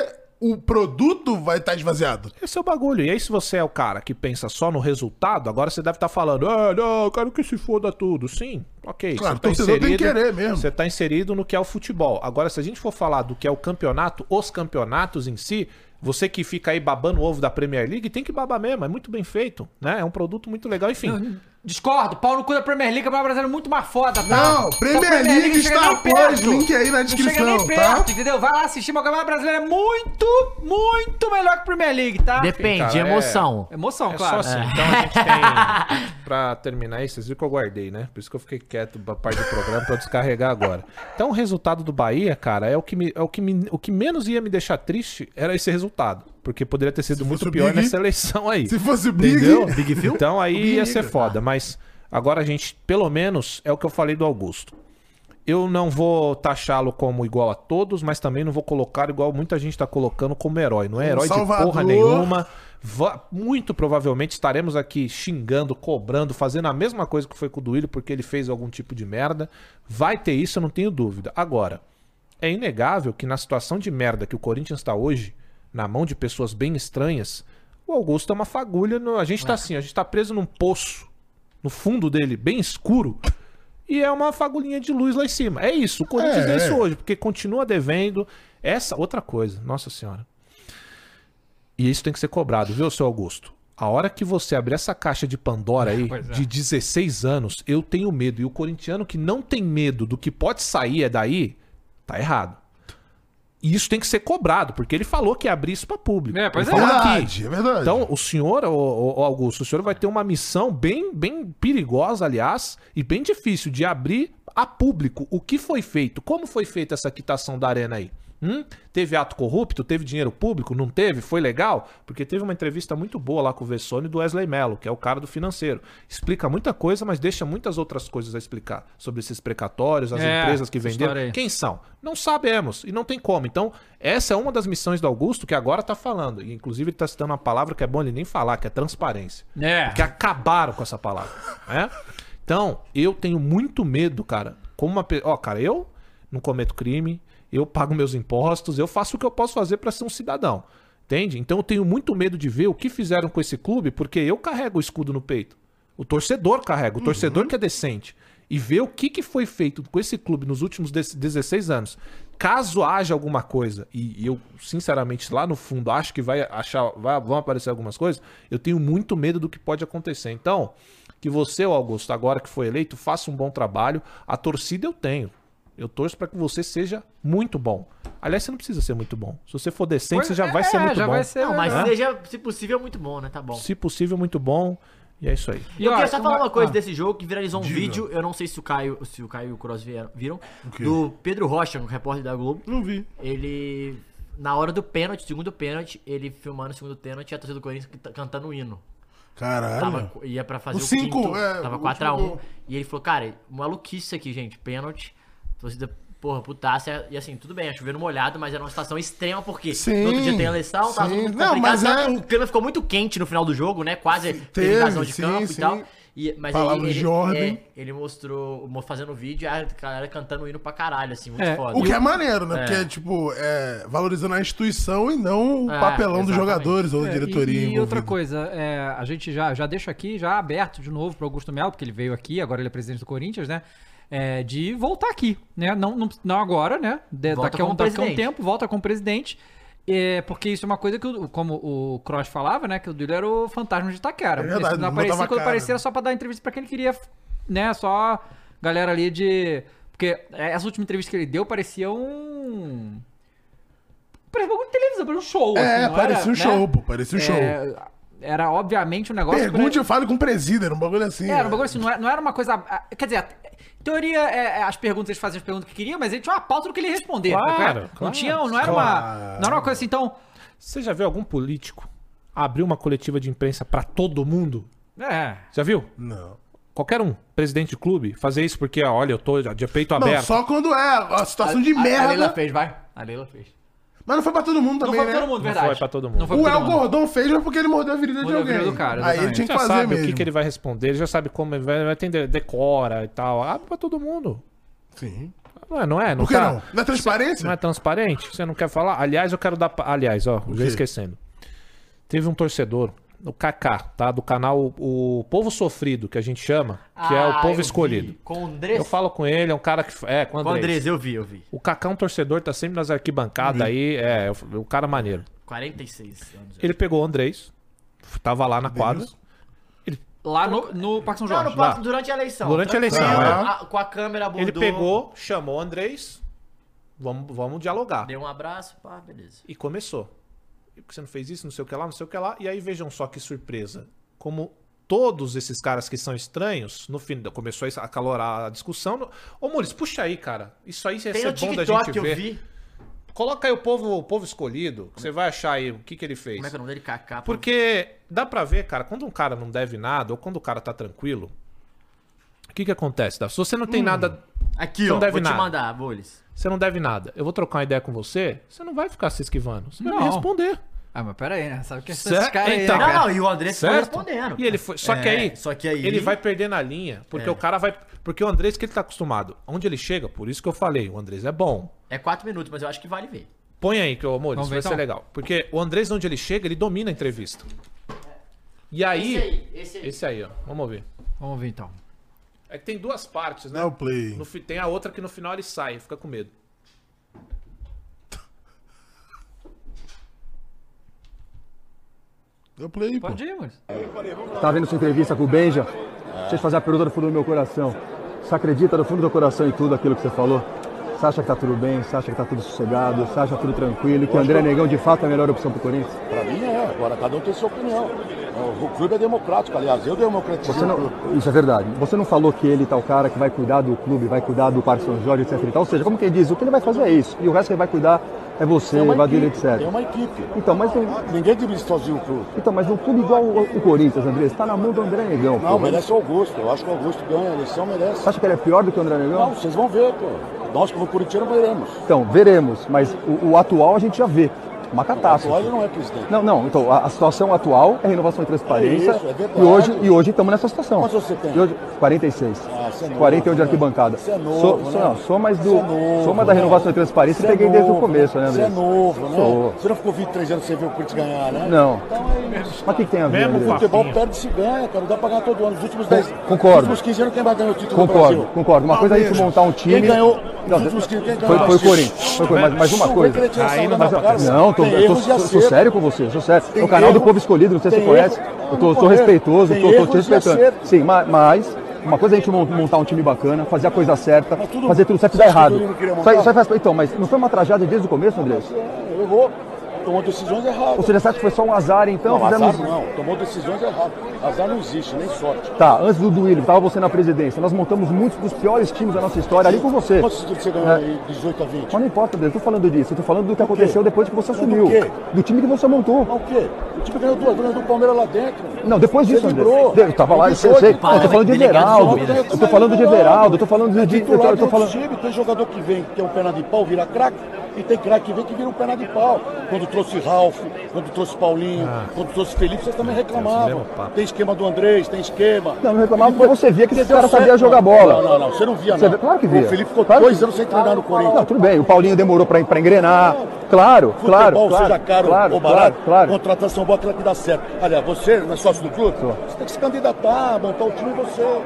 o produto vai estar esvaziado.
Esse é o bagulho. E aí, se você é o cara que pensa só no resultado, agora você deve estar falando, é, não, eu quero que se foda tudo. Sim, ok.
Claro, então
você tá
torcedor tem que querer mesmo.
Você tá inserido no que é o futebol. Agora, se a gente for falar do que é o campeonato, os campeonatos em si, você que fica aí babando o ovo da Premier League, tem que babar mesmo. É muito bem feito, né? É um produto muito legal, enfim.
Discordo, pau no cu da Premier League, o brasileiro muito mais foda, tá?
Não, Premier League
não chega
está
nem
após,
perto.
link aí na
Não chega
descrição,
nem perto,
tá?
entendeu? Vai lá assistir, mas o Campeonato Brasileiro é muito, muito melhor que a Premier League, tá?
Depende,
cara, é-
emoção.
Emoção,
É só
claro.
assim. Então a gente tem. Pra terminar aí, vocês viram que eu guardei, né? Por isso que eu fiquei quieto pra parte do programa pra eu descarregar agora. Então o resultado do Bahia, cara, é o que, me, é o que, me- o que menos ia me deixar triste era esse resultado. Porque poderia ter sido muito
fosse o
pior
Big-
nessa eleição aí.
Se fosse o Big,
Entendeu?
Big Phil?
Então aí ia ser
Big.
foda, mas agora a gente, pelo menos, é o que eu falei do Augusto. Eu não vou taxá-lo como igual a todos, mas também não vou colocar igual muita gente tá colocando como herói. Não é herói de porra
salvador.
nenhuma. Va- muito provavelmente estaremos aqui xingando, cobrando, fazendo a mesma coisa que foi com o Duílio, porque ele fez algum tipo de merda. Vai ter isso, eu não tenho dúvida. Agora, é inegável que na situação de merda que o Corinthians está hoje, na mão de pessoas bem estranhas, o Augusto é uma fagulha. no- A gente tá assim, a gente tá preso num poço, no fundo dele, bem escuro, e é uma fagulhinha de luz lá em cima. É isso, o Corinthians é,
É,
isso
é.
hoje, porque continua devendo. Essa outra coisa, nossa senhora. E isso tem que ser cobrado, viu, seu Augusto? A hora que você abrir essa caixa de Pandora aí,
é.
de 16 anos, eu tenho medo. E o corintiano que não tem medo do que pode sair é daí, tá errado. E isso tem que ser cobrado, porque ele falou que ia abrir isso pra público.
É, pois
Ele
é.
falou aqui.
verdade, é verdade.
Então, o senhor, o, Augusto, o senhor vai ter uma missão bem, bem perigosa, aliás, e bem difícil de abrir a público o que foi feito, como foi feita essa quitação da arena aí. Hum? Teve ato corrupto? Teve dinheiro público? Não teve? Foi legal? Porque teve uma entrevista muito boa lá com o Vessone do Wesley Mello, que é o cara do financeiro. Explica muita coisa, mas deixa muitas outras coisas a explicar. Sobre esses precatórios, as
É,
empresas que
essa história aí.
venderam. Quem são? Não sabemos e não tem como. Então, essa é uma das missões do Augusto que agora tá falando. E, inclusive, ele tá citando uma palavra que é bom ele nem falar, que é transparência.
É.
Porque acabaram com essa palavra, né? Então, eu tenho muito medo, cara. Como uma pe- Ó, cara, eu não cometo crime, eu pago meus impostos, eu faço o que eu posso fazer pra ser um cidadão. Entende? Então eu tenho muito medo de ver o que fizeram com esse clube, porque eu carrego o escudo no peito. O torcedor carrega, o
Uhum.
torcedor que é decente. E ver o que, que foi feito com esse clube nos últimos de- 16 anos. Caso haja alguma coisa, e eu, sinceramente, lá no fundo, acho que vai achar, vai- vão aparecer algumas coisas, eu tenho muito medo do que pode acontecer. Então, que você, ô Augusto, agora que foi eleito, faça um bom trabalho. A torcida eu tenho. Eu torço pra que você seja muito bom. Aliás, você não precisa ser muito bom. Se você for decente, você já vai ser muito
é, já
bom.
Vai ser,
Não, mas
Hã?
seja, se possível, muito bom, né? Tá bom.
É. Se possível, muito bom. E é isso aí.
E eu
ó,
queria só
uma-
falar uma coisa
ah.
desse jogo que viralizou um vídeo, eu não sei se o Caio, se o Caio e o Cross vieram, viram,
quê?
do Pedro Rocha, um repórter da Globo.
Não vi.
Ele na hora do pênalti, segundo pênalti, ele filmando o segundo pênalti e a torcida do Corinthians canta- cantando o hino.
Tá,
Caralho.
Tava, ia pra fazer
É O
o,
cinco,
quinto,
é,
tava
o
4x1.
último.
E ele falou, cara, maluquice isso aqui, gente, pênalti. Torcida, porra, putaça. E assim, tudo bem, é chovendo molhado, mas era uma situação extrema, porque
Sim,
no outro dia tem eleição, tava
sim.
tudo muito
Não,
complicado.
mas
tanto
é-
que O clima ficou muito quente no final do jogo, né? Quase
teve,
teve invasão de
sim,
campo
sim.
e tal. E, mas
Palavras
ele, ele,
de ordem.
é, ele mostrou, mo- fazendo o vídeo, a galera cantando o hino pra caralho, assim, muito
É,
foda.
O que é maneiro, né? Porque é, tipo, é, valorizando a instituição e não o
É,
papelão dos
exatamente.
jogadores ou da
É,
diretoria.
E, e
envolvida.
outra coisa, é, a gente já, já deixa aqui, já aberto de novo pro Augusto Melo, porque ele veio aqui, agora ele é presidente do Corinthians, né? é, de voltar aqui, né? Não, não, não agora, né? De-
Volta
daqui, a um,
como
daqui a um
presidente.
tempo, volta como presidente. é, porque isso é uma coisa que, o- como o Cross falava, né? Que o Duílio era o fantasma de Itaquera.
É verdade,
Esse não
não botava
aparecia, quando
cara.
aparecia era só pra dar entrevista pra quem ele queria, né? Só galera ali de... Porque essa última entrevista que ele deu parecia um... Parecia um televisão, parecia um show.
É,
assim, não
parecia
era,
um
né?
show, pô. Parecia um show.
É, era obviamente um negócio.
Pergunte e fale com o presídio, era um bagulho assim.
Era
né?
um bagulho assim, não era, não era uma coisa. ah, Quer dizer, em teoria, é, é, as perguntas, eles faziam as perguntas que queriam, mas ele tinha uma pauta do que ele ia responder.
Claro,
né? não,
claro,
tinha, não era uma. Não era uma coisa assim, então.
Você já viu algum político abrir uma coletiva de imprensa pra todo mundo?
É.
Já viu?
Não.
Qualquer um, presidente de clube, fazer isso porque, ó, olha, eu tô de peito
Não,
aberto.
só quando é a situação de
A Leila
merda.
fez, vai. A Leila fez.
Mas não foi pra todo mundo
Não
também,
foi pra
né?
todo mundo,
Não
verdade.
foi pra todo mundo.
Não foi
O
pra
El
todo mundo.
Gordon fez, mas porque ele mordeu a virilha
Mordeu a
de alguém.
virilha do cara,
Aí ele
exatamente.
tinha que
já
fazer
sabe
mesmo.
o que, que ele vai responder, ele já sabe como ele vai, vai entender, decora e tal. Abre pra todo mundo.
Sim.
Não é, não é? Não
Por que
tá-
não? Não é transparência?
Não é transparente? Você não quer falar? Aliás, eu quero dar. pa- Aliás, ó, já
quê?
esquecendo. Teve um torcedor, o Kaká, tá? Do canal O Povo Sofrido, que a gente chama, que é
Ah,
o
eu
Povo
vi.
Escolhido.
Com o Andrés.
Eu falo com ele, é um cara que. É, com o
Com o
Andrés.
Andrés, eu vi, eu vi.
O Kaká é um torcedor, tá sempre nas arquibancadas aí. É, o o cara maneiro.
46 anos.
Ele pegou o Andrés, tava lá na quadra.
Lá no, no Parque São
Não,
Jorge.
no próximo, durante a eleição.
Durante a eleição,
Tranquilo,
é.
a- Com a câmera abordou.
Ele pegou, chamou o Andrés, vamos, vamos dialogar.
Deu um abraço, pá, beleza.
E começou. E Porque você não fez isso, não sei o que lá, não sei o que lá. E aí vejam só que surpresa. Como todos esses caras que são estranhos, no fim, começou a acalorar a discussão. No... Ô, Muris, puxa aí, cara. Isso aí ia
Tem
ser
no
bom da
TikTok,
gente
eu
ver.
vi.
Coloca aí o povo, o povo escolhido, que você vai achar aí o que, que ele fez.
Como é que é o nome dele? Kaká. pô.
Porque dá pra ver, cara, quando um cara não deve nada, ou quando o cara tá tranquilo, o que que acontece, Davi? Se você não tem nada
Aqui,
Não
ó.
deve
vou
nada.
te mandar, Bolis.
Você não deve nada. Eu vou trocar uma ideia com você. Você não vai ficar se esquivando. Você vai
Não.
me responder.
Ah, mas pera aí, né? Sabe o que é
Cê-
esses caras aí?
então.
né,
Não,
cara?
não, e o Andrés foi
Certo?
respondendo.
E ele foi, só que
É,
aí,
só que aí-
ele vai perdendo a linha, porque
É.
o cara vai, porque o Andrés que ele tá acostumado, onde ele chega, por isso que eu falei, o Andrés é bom.
É 4 minutos, mas eu acho que vale ver.
Põe aí que o amor,
Vamos
isso
ver,
vai ser
então.
legal, porque o Andrés onde ele chega, ele domina a entrevista. E aí, esse aí,
esse
ó, vamos ver.
Vamos ver então.
É que tem duas partes, né?
Não é o play.
No fi- tem a outra que no final ele sai, fica com medo.
Não é o play, pô.
Pode ir, Muris.
Tá vendo sua entrevista com o Benja? Deixa eu te fazer a pergunta do fundo do meu coração. Você acredita do fundo do coração em tudo aquilo que você falou? Você acha que tá tudo bem? Você acha que tá tudo sossegado? Você acha tudo tranquilo? E que o André Negão de fato é a melhor opção pro Corinthians?
Pra mim é, agora cada um tem sua opinião. O clube é democrático, aliás, eu democratizo.
Você não- Isso é verdade. Você não falou que ele tá o cara que vai cuidar do clube, vai cuidar do Parque São Jorge, etc. e tal. Ou seja, como quem diz, o que ele vai fazer é isso. E o resto ele vai cuidar é você,
Tem uma
Vadilha,
equipe,
etc.
Tem uma equipe.
Então, mas tem...
Ninguém dirige sozinho o clube.
Então, mas um clube igual o, o Corinthians, André, está na mão do André Negão.
Não, é
pô.
merece o Augusto. Eu acho que o Augusto ganha a eleição, merece.
Você acha que ele é pior do que o André Negão?
Não, vocês vão ver, pô. Nós, como corintiano, veremos.
Então, veremos, mas o, o atual a gente já vê. Uma catástrofe.
O atual ele não é presidente.
Não, não, então a, a situação atual é renovação e transparência.
É isso, é verdade.
e hoje e hoje estamos nessa situação.
Quantos você tem?
E hoje- 46.
Ah, você é novo,
41 de
né?
arquibancada.
Você é novo,
sou,
né?
sou, não, sou mais do.
Você é novo,
sou mais da
né?
renovação e transparência
Você
e
é
peguei desde o
novo,
começo, né,
Você
André?
é novo, né?
Sou.
Você não ficou 23 anos sem ver o Corinthians ganhar, né?
Não.
Então é isso.
Mas o que, que tem a ver?
O
André?
futebol perde-se e ganha, cara. Não dá pra ganhar todo ano. Nos últimos 10
concordo.
Nos últimos 15 anos, quem vai ganhar o título
Concordo,
do Brasil?
concordo. Uma coisa é a gente montar um time.
Quem ganhou?
Não,
Nos últimos 15, quem ganhou?
foi, foi o
Brasil?
Corinthians. Foi o Corinthians. Mas, mas uma
Não
coisa.
vem querer tirar sarro da minha
mas,
cara.
não, tô,
Tem
eu tô,
erros e
sou- sou
acertos.
sério com você, sou sério. É o
Tem
canal do
erros-
Povo Escolhido, não sei se você
tem
conhece.
erros-
Eu tô,
não,
sou
correto.
respeitoso,
Tem
tô, tô
erros
te
e
respeitando.
acertos.
Sim, ma- mas. Uma coisa é a gente mon- montar um time bacana, fazer a coisa certa,
tudo-
fazer tudo certo e
você
dar
acha que o
errado.
Danilo queria
Só-
montar?
só faz- Então, mas não foi uma tragédia desde o começo, André?
É, Errou. Tomou decisões erradas.
Ou seja, você acha que foi só um azar, então?
não, azar
Fizemos-
não. Tomou decisões erradas. Azar não existe, nem sorte.
Tá, antes do Duílio, estava você na presidência. Nós montamos muitos dos piores times da nossa história ali com você.
Quantos títulos você ganhou
É.
aí? 18 a 20?
Mas não importa, Deus, eu tô falando disso, eu tô falando do que aconteceu depois que você
Mas
assumiu.
do quê?
Do time que você montou.
Mas o quê? O time ganhou duas vezes do Palmeiras lá dentro.
Não, depois disso,
Você
André.
lembrou?
Eu tava lá, eu sei, eu sei. Eu tô falando de Everaldo. Eu tô falando de Everaldo, eu tô falando de.
É
Eu tô,
titular
eu
de
tô
outro
falando.
time, tem jogador que vem, que tem um perna de pau, vira craque, e tem craque que vem que vira um perna de pau. Quando trouxe Ralf, quando trouxe Paulinho, quando trouxe Felipe, vocês também reclamavam. Tem esquema do Andrés, tem esquema.
Não, eu reclamava porque você via que esse
Deu
cara sabia
certo.
jogar bola.
Não, não, não, você não via,
Você
não.
Claro que via.
O Felipe ficou
Claro que
dois
via.
anos sem treinar no Corinthians.
Não, tudo bem, o Paulinho demorou pra, pra engrenar. Claro,
Futebol,
claro. claro,
seja caro
claro,
ou barato,
claro, claro.
contratação boa, aquela que dá certo. Aliás, você não é sócio do clube? Você tem que se candidatar, montar o time você.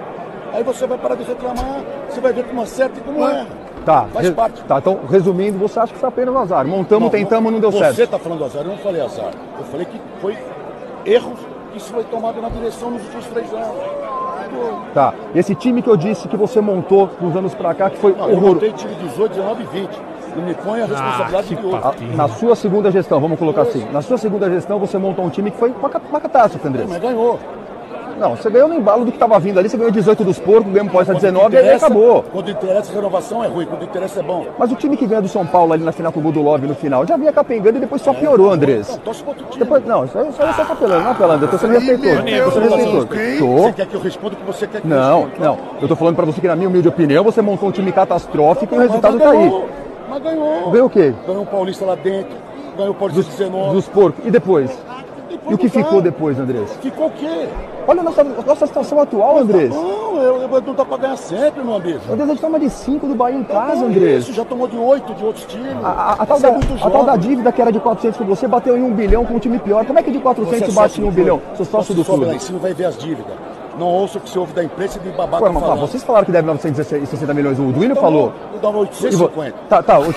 Aí você vai parar de reclamar, você vai ver como acerta e como erra.
Tá,
Faz
re-
parte.
tá, então, resumindo, você acha que foi apenas um azar. Montamos, tentamos, não deu
você
certo.
Você está falando azar, eu não falei azar. Eu falei que foi erros que isso foi tomado na direção nos últimos três anos. Pô,
Tá. Esse time que eu disse que você montou dos anos pra cá, que foi
Não, eu
horroroso.
montei time 18, 19 e 20. Não me põe a responsabilidade de
Ah,
outro.
Na sua segunda gestão, vamos colocar assim. Na sua segunda gestão, você montou um time que foi uma, ca- uma catástrofe, André.
Mas ganhou.
Não, você ganhou no embalo do que estava vindo ali, você ganhou 18 dos porcos, ganhou pós a
Quando
19 e aí
interessa-
acabou.
Quando interessa, renovação é ruim. Quando interessa, é bom.
Mas o time que ganha do São Paulo ali na final com o Gudulov no final, já vinha capengando e depois só piorou, Andrés.
Não, torce pro outro time.
Depois, não, isso aí isso aí é só papelando, não é apelando, eu tô sendo respeitoso. Eu tô sendo respeitoso.
Você
Tô.
quer que eu responda o que você quer que eu
Não,
responda?
não. Eu tô falando pra você que, na minha humilde opinião, você montou um time catastrófico e o
Mas
resultado tá aí.
ganhou, Mas ganhou.
Ganhou o quê?
Ganhou o Paulista lá dentro. Ganhou o Paulista 19.
Dos porcos. E depois?
Depois
E o que
não dá.
ficou depois, Andrés?
Ficou o quê?
Olha a nossa, nossa situação atual, Andrés.
Não, eu, eu não dá pra ganhar sempre, meu amigo.
Andrés, a gente toma de 5 do Bahia em casa,
Então,
Andrés.
Isso, já tomou de 8 de outros times.
A, a- a tal
Isso é
da,
muito
a
jovem.
tal da dívida que era de 400 com você bateu em 1 bilhão com um time pior. Como é que de
Você é
400
sócio
bate em
do
1
clube.
bilhão? Sou
Então,
sócio
se
do
sobe
clube.
lá em cima vai ver as dívidas. Não ouça o que você ouve da imprensa e de babaca
Ué, mas
falando.
tá, vocês falaram que deve 960 milhões. O Duílio
Então,
falou.
eu dava
E vo-
850.
Tá, tá. o- Seja,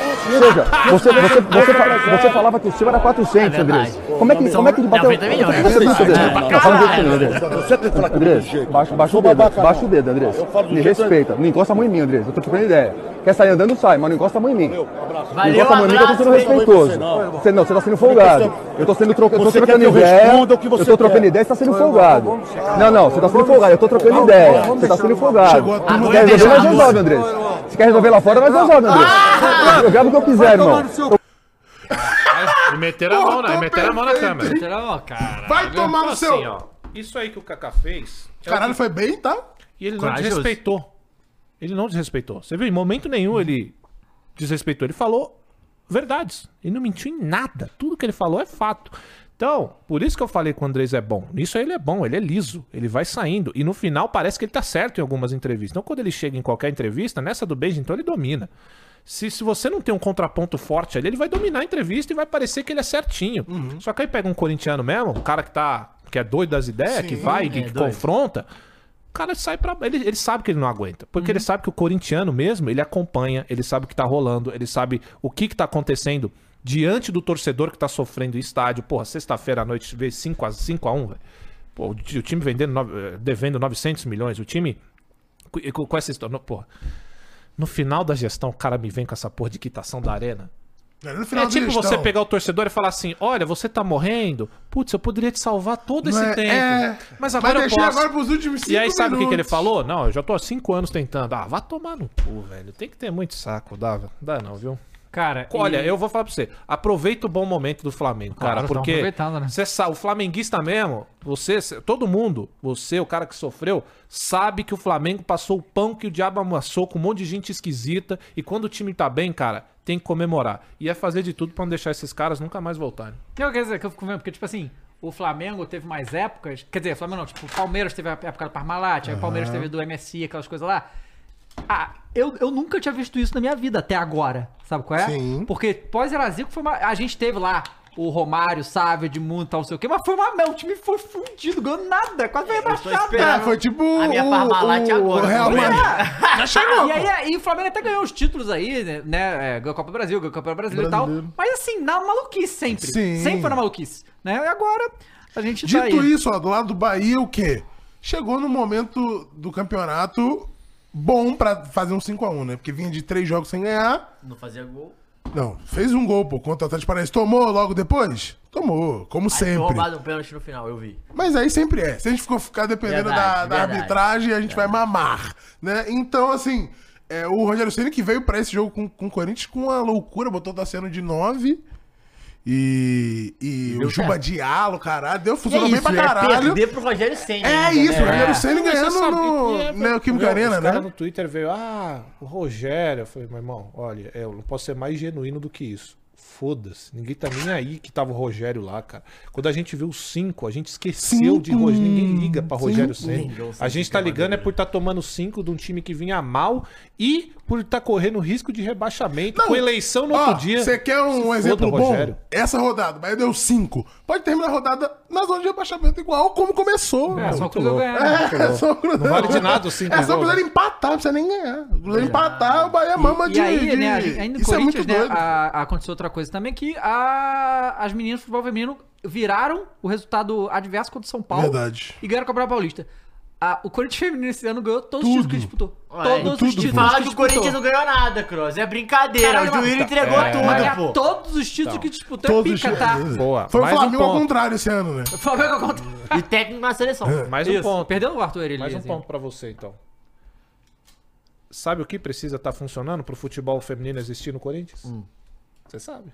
você, você, você,
É
fa- você falava que o seu era 400, Andrés. Como é que, como é que ele
São
bateu?
90 milhões.
Como é que isso, Andrés?
É verdade.
Não, fala um jeito, Andrés.
Você tem que falar comigo
Andrés,
do jeito.
baixa, baixa
Sou
o dedo,
babaca,
baixa
não.
o dedo, Andrés.
Eu falo do
Me
jeito-
respeita, não encosta a mão em mim, Andrés. Eu tô trocando ideia. Quer sair andando, sai, mas não encosta a mão em mim. não
Valeu,
encosta a mão em mim que eu tô sendo
abraço,
respeitoso.
você não.
Você não, você tá sendo folgado. Eu tô sendo troca, eu tô
Você quer
trocando
que eu
ideia.
responda o que você
Eu tô trocando
quer.
ideia, você tá sendo folgado. Não, não, você tá sendo folgado, eu tô trocando ideia. Você tá sendo folgado.
Chegou a turma
Você
do
quer resolver,
Andrés.
nós resolve, Andrés. Se quer resolver lá fora, nós resolve, Andrés.
Ah!
Eu gravo o que eu quiser, irmão.
E meteram a
tá
mão, na, e meteram a mão na câmera.
Ó, cara.
Vai tomar no
assim,
seu.
ó. Isso aí que o Kaká fez. é o
Caralho,
que-
foi bem, tá?
E ele não
Corajoso.
desrespeitou. Ele não desrespeitou. Você viu? Em momento nenhum ele desrespeitou. Ele falou verdades. Ele não mentiu em nada. Tudo que ele falou é fato. Então, por isso que eu falei que o Andrés é bom. Nisso aí ele é bom, ele é liso, ele vai saindo. E no final parece que ele tá certo em algumas entrevistas. Então, quando ele chega em qualquer entrevista, nessa do Benji, então ele domina. Se, se você não tem um contraponto forte ali, ele vai dominar a entrevista e vai parecer que ele é certinho. Só que aí pega um corintiano mesmo, um cara que tá. que é doido das ideias, que vai, que, que confronta. O cara sai pra. Ele, ele sabe que ele não aguenta. Porque ele sabe que o corintiano mesmo, ele acompanha, ele sabe o que tá rolando, ele sabe o que, que tá acontecendo diante do torcedor que tá sofrendo em estádio. Porra, sexta-feira à noite vê 5 a 5 a 1 velho. Pô, o, ti- o time vendendo, nove- eh, devendo 900 milhões, o time. co- Com, com essa história. no- Porra. No final da gestão, o cara me vem com essa porra de quitação da arena.
Era no
É
final
tipo
de
você
gestão.
pegar o torcedor e falar assim: olha, você tá morrendo. Putz, eu poderia te salvar todo esse
Não é-
tempo.
é,
Mas
Mas
agora eu
deixei
posso.
agora pros últimos cinco
E aí, sabe o que, que ele
minutos.
falou? Não, eu já tô há cinco anos tentando. Ah, vá tomar no cu, velho. Tem que ter muito saco, dá, dá não, viu?
Cara,
Olha,
e-
eu vou falar pra você. Aproveita o bom momento do Flamengo,
Claro,
cara.
tão
Porque
aproveitando, né?
você sabe, o flamenguista mesmo, você, cê- todo mundo, você, o cara que sofreu, sabe que o Flamengo passou o pão que o diabo amassou com um monte de gente esquisita. E quando o time tá bem, cara, tem que comemorar. E é fazer de tudo pra não deixar esses caras nunca mais voltarem.
Não, quer dizer, que eu fico vendo, porque, tipo assim, o Flamengo teve mais épocas. Quer dizer, o Flamengo não, tipo, o Palmeiras teve a época do Parmalat, aí o
Aham.
Palmeiras teve do MSI, aquelas coisas lá. Ah, eu, eu nunca tinha visto isso na minha vida até agora. Sabe qual é? Sim. Porque pós-Erazico foi uma. A gente teve lá. O Romário, Sávio, Edmundo, tal, não sei o quê. Mas foi uma merda. O time foi fundido, ganhou nada. Quase foi rebaixado.
É, foi tipo
A minha Parmalat agora,
o Real
né?
Madrid. Já chegou,
E aí,
pô.
aí o Flamengo até ganhou os títulos aí, né? né, é, ganhou a Copa do Brasil, ganhou a Copa Brasileira e tal.
Brasileiro.
Mas assim, na maluquice sempre.
Sim.
Sempre foi na maluquice. Né? E agora a gente tá aí.
Dito isso, ó, do lado do Bahia, o quê? Chegou no momento do campeonato bom pra fazer um 5x1, né? Porque vinha de três jogos sem ganhar.
Não fazia gol.
Não, fez um gol, pô, contra o Atlético Paranaense. Tomou logo depois? Tomou, como
Foi
sempre.
roubado um pênalti no final, eu vi.
Mas aí sempre é. Se a gente for ficar dependendo da,
Verdade,
da
verdade.
arbitragem, a gente vai mamar, né? Então, assim, é, o Rogério Ceni que veio pra esse jogo com, com o Corinthians com uma loucura, botou o Tassiano de 9 e, e o Juba Diallo, caralho, deu
E é
funcionou bem pra
né?
caralho.
Perder pro Rogério Senna.
É
ainda,
isso, o
né?
Rogério Ceni
Mas
ganhando
você sabe
no
que é,
né, Química
meu,
Arena,
os caras
né?
no Twitter veio, ah, o Rogério. Eu falei, meu irmão, olha, é, eu não posso ser mais genuíno do que isso. Foda-se, ninguém tá nem aí que tava o Rogério lá, cara. Quando a gente viu os cinco, a gente esqueceu de
Cinco.
Rogério. Ninguém liga pra Rogério
Cinco.
Senna.
Ninguém
A gente tá ligando é por tá tomando cinco de um time que vinha mal e por tá correndo risco de rebaixamento
Não.
com eleição Então, no
Ó,
outro dia.
Você quer
Se
um
foda,
exemplo bom?
Rogério.
Essa rodada, mas deu 5. Pode terminar a rodada na zona de rebaixamento igual como começou.
É, só o
Muito
Cruzeiro
louco.
ganhar, né? Muito
É, é só o
louco.
Cruzeiro.
Não vale de nada os cinco né?
É só o
gols,
Cruzeiro empatar, não precisa nem ganhar. O
É.
Cruzeiro empatar, o Bahia é mama
e
de...
aí,
de-
né, a gente- aí no
Isso é muito
Corinthians, né,
doido.
a- aconteceu outra coisa também, que a- as meninas do futebol feminino viraram o resultado adverso contra o São Paulo.
Verdade.
E ganharam o Campeonato Paulista. A- o Corinthians feminino esse ano ganhou todos os títulos que disputou.
Olha,
todos os
tudo,
títulos
Fala
que
que o
disputou.
Corinthians não ganhou nada, Cross. É brincadeira.
Caralho,
o Duílio
mas-
tá.
entregou
é, mas é
tudo, pô.
Todos os títulos que disputou
Todos
é
os
pica, tá?
times.
Boa,
Foi o
mais um
Flamengo ao
ponto.
contrário esse ano, né?
Flamengo ao contrário.
E técnico na seleção.
É.
Mais um
Isso.
ponto.
Perdeu o Arthur assim. Elias.
Mais um ponto pra você, então. Sabe o que precisa estar funcionando pro futebol feminino existir no Corinthians? Você sabe.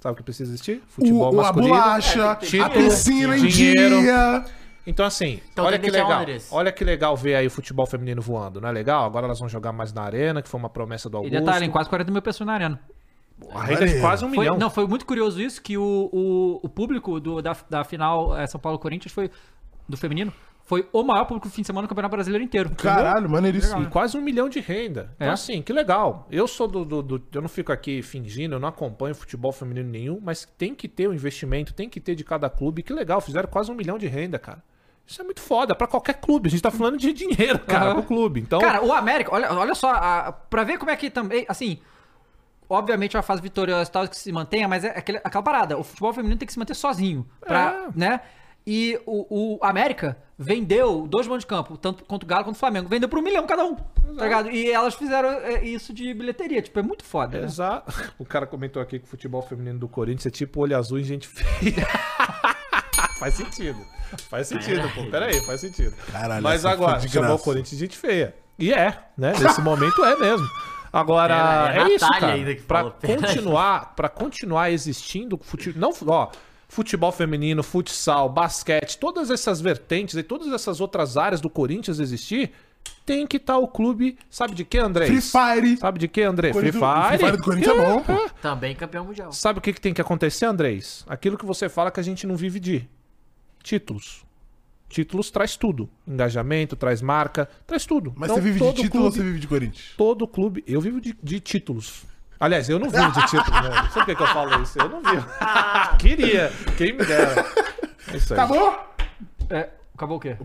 Sabe o que precisa existir? Futebol
Hum. O- o- a
masculino. É,
bolacha, a piscina em dia.
Então, assim,
Então
olha
tem que
que
deixar
legal.
onde esse?
Olha que legal ver aí o futebol feminino voando, não é legal? Agora elas vão jogar mais na arena, que foi uma promessa do
E
Augusto.
detalhe, quase 40 mil pessoas na arena.
A renda de quase um
Foi-
milhão.
Não, foi muito curioso isso, que o, o, o público do, da, da final eh, São Paulo-Corinthians foi, do feminino, foi o maior público do fim de semana do Campeonato Brasileiro inteiro.
Caralho, maneiríssimo.
E quase um milhão de renda. Então,
né? É?
assim, que legal. Eu sou do, do- do- Eu não fico aqui fingindo, eu não acompanho futebol feminino nenhum, mas tem que ter o investimento, tem que ter de cada clube. Que legal, fizeram quase um milhão de renda, cara. Isso é muito foda pra qualquer clube. A gente tá falando de dinheiro, cara,
Aham.
pro clube. Então,
Cara, o América, olha, olha só, a, pra ver como é que também, assim, obviamente é uma fase vitoriosa e tal que se mantenha, mas é aquele- aquela parada, o futebol feminino tem que se manter sozinho, pra, né? E o, o América vendeu dois mãos de campo, tanto quanto o Galo quanto o Flamengo, vendeu por um milhão cada um, tá ligado? E elas fizeram é, isso de bilheteria, tipo, é muito foda. né?
Exato. O cara comentou aqui que o futebol feminino do Corinthians é tipo olho azul e gente feia. faz sentido. Faz sentido,
É.
pô. Pera aí, faz sentido.
Caralho,
Mas
essa foi
agora,
de
chamou o
graça.
Corinthians de gente feia. E é, né? Nesse momento é mesmo. Agora,
É,
é,
é a
isso,
Natália
cara.
ainda que
pra
falou.
continuar, para continuar existindo futebol, não, ó, futebol feminino, futsal, basquete, todas essas vertentes e todas essas outras áreas do Corinthians existir, tem que estar o clube, sabe de quê, André?
Free Fire.
Sabe de quê, André? É Free
Corinthians-
Fire.
Free Fire do Corinthians é bom, pô.
Também campeão mundial.
Sabe o que, que tem que acontecer, Andrés? Aquilo que você fala que a gente não vive de. Títulos. Títulos traz tudo. Engajamento, traz marca, traz tudo.
Mas
Então,
você vive de
todo
título ou
clube-
você vive de Corinthians?
Todo clube... Eu vivo de, de títulos. Aliás, eu não vivo de títulos, né? Sabe por que, que eu falo isso? Eu não vivo. Ah. Queria. Quem me dera. É isso aí.
Acabou?
É, acabou o quê?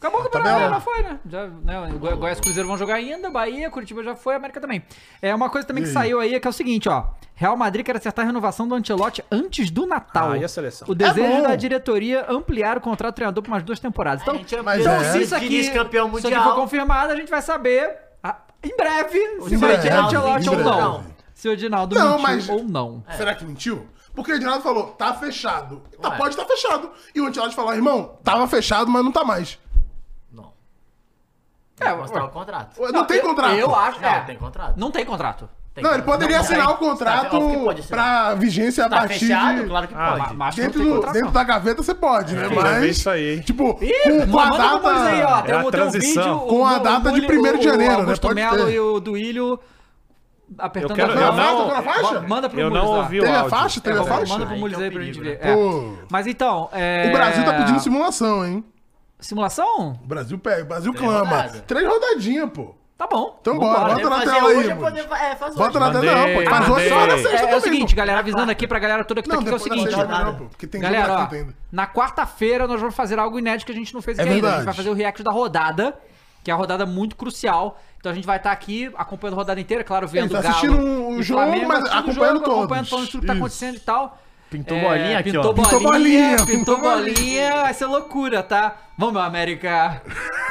Acabou o campeonato,
tabela.
já foi, né? Já, né o Go- Goiás e Cruzeiro vão jogar ainda, Bahia, Curitiba já foi, América também. É uma coisa também
E
que
aí?
saiu aí é que é o seguinte, ó. Real Madrid quer acertar a renovação do Ancelotti antes do Natal.
Ah, e a seleção?
O desejo
É bom.
da diretoria ampliar o contrato do treinador por mais duas temporadas. Então,
Mas
então
é.
se isso aqui,
Diniz campeão
se isso aqui
mundial.
for confirmado, a gente vai saber ah, em breve se
Em
vai
breve,
ter Ancelotti
em
ou
breve.
não. Se o Edinaldo
Não,
mentiu
mas-
ou não.
Será que mentiu? Porque o Edinaldo falou, tá fechado. Tá, pode estar fechado. E o Antilote falou, irmão, tava fechado, mas não tá mais.
É,
Mostrar o contrato.
Ué, não tem
É,
eu-
contrato.
Eu acho.
Não,
é.
tem contrato.
Não tem contrato.
Não, ele poderia
Não, é.
assinar
tem.
o contrato
Óbvio que pode assinar.
pra vigência a
Tá
partir
fechado?
de...
Claro que
Ah,
pode. Mas
dentro,
não tem
do-
contração.
dentro da gaveta você pode, né?
É,
Mas...
é
isso aí.
Tipo,
Ih,
com É a
manda pra
data...
nós aí, ó. Tem, um- tem um vídeo,
com a data de 1 de janeiro,
o
né?
Augusto
Pode
Melo
ter.
e o Duílio apertando
Eu quero-
a
eu
faixa.
não-
Manda pra faixa? Manda pro
eu
Mules
não
lá.
ouvi o Teve a áudio. faixa?
Teve a
É,
faixa? tá?
Manda pro
Aí
Mules aí pra gente ver.
né?
É.
Pô.
Mas então... é-
O Brasil tá pedindo simulação, hein?
Simulação?
O Brasil pega, o Brasil
Três
clama.
rodadas.
Três rodadinhas, pô.
Tá bom.
Então bora, bota na tela aí. mano.
é,
Bota na tela, não, pô. Faz hoje só na sexta
É, é o
também,
seguinte, galera, avisando aqui pra galera toda que tá
Não,
aqui, que é o
depois da
seguinte.
sexta não, pô, porque tem jogo
galera,
na
ó,
quinta ainda.
na quarta-feira nós vamos fazer algo inédito que a gente não fez
É
aqui ainda. A
verdade.
gente vai fazer o react da rodada, que é a rodada muito crucial. Então a gente vai estar aqui acompanhando a rodada inteira, claro, vendo
tá
o Galo
assistindo o
e
jogo,
Flamengo,
mas
assistindo o
acompanhando todos.
Acompanhando, falando tudo que tá
Isso.
acontecendo e tal.
Pintou
É,
bolinha aqui, ó.
pintou Bolinha,
Pintou
pintou
bolinha,
bolinha,
pintou bolinha.
Vai ser loucura, tá? Vamos, meu América.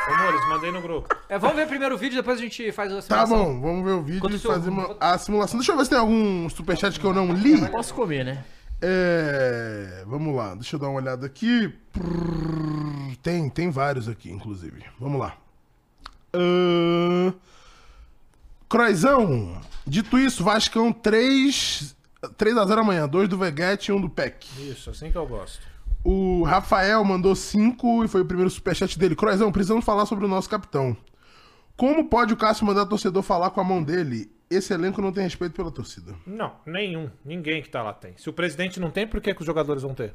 Ô, Mules, mandei no grupo.
É, vamos ver primeiro o vídeo, depois a gente faz a
Tá
simulação.
bom, vamos ver o vídeo
assim, Quando
e
o seu-
fazer uma- a simulação. Deixa eu ver se tem algum superchat que eu não li.
Posso comer, né?
É. Vamos lá, deixa eu dar uma olhada aqui. Prrr, Tem, tem vários aqui, inclusive. Vamos lá. Ahn, Croizão, dito isso, Vascão 3. 3x0 amanhã, 2 do Veguete e 1 do PEC.
Isso, assim que eu gosto.
O Rafael mandou 5 e foi o primeiro superchat dele. Croizão, precisamos falar sobre o nosso capitão. Como pode o Cássio mandar torcedor falar com a mão dele? Esse elenco não tem respeito pela torcida.
Não, nenhum. Ninguém que tá lá tem. Se o presidente não tem, por que, que os jogadores vão ter?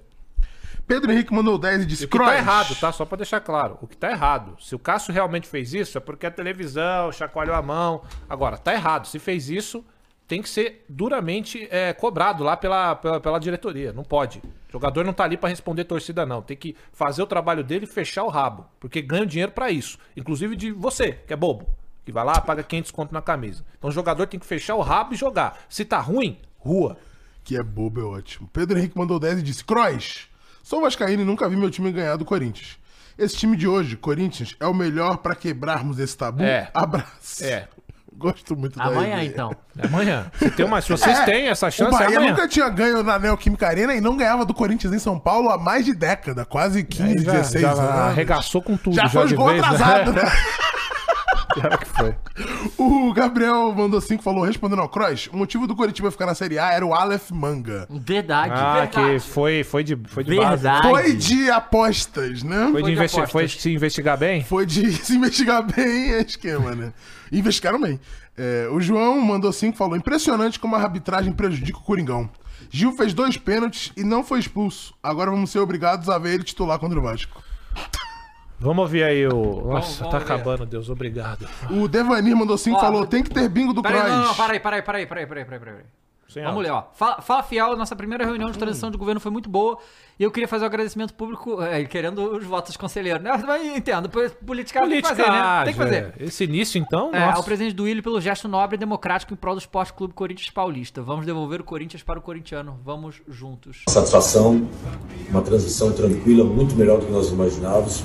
Pedro Henrique mandou 10 e disse:
O que tá
"Crois,
errado, tá? Só pra deixar claro. O que tá errado. Se o Cássio realmente fez isso, é porque a televisão chacoalhou a mão. Agora, tá errado. Se fez isso, tem que ser duramente é, cobrado lá pela, pela, pela diretoria. Não pode. O jogador não tá ali pra responder torcida, não. Tem que fazer o trabalho dele e fechar o rabo. Porque ganha dinheiro pra isso. Inclusive de você, que é bobo. Que vai lá, paga 500 conto na camisa. Então o jogador tem que fechar o rabo e jogar. Se tá ruim, rua.
Que é bobo, é ótimo. Pedro Henrique mandou 10 e disse: Crois, sou Vascaíno e nunca vi meu time ganhar do Corinthians. Esse time de hoje, Corinthians, é o melhor pra quebrarmos esse tabu.
É.
Abraço.
É.
Gosto muito da
Amanhã,
ideia.
então.
Amanhã. Se, tem uma, se vocês
É,
têm essa chance,
O Bahia
é amanhã.
nunca tinha ganho na Neoquímica Arena e não ganhava do Corinthians em São Paulo há mais de década, quase 15, 16
já
anos.
Arregaçou com tudo.
Já foi os
de
gols
vez, né?
atrasados, né?
Pior que foi.
O Gabriel mandou 5 falou, respondendo ao Cross, o motivo do Coritiba ficar na Série A era o Aleph Manga.
Um Verdade.
Ah, que
verdade.
foi, foi de, foi de base. né?
Verdade.
Foi de apostas, né?
Foi de, investi-
apostas.
foi de se investigar bem?
Foi de se investigar bem é esquema, né? Investigaram bem. É, o João mandou cinco, falou: impressionante como a arbitragem prejudica o Coringão. Gil fez dois pênaltis e não foi expulso. Agora vamos ser obrigados a ver ele titular contra o Vasco.
Vamos ouvir aí o. Nossa,
vamos
tá
ver.
acabando, Deus. Obrigado.
O Devanir mandou cinco,
Ó,
falou: tem que ter bingo do
Peraí, não, não, não,
Cross.
para aí, para aí, para aí, para aí, para aí, para aí, para aí. Vamos ler, ó. Fala, Fala Fiel, nossa primeira reunião de transição de governo foi muito boa e eu queria fazer um agradecimento público, é, querendo os votos conselheiros, né? Mas eu entendo, po- política, tem que fazer, né? Tem que fazer.
é. Esse início, então,
É, ao
nossa.
presidente do Willi pelo gesto nobre e democrático em prol do Esporte Clube Corinthians Paulista. Vamos devolver o Corinthians para o corintiano. Vamos juntos.
satisfação, uma transição tranquila, muito melhor do que nós imaginávamos.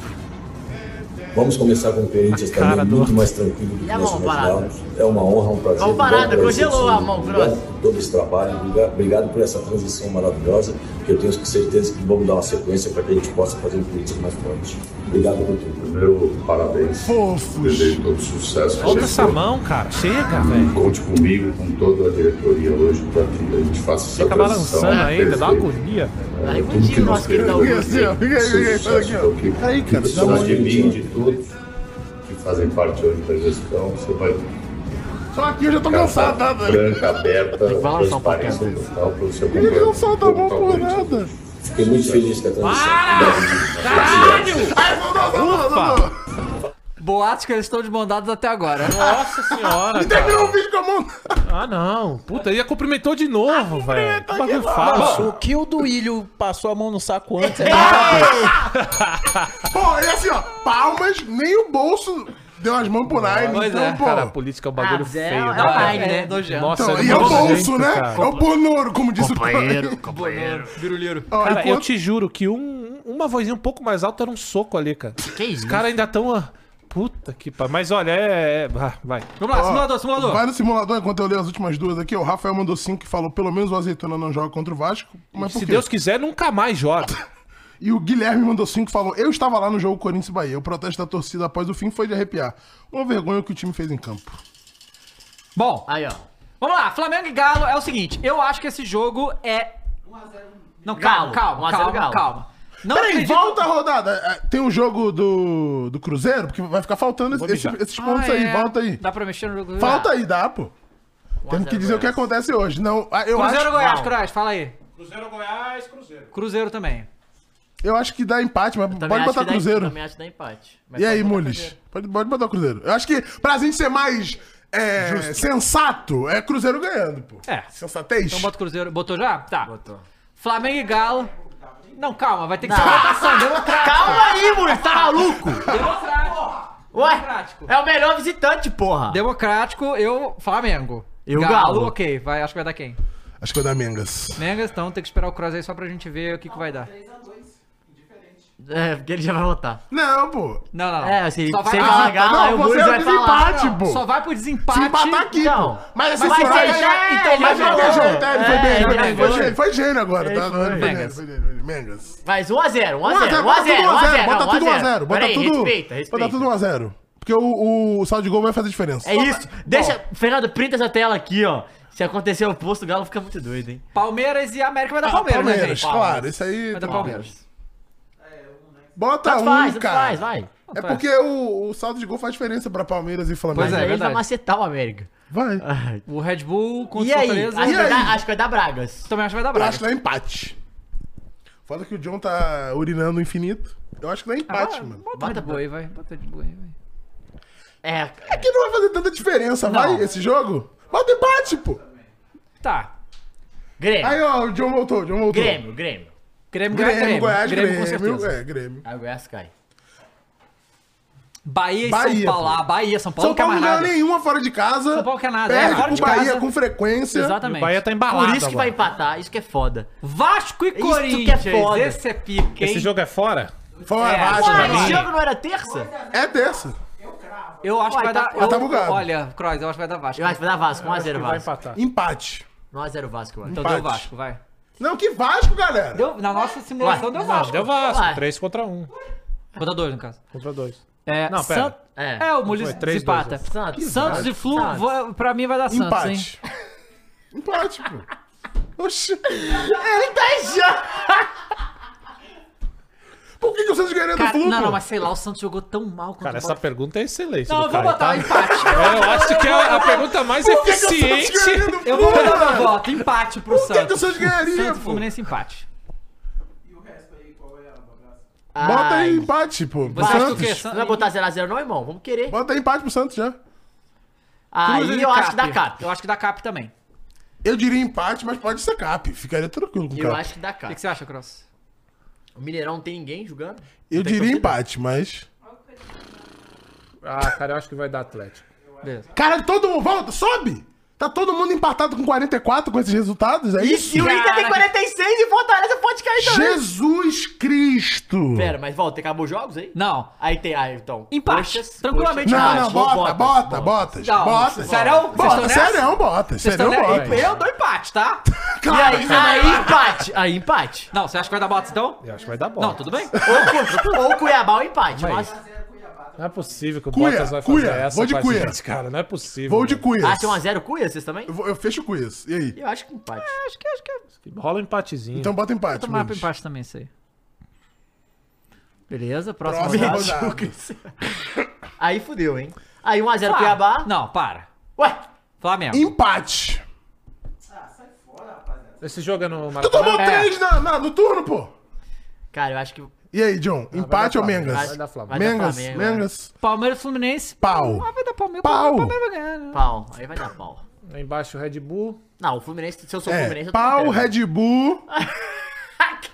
Vamos começar com o Corinthians
cara
também,
do-
muito mais tranquilo do que
E a
nós
mão parada?
imaginávamos. É uma honra, um prazer.
Mão parada,
obrigado pela
congelou
execução
a
do-
mão,
obrigado
grossa.
por Todo esse trabalho, obriga- obrigado por essa transição maravilhosa, que eu tenho certeza que vamos dar uma sequência para que a gente possa fazer o Corinthians mais forte. Obrigado por tudo.
Primeiro, parabéns.
Fofos.
Desejo todo sucesso.
Solta
gestor.
essa mão, cara. Chega, velho.
Conte comigo, com toda a diretoria hoje, para que a gente faça essa
Fica
transição.
balançando ainda, dá uma
perfeita.
agonia.
É, tudo que nós queremos.
Fica aí, fica aí,
um
fica aí, faz aqui, ó. Fica aí, cara, dá uma
Pessoas de
olhadinha.
mim, de todos que fazem parte hoje da gestão, você vai
Só aqui eu já tô
Casa
cansado, tá, velho?
Franca, aberta,
balançar um
transparência total para o seu
Ele
governo.
não solta a mão
Total
por
político.
nada.
Fiquei muito feliz com a transição.
Ai, não, não, não, não, não.
Boatos que eles estão desmandados até agora. né?
Nossa senhora.
E terminou o vídeo com a mão.
Ah, não. Puta, ia cumprimentou de novo, velho. Que bagulho
Nossa, o
fácil.
que o Duílio passou a mão no saco antes é
Pô, e assim, ó, palmas, nem o bolso deu as mãos pro Nine.
Pois
Então,
é,
pô.
Cara, a política é um bagulho
mas é-
feio,
é
né?
uma
cara?
Ai, né?
Nojento.
Nossa,
Então,
era
e é o
nojento,
bolso, né?
cara.
É o bonoro, como disse o Croy.
Companheiro. Birulheiro.
Ó,
Cara, eu
enquanto-
te juro que um- uma vozinha um pouco mais alta era um soco ali, cara.
é
Que
Os
isso?
caras ainda tão. ah, Puta que pariu. Mas olha, é. é- ah, vai.
Vamos lá,
Ó,
simulador, simulador.
Vai no simulador enquanto eu leio as últimas duas aqui. O Rafael mandou cinco que falou: pelo menos o Azeitona não joga contra o Vasco. Mas por
Se
quê?
Deus quiser, nunca mais joga.
E o Guilherme mandou cinco que falou: eu estava lá no jogo Corinthians e Bahia. O protesto da torcida após o fim foi de arrepiar. Uma vergonha o que o time fez em campo.
Bom,
Aí, ó.
Vamos lá, Flamengo e Galo é o seguinte, eu acho que esse jogo é...
Um Galo. 1 a 0
Não, calma, calma, calma,
Galo.
calma. Não
Peraí,
acredito-
volta a rodada. É, Tem o jogo do, do Cruzeiro, porque vai ficar faltando esse- esse- esses pontos
Ah,
aí.
é.
Volta aí.
Dá pra mexer no jogo?
Falta aí, dá, pô. Temos que dizer o que é acontece hoje. Não, ah, eu
Cruzeiro
acho...
ou Goiás, Croaz? Fala aí.
Cruzeiro, Goiás, Cruzeiro.
Cruzeiro também.
Eu acho que dá empate, mas
Também
pode
acho
botar
que dá-
Cruzeiro.
Também acho que dá empate. Mas
E aí,
pode botar
Mules?
Cruzeiro.
Pode, pode botar Cruzeiro. Eu acho que pra gente ser mais é, sensato, é Cruzeiro ganhando, pô.
É.
Sensatez.
Então bota o Cruzeiro. Botou já? Tá. Botou. Flamengo e Galo. Não, calma, vai ter
é
que ser votação democrática.
Calma aí, Mules, tá maluco?
Democrático.
Ué,
Democrático.
é o melhor visitante, porra.
Democrático, eu. Flamengo.
Eu, Galo.
Ok, vai, acho que vai dar quem?
Acho que vai dar Mengas.
Mengas, então tem que esperar o Cross aí só pra gente ver o que, que vai dar.
É, porque ele já vai votar.
Não, pô.
Não, não, não.
É, se- se ele
pro
Ah,
falar
desempate.
Galo,
tá,
aí o
você
Mules
é
vai falar.
desempate, assim, pô. Só vai pro desempate.
um Se empatar aqui,
Então,
pô. Mas esse
mas
Soraya
vai ser-
já-
é,
então,
ele
mas
já
vai ter
ganhou.
jeito, é, ele foi
É,
bem, ele
ele
foi bem,
ganhou.
foi gênio, foi gênio agora,
Ele
tá?
foi.
Foi gênio,
Mengas.
foi gênio, foi gênio. Mengas.
Mas 1x0, 1x0,
1x0,
1x0,
bota Ah, tá, tudo
1x0. 1x0,
1x0, bota tudo 1x0, bota
Peraí,
tudo. um
Respeita, respeita.
Bota tudo 1x0. Porque o, o saldo de gol vai fazer diferença.
É isso. Deixa, Fernando, printa essa tela aqui, ó. Se acontecer o oposto, o Galo fica muito doido, hein?
Palmeiras e América vai dar
Ah,
Palmeiras, né,
Palmeiras,
gente?
Claro, isso aí. tá
Vai dar Palmeiras.
Bota
Tanto
um,
faz, tanto
cara.
faz, vai.
É porque o, o saldo de gol faz diferença pra Palmeiras e Flamengo.
Mas aí
é.
ele vai macetar o América.
Vai.
O Red Bull contra
E
o
aí?
Fortaleza.
Acho,
E
que vai
aí?
dar, acho que vai dar Bragas.
Também acho que vai dar
Eu
Braga.
acho que dá empate. Foda que o John tá urinando infinito. Eu acho que dá empate, mano.
Ah, Bota Red Bull aí, vai. Bota Red Bull aí, vai.
É,
É que não vai fazer tanta diferença, vai, esse jogo? Bota empate, pô.
Tá. É.
Grêmio.
Aí, ó, o John voltou, o John voltou.
Grêmio, Grêmio.
Grêmio, ganha
Grêmio,
Grêmio.
Goiás,
Grêmio,
Grêmio,
com certeza.
é, Grêmio.
Aí o Goiás cai.
Bahia e
Bahia,
São Paulo.
pô.
Ah, Bahia, São Paulo não
São Paulo não
quer mais
ganhou
nada.
nenhuma fora de casa. São Paulo
quer nada, é,
Perde
fora
pro
de
Bahia
casa.
com frequência.
Exatamente.
E
o Bahia
tá
Por
embalado
isso que vai empatar, isso que é foda.
Vasco e
Isso
Corinthians.
que é foda.
Esse é pique, hein?
Esse jogo é fora?
Fora,
É,
Vasco,
fora,
Ué, esse
Bahia.
jogo não era terça?
É terça.
Eu acho
Uai,
que vai
tá-
dar...
Mas
eu-
tá bugado.
Olha, Croix, eu acho que vai dar Vasco.
Eu acho que vai dar Vasco, 1x0 Vasco.
empatar.
Empate.
1x0 Vasco, eu acho.
Então
empate.
deu Vasco, vai.
Não, que Vasco, galera.
Deu, na nossa simulação
Uai,
deu
Não,
Vasco.
deu Vasco.
Vai.
3 contra 1.
Contra dois, no caso.
Contra 2.
É,
Não, pera.
Sant-
É.
É, o Mules
Foi três,
empata.
dois,
Santos.
Santos e Flu,
Santos.
vou- pra mim vai dar Santos, hein?
Empate. Empate, pô. Oxi.
Ele tá enchendo.
Por que, que o Santos ganhou do
Cara,
Flu?
não,
pô?
não, mas sei lá, o Santos jogou tão mal contra
Cara,
o
essa
Botafogo.
pergunta é excelente.
Não,
do
eu vou
Caio,
botar
tá?
empate.
É, eu acho que é a pergunta mais
Por que que o Santos ganhou
eficiente.
do
Eu vou
Flu,
botar meu
mano?
voto, empate pro
Por que
Santos.
que o Santos ganharia,
Santos,
pô?
Fluminense, empate.
Bota
Ai,
aí empate, pô. Pro
Você acha o quê?
Santos.
Não
Santos-
vai botar 0x0 não, irmão? Vamos querer.
Bota aí empate pro Santos já.
Cruz
Aí
e
eu acho que
Cap.
dá cap.
Eu acho que dá cap também.
Eu diria empate, mas pode ser cap. Ficaria tranquilo com o
Eu
cap.
acho que dá
O que,
cap.
que você acha, Cross?
O Mineirão não tem ninguém jogando.
Eu diria empate, mas.
Ah, cara, eu acho que vai dar Atlético.
Beleza.
Caralho, todo mundo volta, sobe! Tá todo mundo empatado com 44 com esses resultados? É isso?
E o Inter tem 46 e Fortaleza pode cair também.
Jesus Cristo!
Pera, mas volta, acabou os jogos aí?
Não.
Aí tem, aí então.
Empate. Tranquilamente
Não,
empate.
não, bota, bota, bota.
Não,
Bota.
serão? Vocês estão
Bota,
nessa?
serão, bota.
Vocês estão
Serão,
né?
bota.
Eu dou empate, tá?
E aí, aí empate. Aí empate.
Não, você acha que vai dar bota então?
Eu acho que vai dar bola.
Não, tudo bem?
Ou, Cu- ou Cuiabá ou empate.
Mas-
Mas ah,
Não é possível que o
Cuia,
Bottas vai fazer
cuia,
essa
vou de
com a
cuia.
gente, cara. Não é possível.
Vou de
velho.
Ah,
Cuias.
acha 1x0 Cuia, vocês também?
Eu vou- Eu fecho Cuias. E aí?
Eu acho que empate.
acho que acho que
Rola um empatezinho.
Então bota empate,
tomar pro
Luiz.
empate também isso aí. Beleza, próximo
Próxima
rodada.
rodada.
Aí fudeu, hein? Aí 1x0
Ah,
Cuiabá.
Não, para.
Ué,
Flamengo.
Empate.
Esse jogo é no
Tu
Maracanã.
tomou três na, na- no turno, pô!
cara, eu acho que.
E aí, John? Empate ou Mengas?
Vai dar Flamengo.
Vai dar
Mengas,
Flamengo, né?
Mengas.
Palmeiras e Fluminense.
Pau.
Ah, vai dar Palmeiras.
Pau.
Palmeiras vai ganhar, né?
Pau. Aí vai dar pau.
Lá embaixo o Red Bull.
Não, o Fluminense, se eu sou Fluminense,
É,
eu tô
pau,
inteiro.
Red Bull.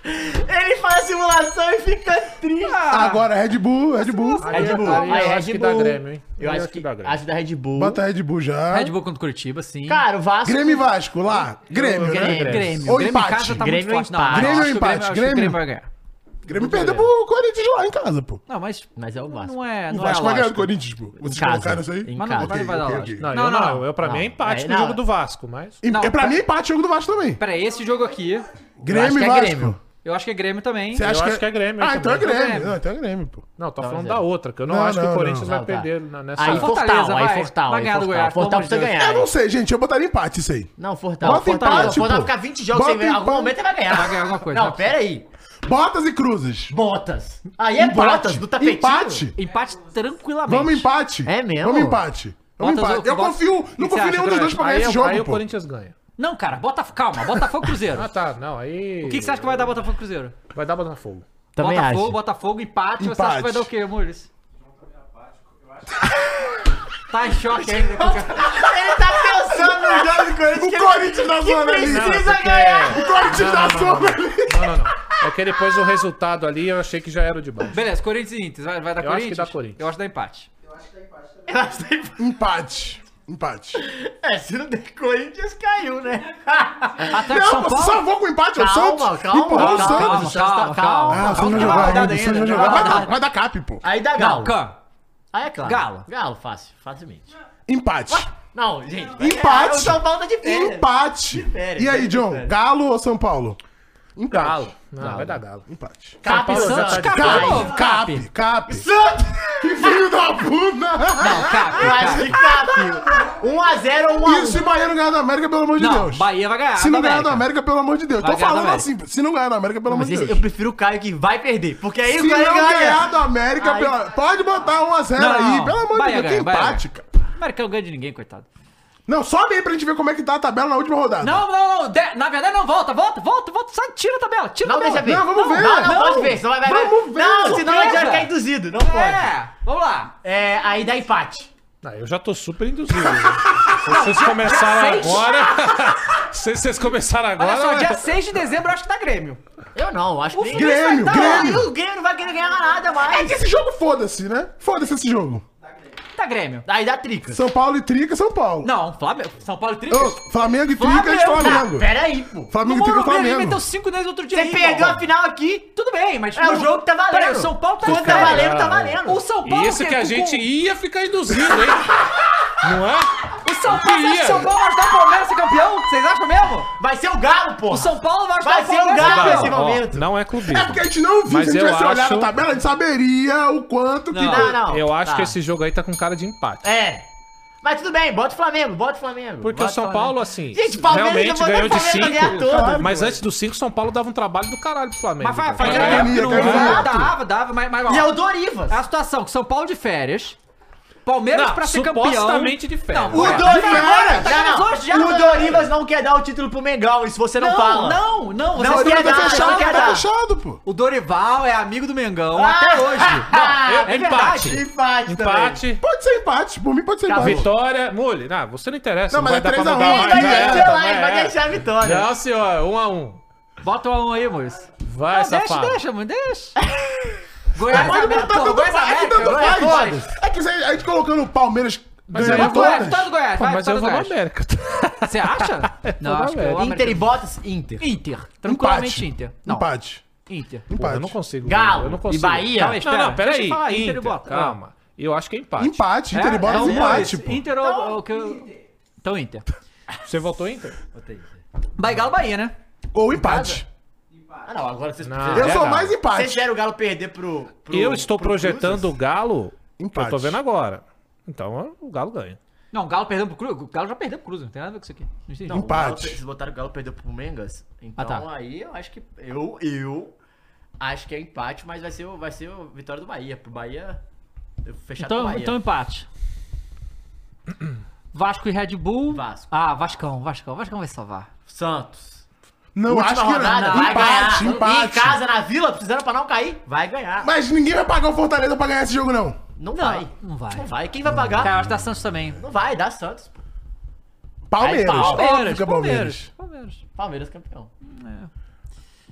Ele faz simulação e fica triste.
Ah.
Agora Red Bull, Red Bull.
assim,
Red Bull.
Aí eu
Aí,
acho
Red
que dá
Bull.
Grêmio, hein?
Eu acho que
dá
acho
Grêmio.
da Red Bull.
Bota Red Bull já.
Red Bull é assim. contra o Curitiba, sim.
Cara, o Vasco.
Grêmio e Vasco, lá. Grêmio, né?
Grêmio. assim. Grêmio.
Ou
Grêmio
empate.
em casa tá
Grêmio
muito forte.
empate.
Não,
Grêmio
acho que o
empate,
acho que o
Grêmio.
vai ganhar.
Grêmio perdeu pro Corinthians lá em casa, pô.
Não, mas
Mas é o Vasco.
não é,
O
não é
Vasco vai ganhar do
lógico.
Corinthians, pô. Vocês
casa.
colocaram isso aí?
Em
Mas
casa.
não vai, vai dar
Ok, ok,
lógico.
ok.
Não,
Não,
eu
não.
não. Eu, pra mim é empate
Aí,
no
não.
jogo do Vasco, mas.
E-
Não,
é pra
pra-
mim empate o jogo do Vasco também.
Pera aí, esse jogo aqui.
Grêmio e
que é
Vasco.
Grêmio.
Eu acho que é Grêmio também.
Você acha
eu
que
acho que é Grêmio.
Ah,
também.
então é Grêmio. Não, então é Grêmio, pô.
né? Não, tô
Pois
falando
é.
da outra, que eu não,
Não,
acho que
não,
o Corinthians
não.
vai
Não,
tá.
perder na- nessa.
Aí,
Fortaleza.
Fortaleza, Fortal, aí,
vai.
Fortal,
Vai
aí,
ganhar do
Fortal.
Goiás, pelo
Fortal
amor de
precisa
Deus.
ganhar.
Eu não sei, gente. Eu botaria empate isso aí.
Não, Fortal.
Bota
Fortaleza.
empate,
Fortal
pô.
ficar 20 jogos sem
Bota
ver. Algum
empate.
momento ele vai ganhar.
Vai ganhar alguma coisa.
Não, pera aí.
Botas e cruzes.
Botas. Aí é
Empate.
botas do tapetinho.
Empate.
Empate tranquilamente.
Vamos empate.
É mesmo?
Vamos empate. Vamos
Botas
empate.
ou-
Eu
Botas-
confio.
O que
Não
você
confio em
acha,
nenhum dos dois pra ganhar
Aí,
esse
eu- aí
jogo,
o
pô.
Corinthians ganha.
Não, cara, bota... calma, Botafogo e Cruzeiro.
Ah, tá. Não, aí.
O que, que você acha que vai dar Botafogo e Cruzeiro?
Vai dar Botafogo.
Também
Botafogo,
acho.
Botafogo, empate. Você acha que vai
Empate.
dar o quê, Muris? Tá em choque ainda. com-
Ele tá pensando no jogo.
O Corinthians da zona ali.
precisa
é porque-
ganhar.
O Corinthians da zona ali.
Não, não, não. É que depois o resultado ali eu achei que já era o de baixo.
Beleza, Corinthians e Inter. Vai, vai dar
Eu acho que
Corinthians?
dá Corinthians.
Eu acho que dá empate.
Empate. Empate.
É, se não der Corinthians, caiu, né?
Ataque
Não,
São
você
Paulo?
salvou com empate. O
Calma,
Santos
calma,
empurrou o
calma, calma, tá
Santos.
calma,
Ah,
calma.
o Santos vai
Calma,
jogar
calma,
ainda. O Santos vai jogar. Vai dar- Vai dar cap, pô.
Aí dá
Não,
Galo.
Can.
Aí é claro.
Galo.
Galo, fácil, facilmente.
é?
Empate.
Não, gente. é, vai
Empate.
ganhar. O São Paulo tá de pé.
Empate.
férias,
E aí,
de
John?
férias.
Galo ou São Paulo? Empate.
Galo. Não, vai dar galo.
Empate.
São
Cap
Paulo já
Santos,
tá de
cap.
Cap,
Cap.
cap, cap.
Santos.
Que filho da puta!
Não, cara.
Eu acho que cap. 1x0 ou 1x1.
E se Bahia não ganhar do América, pelo amor de
Não,
Deus?
Bahia vai ganhar.
Se não ganhar do
da América.
América, pelo amor de Deus.
Vai
Tô
ganhar do
falando
América.
assim, se não ganhar do América, pelo amor
Mas
de
esse-
Deus.
eu prefiro o Caio que vai perder. Porque aí
Se
o
não
Caio ganha.
ganhar do América,
Aí-
pela- pode botar 1x0
Não, não,
aí,
não.
pelo amor
Bahia
de Deus.
ganha,
Tem
Bahia
empate,
ganha.
cara.
América não ganha de ninguém, coitado.
Não, sobe aí pra gente ver como é que tá a tabela na última rodada.
Não, não, não. de- Na verdade, não. Volta, volta, volta, volta. Sai, tira a tabela. Tira a
Não,
tabela.
deixa ver.
Não, vamos ver.
Não, não,
Não.
pode ver. Senão vai, vai, vai.
Vamos ver,
Não, é. senão
surpresa.
a gente vai ficar induzido. Não pode.
É, vamos lá.
É, aí dá empate.
Não, Ah, eu já tô super induzido. né? Se vocês começaram
seis.
agora. Se vocês começaram
Olha
agora. né?
só,
vai-
dia 6 de dezembro eu acho que dá Grêmio.
Eu não, acho que.
Grêmio,
Fluminense vai dar-
Grêmio.
O Grêmio não vai querer ganhar nada mais.
Esse jogo foda-se, né? Foda-se esse jogo.
Dá Grêmio.
Aí dá trica.
São Paulo e Trica, São Paulo.
Não, Flamengo. São Paulo e Trica.
Ô, Flamengo e Trica e
Flamengo.
Flamengo.
Ah, tá. Pera aí, pô.
Flamengo
No
e Trica e
Morumbi ele
Flamengo.
meteu 5 neles Então, outro dia.
Você
aí,
perdeu a
Paulo.
final aqui.
Tudo bem, mas...
É, o jogo tá valendo.
Peraí, o São Paulo tá...
Quando tá
cara.
valendo, tá valendo.
O São Paulo...
E esse que a
com-
gente ia ficar induzido, hein? Não é?
O São Paulo... Vocês acham que o São Paulo vai ajudar o Palmeiras a ser campeão? Vocês acham mesmo?
Vai ser o Galo, pô.
O São Paulo vai ajudar
Vai
o
ser o
Palmeiras a ser
Galo
campeão.
esse momento.
Não é clubismo.
É porque a gente não viu.
Mas
Se a gente
eu
tivesse olhado a
acho-
tabela, a gente saberia o quanto que...
Não, não.
Eu acho
Tá.
que esse jogo aí tá com cara de empate.
É. Mas tudo bem, bota o Flamengo, bota o Flamengo.
Porque
bota
o São Paulo, assim,
Gente, o Palmeiras
realmente
já botou
ganhou
o
de
Palmeiras pra
5.
ganhar todas.
Mas antes do 5, São Paulo dava um trabalho do caralho pro Flamengo.
Mas vai,
cara.
fazia
Mas é
tempo que não
ironia,
ganhava,
exato.
dava, dava, mas... mas ó,
um E é o Dorivas.
É a situação que São Paulo de férias... Palmeiras
Não,
pra ser campeão...
supostamente de férias.
Não,
O
é.
Dorivas,
Tá agora, tá
não, não.
agora, já
o
tá-
Dorivas não quer dar o título pro Mengão, isso você não,
Não,
fala.
não, não. vocês
Não
estão
quer
errados.
dar,
Fechado,
não quer
tá
dar.
fechado, pô.
O Dorival é amigo do Mengão
Ah!
até hoje.
Ah,
Não, é
empate.
verdade.
Empate, empate.
Empate,
Pode ser empate. Por mim, pode ser
Tá,
empate. É
vitória... Mule, não, você não interessa.
Não, mas é
dar pra
3 a 1,
mudar.
ele
Vai
Não,
deixar,
não,
vai,
é.
vai deixar a vitória.
Não, senhor, 1 a 1
Bota um a um aí, Maurício.
Vai,
Não, deixa,
safado.
deixa, mano, deixa. Goiás
Mas
América,
tá
pô,
dando
Goiás
faz, é que
América.
tanto
Goiás
faz. É que a gente colocando o Palmeiras
Mas é
ganhando
aí eu vou-
Goiás,
é
todas.
vitória do Goiás, vai,
Mas eu
vitória do
vou no
Goiás.
América.
Você acha? Não, acho que eu
Inter e Botas, Inter.
Inter. Tranquilamente
Empate.
Inter. Não,
Empate.
Inter.
Pô, eu
Empate.
não consigo.
Galo
eu não
e
consigo.
Bahia.
Calma aí, espera. Não, é não, pera
Deixa eu
aí.
falar, Inter e
Inter,
Bota.
calma. Eu acho que é empate.
Empate. Inter e Botas,
é um
então,
empate,
Maurício,
pô.
Inter ou... ou que eu- Então, Inter.
Você votou Inter?
Bahia, Galo, Bahia, né?
Ou empate.
Ah, não, agora vocês
Não.
Eu
É,
sou
cara.
mais
Vocês
empate.
fizeram o Galo perder pro. pro-
eu estou
pro
projetando o Galo.
Empate.
Eu tô vendo agora. Então o Galo ganha.
Não, o Galo perdeu pro Cruz. O Galo já perdeu pro Cruz, não tem nada a ver com isso aqui. Não
um
entendi.
Não, o Galo-
Empate.
Vocês botaram o Galo perdeu pro Mengas. Então
Ah, tá.
aí eu acho que. Eu, eu acho que é empate, mas vai ser, o- vai ser a vitória do Bahia. Pro Bahia. eu Fechado com o
Então,
Bahia.
então empate. Vasco e Red Bull.
Vasco.
Ah, Vascão, Vascão. Vascão vai salvar.
Santos.
Não,
Última
acho que
rodada,
não.
vai
né? Empate,
ganhar. Em
empate.
casa, na vila, precisando pra não cair, vai ganhar.
Mas ninguém vai pagar o Fortaleza pra ganhar esse jogo, não.
Não, vai.
não vai.
Não vai. Quem vai pagar?
Cara, eu acho que dá Santos também.
Não vai, dá Santos. pô.
Palmeiras.
Aí,
Óbvio que
Palmeiras,
é Palmeiras.
Palmeiras. Palmeiras.
Palmeiras campeão.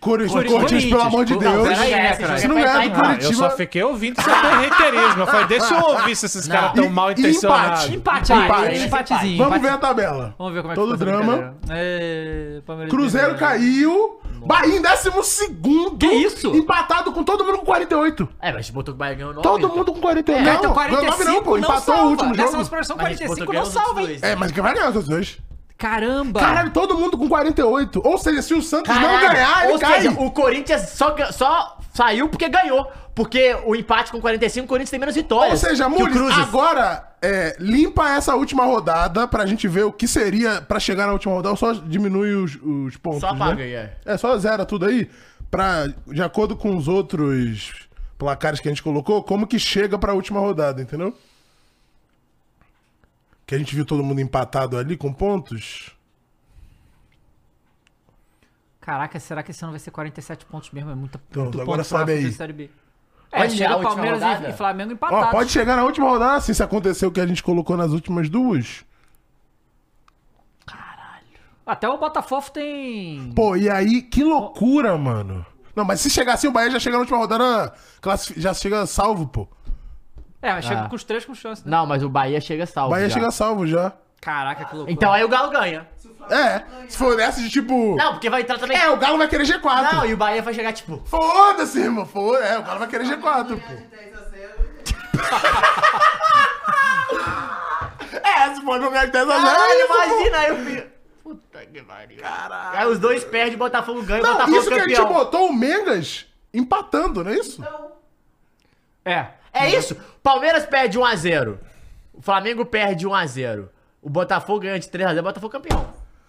Corinthians, Corinthians, pelo amor de
Não,
Deus.
peraí,
Esse
é,
jogo
cara.
Se não
vai
ganhar do
entrar em
eu
Ah, Curitiba...
só fiquei ouvindo seu berreterismo. Eu falei, deixa eu ouvir se esses caras tão
E-
mal
e
intencionados.
empate.
Empate,
Empate.
aí, empatezinho.
Vamos
empate.
ver a tabela.
Vamos ver como é que
Todo
ficou essa
drama.
brincadeira. É, Palmeiras
Cruzeiro
ganhou.
caiu. Bahia em décimo segundo.
Que isso?
Empatado com todo mundo com 48.
É, mas botou que o Bahia ganhou 9.
Todo mundo com 48.
É,
não,
então
ganhou
45
nove não, pô. Empatou
salva.
o último
Nessa
jogo.
nossa projeção,
Mas a gente botou
45
ganhou
não
os
salva, hein?
dois, né?
É, mas quem vai ganhar os outros dois?
Caramba!
Caralho, todo mundo com 48. Ou seja, se o Santos não ganhar, ele
Ou
cai.
seja, o Corinthians só, ga- só saiu porque ganhou. Porque o empate com 45, o Corinthians tem menos
Ou
vitórias.
seja,
que o
Mules,
Cruzes.
agora é, limpa essa última rodada pra gente ver o que seria pra chegar na última rodada. Só diminui os, os pontos.
Só apaga
né?
aí, é.
É, só zera tudo aí. Pra, de acordo com os outros placares que a gente colocou, como que chega pra última rodada, entendeu? Que a gente viu todo mundo empatado ali com pontos.
Caraca, será que esse ano vai ser 47 pontos mesmo? É muita,
Então,
muito
agora
ponto pra
sabe aí.
fazer Série B. É,
Olha, a
chega
última
Palmeiras
rodada.
e, e Flamengo empatados.
Ó, pode chegar na última rodada, assim, se acontecer o que a gente colocou nas últimas duas.
Até o Botafogo tem...
Pô, e aí, que loucura, mano. Não, mas se chegar assim, o Bahia já chega na última rodada, classifi- já chega salvo, pô.
É, mas chega
Ah.
com os três com chance, né?
Não, mas o Bahia chega
O
salvo.
Bahia
já.
chega salvo já.
Caraca, que loucura.
Então aí o Galo ganha.
É, se for nessa de tipo.
Não, porque vai entrar também.
É, o Galo vai querer G4.
Não, e o Bahia vai chegar tipo.
Foda-se, irmão. Foda é, o Galo vai querer G4, pô.
né?
É, se for ganhar de 10 a 0, é
Caralho,
isso, pô.
imagina aí o filho. Puta que pariu. Caralho. Aí os dois perdem, o Botafogo ganha, o
Não,
Botafogo
isso que a
campeão. Então-
gente botou o Mengas empatando, não é isso?
É.
É isso? Palmeiras perde 1x0. O Flamengo perde 1x0. O Botafogo ganha de 3x0, Botafogo campeão.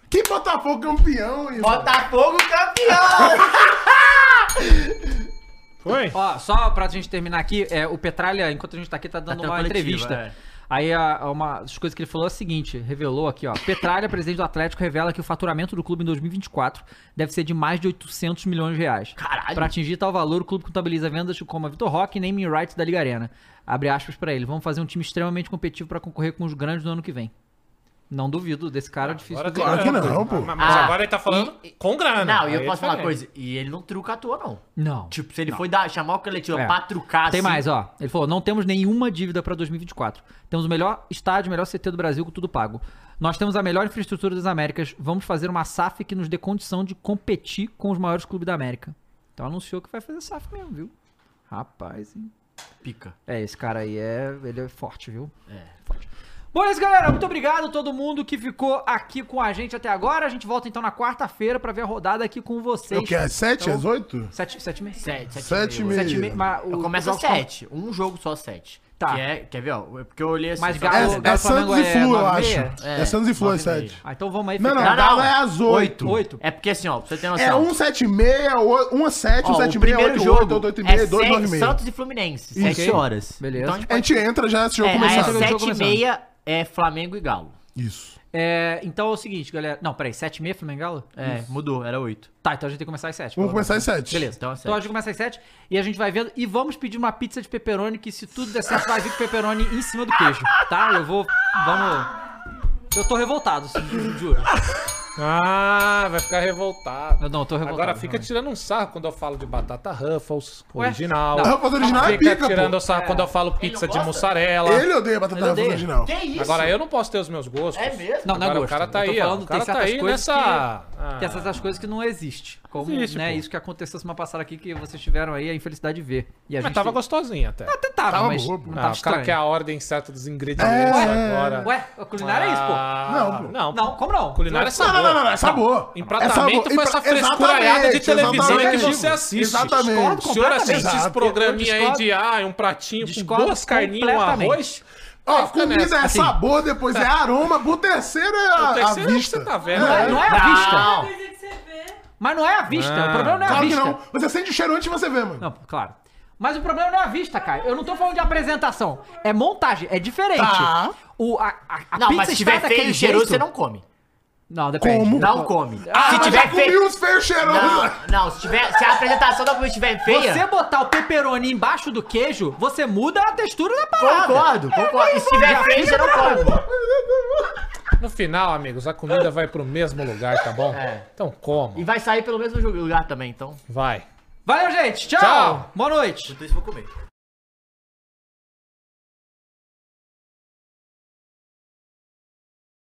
Que Botafogo campeão, irmão.
Botafogo campeão!
Foi? Ó, só pra gente terminar aqui, é, o Petralha, enquanto a gente tá aqui, tá dando
tendo
uma
coletiva,
entrevista.
é.
Aí a- uma das coisas que ele falou é o seguinte, revelou aqui, ó. Petralha, presidente do Atlético, revela que o faturamento do clube em 2024 deve ser de mais de 800 milhões de reais. Caralho! Pra atingir tal valor, o clube contabiliza vendas como a Vitor Roque e naming rights da Liga Arena. Abre aspas pra ele. Vamos fazer um time extremamente competitivo pra concorrer com os grandes no ano que vem. Não duvido desse cara, é difícil
Agora
de
tem-
duvidar.
Claro que não, pô. Mas-
Ah,
mas agora ele tá falando com grana.
Não, e eu
Aí é
posso falar uma
diferente.
coisa. E ele não truca à toa, não.
Não.
Tipo, se ele foi dar, chamar o coletivo
É.
pra trucar
Tem
assim,
mais, ó. Ele falou: não temos nenhuma dívida pra 2024. Temos o melhor estádio, o melhor CT do Brasil com tudo pago. Nós temos a melhor infraestrutura das Américas. Vamos fazer uma SAF que nos dê condição de competir com os maiores clubes da América. Então anunciou que vai fazer SAF mesmo, viu? Rapaz, hein?
Pica.
É, esse cara aí é. Ele é forte, viu?
É.
Bom, é isso, galera. Muito obrigado a todo mundo que ficou aqui com a gente até agora. A gente volta então na quarta-feira pra ver a rodada aqui com vocês.
O É que? Às 7?
Então,
às 8?
Sete, sete e meia.
Sete, sete,
Sete e meia.
Sete e meia, mas o-
Começa
os jogos são-
7. Um jogo só 7.
Tá.
Que é, quer ver, ó? Porque eu olhei assim.
Mas
só-
Galo-
É, é Santos e
Flamengo é
Flu, eu
nove
acho.
e
É,
meia? É,
Santos e Flu às
nove e meia.
7.
Ah, então vamos aí.
Não, não,
ficar-
o Galo é às 8.
Oito.
É porque assim, ó, pra você ter
É
noção.
176, 176,
Ó, o
176,
primeiro
88,
jogo
886,
é
296.
Santos e Fluminense,
Isso.
7 horas.
Beleza.
Então a
A gente entra já esse jogo começar.
Aí é 7 e
começando.
meia é Flamengo e Galo.
Isso.
É, então é o seguinte, galera. Não, peraí, 7 e meia, Flamengo e Galo?
É,
Isso.
mudou, era 8.
Tá, então a gente tem que começar às 7.
Vamos começar às 7.
Beleza,
Então
então,
é
a gente começa às 7 e a gente vai vendo. E vamos pedir uma pizza de pepperoni, que se tudo der certo, vai vir com pepperoni em cima do queijo. Tá? Eu vou. Vamos. Eu tô revoltado, ju- juro.
Ah, vai ficar revoltado.
Não, não, eu tô revoltado.
Agora fica tirando um sarro quando eu falo de batata Ruffles,
Ué?
original.
Não.
Ruffles original é
fica
pica, pô.
tirando sarro quando eu falo pizza de mussarela.
Ele odeia batata
Ele
Ruffles
odeia.
original.
Que isso?
Agora eu não posso ter os meus gostos.
É mesmo?
Não, não é
Agora
gosto.
o cara tá
eu tô
aí, ó.
falando,
O cara
tem
tá
certas
aí
coisas
nessa-
que...
Ah.
Tem certas coisas que não existe. Como,
Existe,
né,
pô.
isso que aconteceu semana passada aqui, que vocês tiveram aí a infelicidade de ver. E a
Mas
gente
tava gostosinha até.
Até tava,
Tava
mas
boa,
não
pô.
Ah,
tava
o cara
Tá estranho.
quer a ordem certa dos ingredientes
É.
agora.
Ué, a culinária é isso, pô.
Ah,
Não, pô.
Não,
Não, como não?
Culinária é
Não,
sabor.
não, não, não, não, é sabor.
Empratamento
É sabor.
foi essa
Empre-
frescuraiada de
Exatamente,
televisão que
exatamente.
você assiste.
Exatamente.
O senhor assiste esse
Exato.
programinha
Eu
aí
discordo.
de ah, um pratinho
Discordo
com duas carninhas, um
completamente.
arroz.
Ó,
Aí fica
comida
nessa.
é
assim.
sabor, depois é aroma, pro terceiro é
O
a, a
terceiro é que
vista.
você tá vendo.
Não é, não é à vista.
Não.
Mas não é à vista. O
Ah.
problema não é à
Claro que
vista.
não. Você sente o cheiro antes de você ver, mano.
Não, claro. Mas o problema não é a vista, cara. Eu não tô falando de apresentação. É montagem, é diferente.
Tá.
O, a a, a
Não,
pizza
mas se
está
tiver feio
daquele
e cheiroso,
jeito...
você não come.
Não, depende.
Como?
Não
Não
come.
come.
Ah,
se
mas
tiver
já comi
feio.
uns feios cheirosos.
Não, não, se tiver. Se a apresentação da comida estiver feia.
é
Você botar o pepperoni embaixo do queijo, você muda a textura da parada.
Concordo, concordo. E se
é
tiver feio, você não come.
No final, amigos, a comida vai pro mesmo lugar, tá bom?
É.
Então coma.
E vai sair pelo mesmo lugar também, então.
Vai.
Valeu, gente. Tchau.
Tchau.
Boa noite.
Por isso eu vou comer.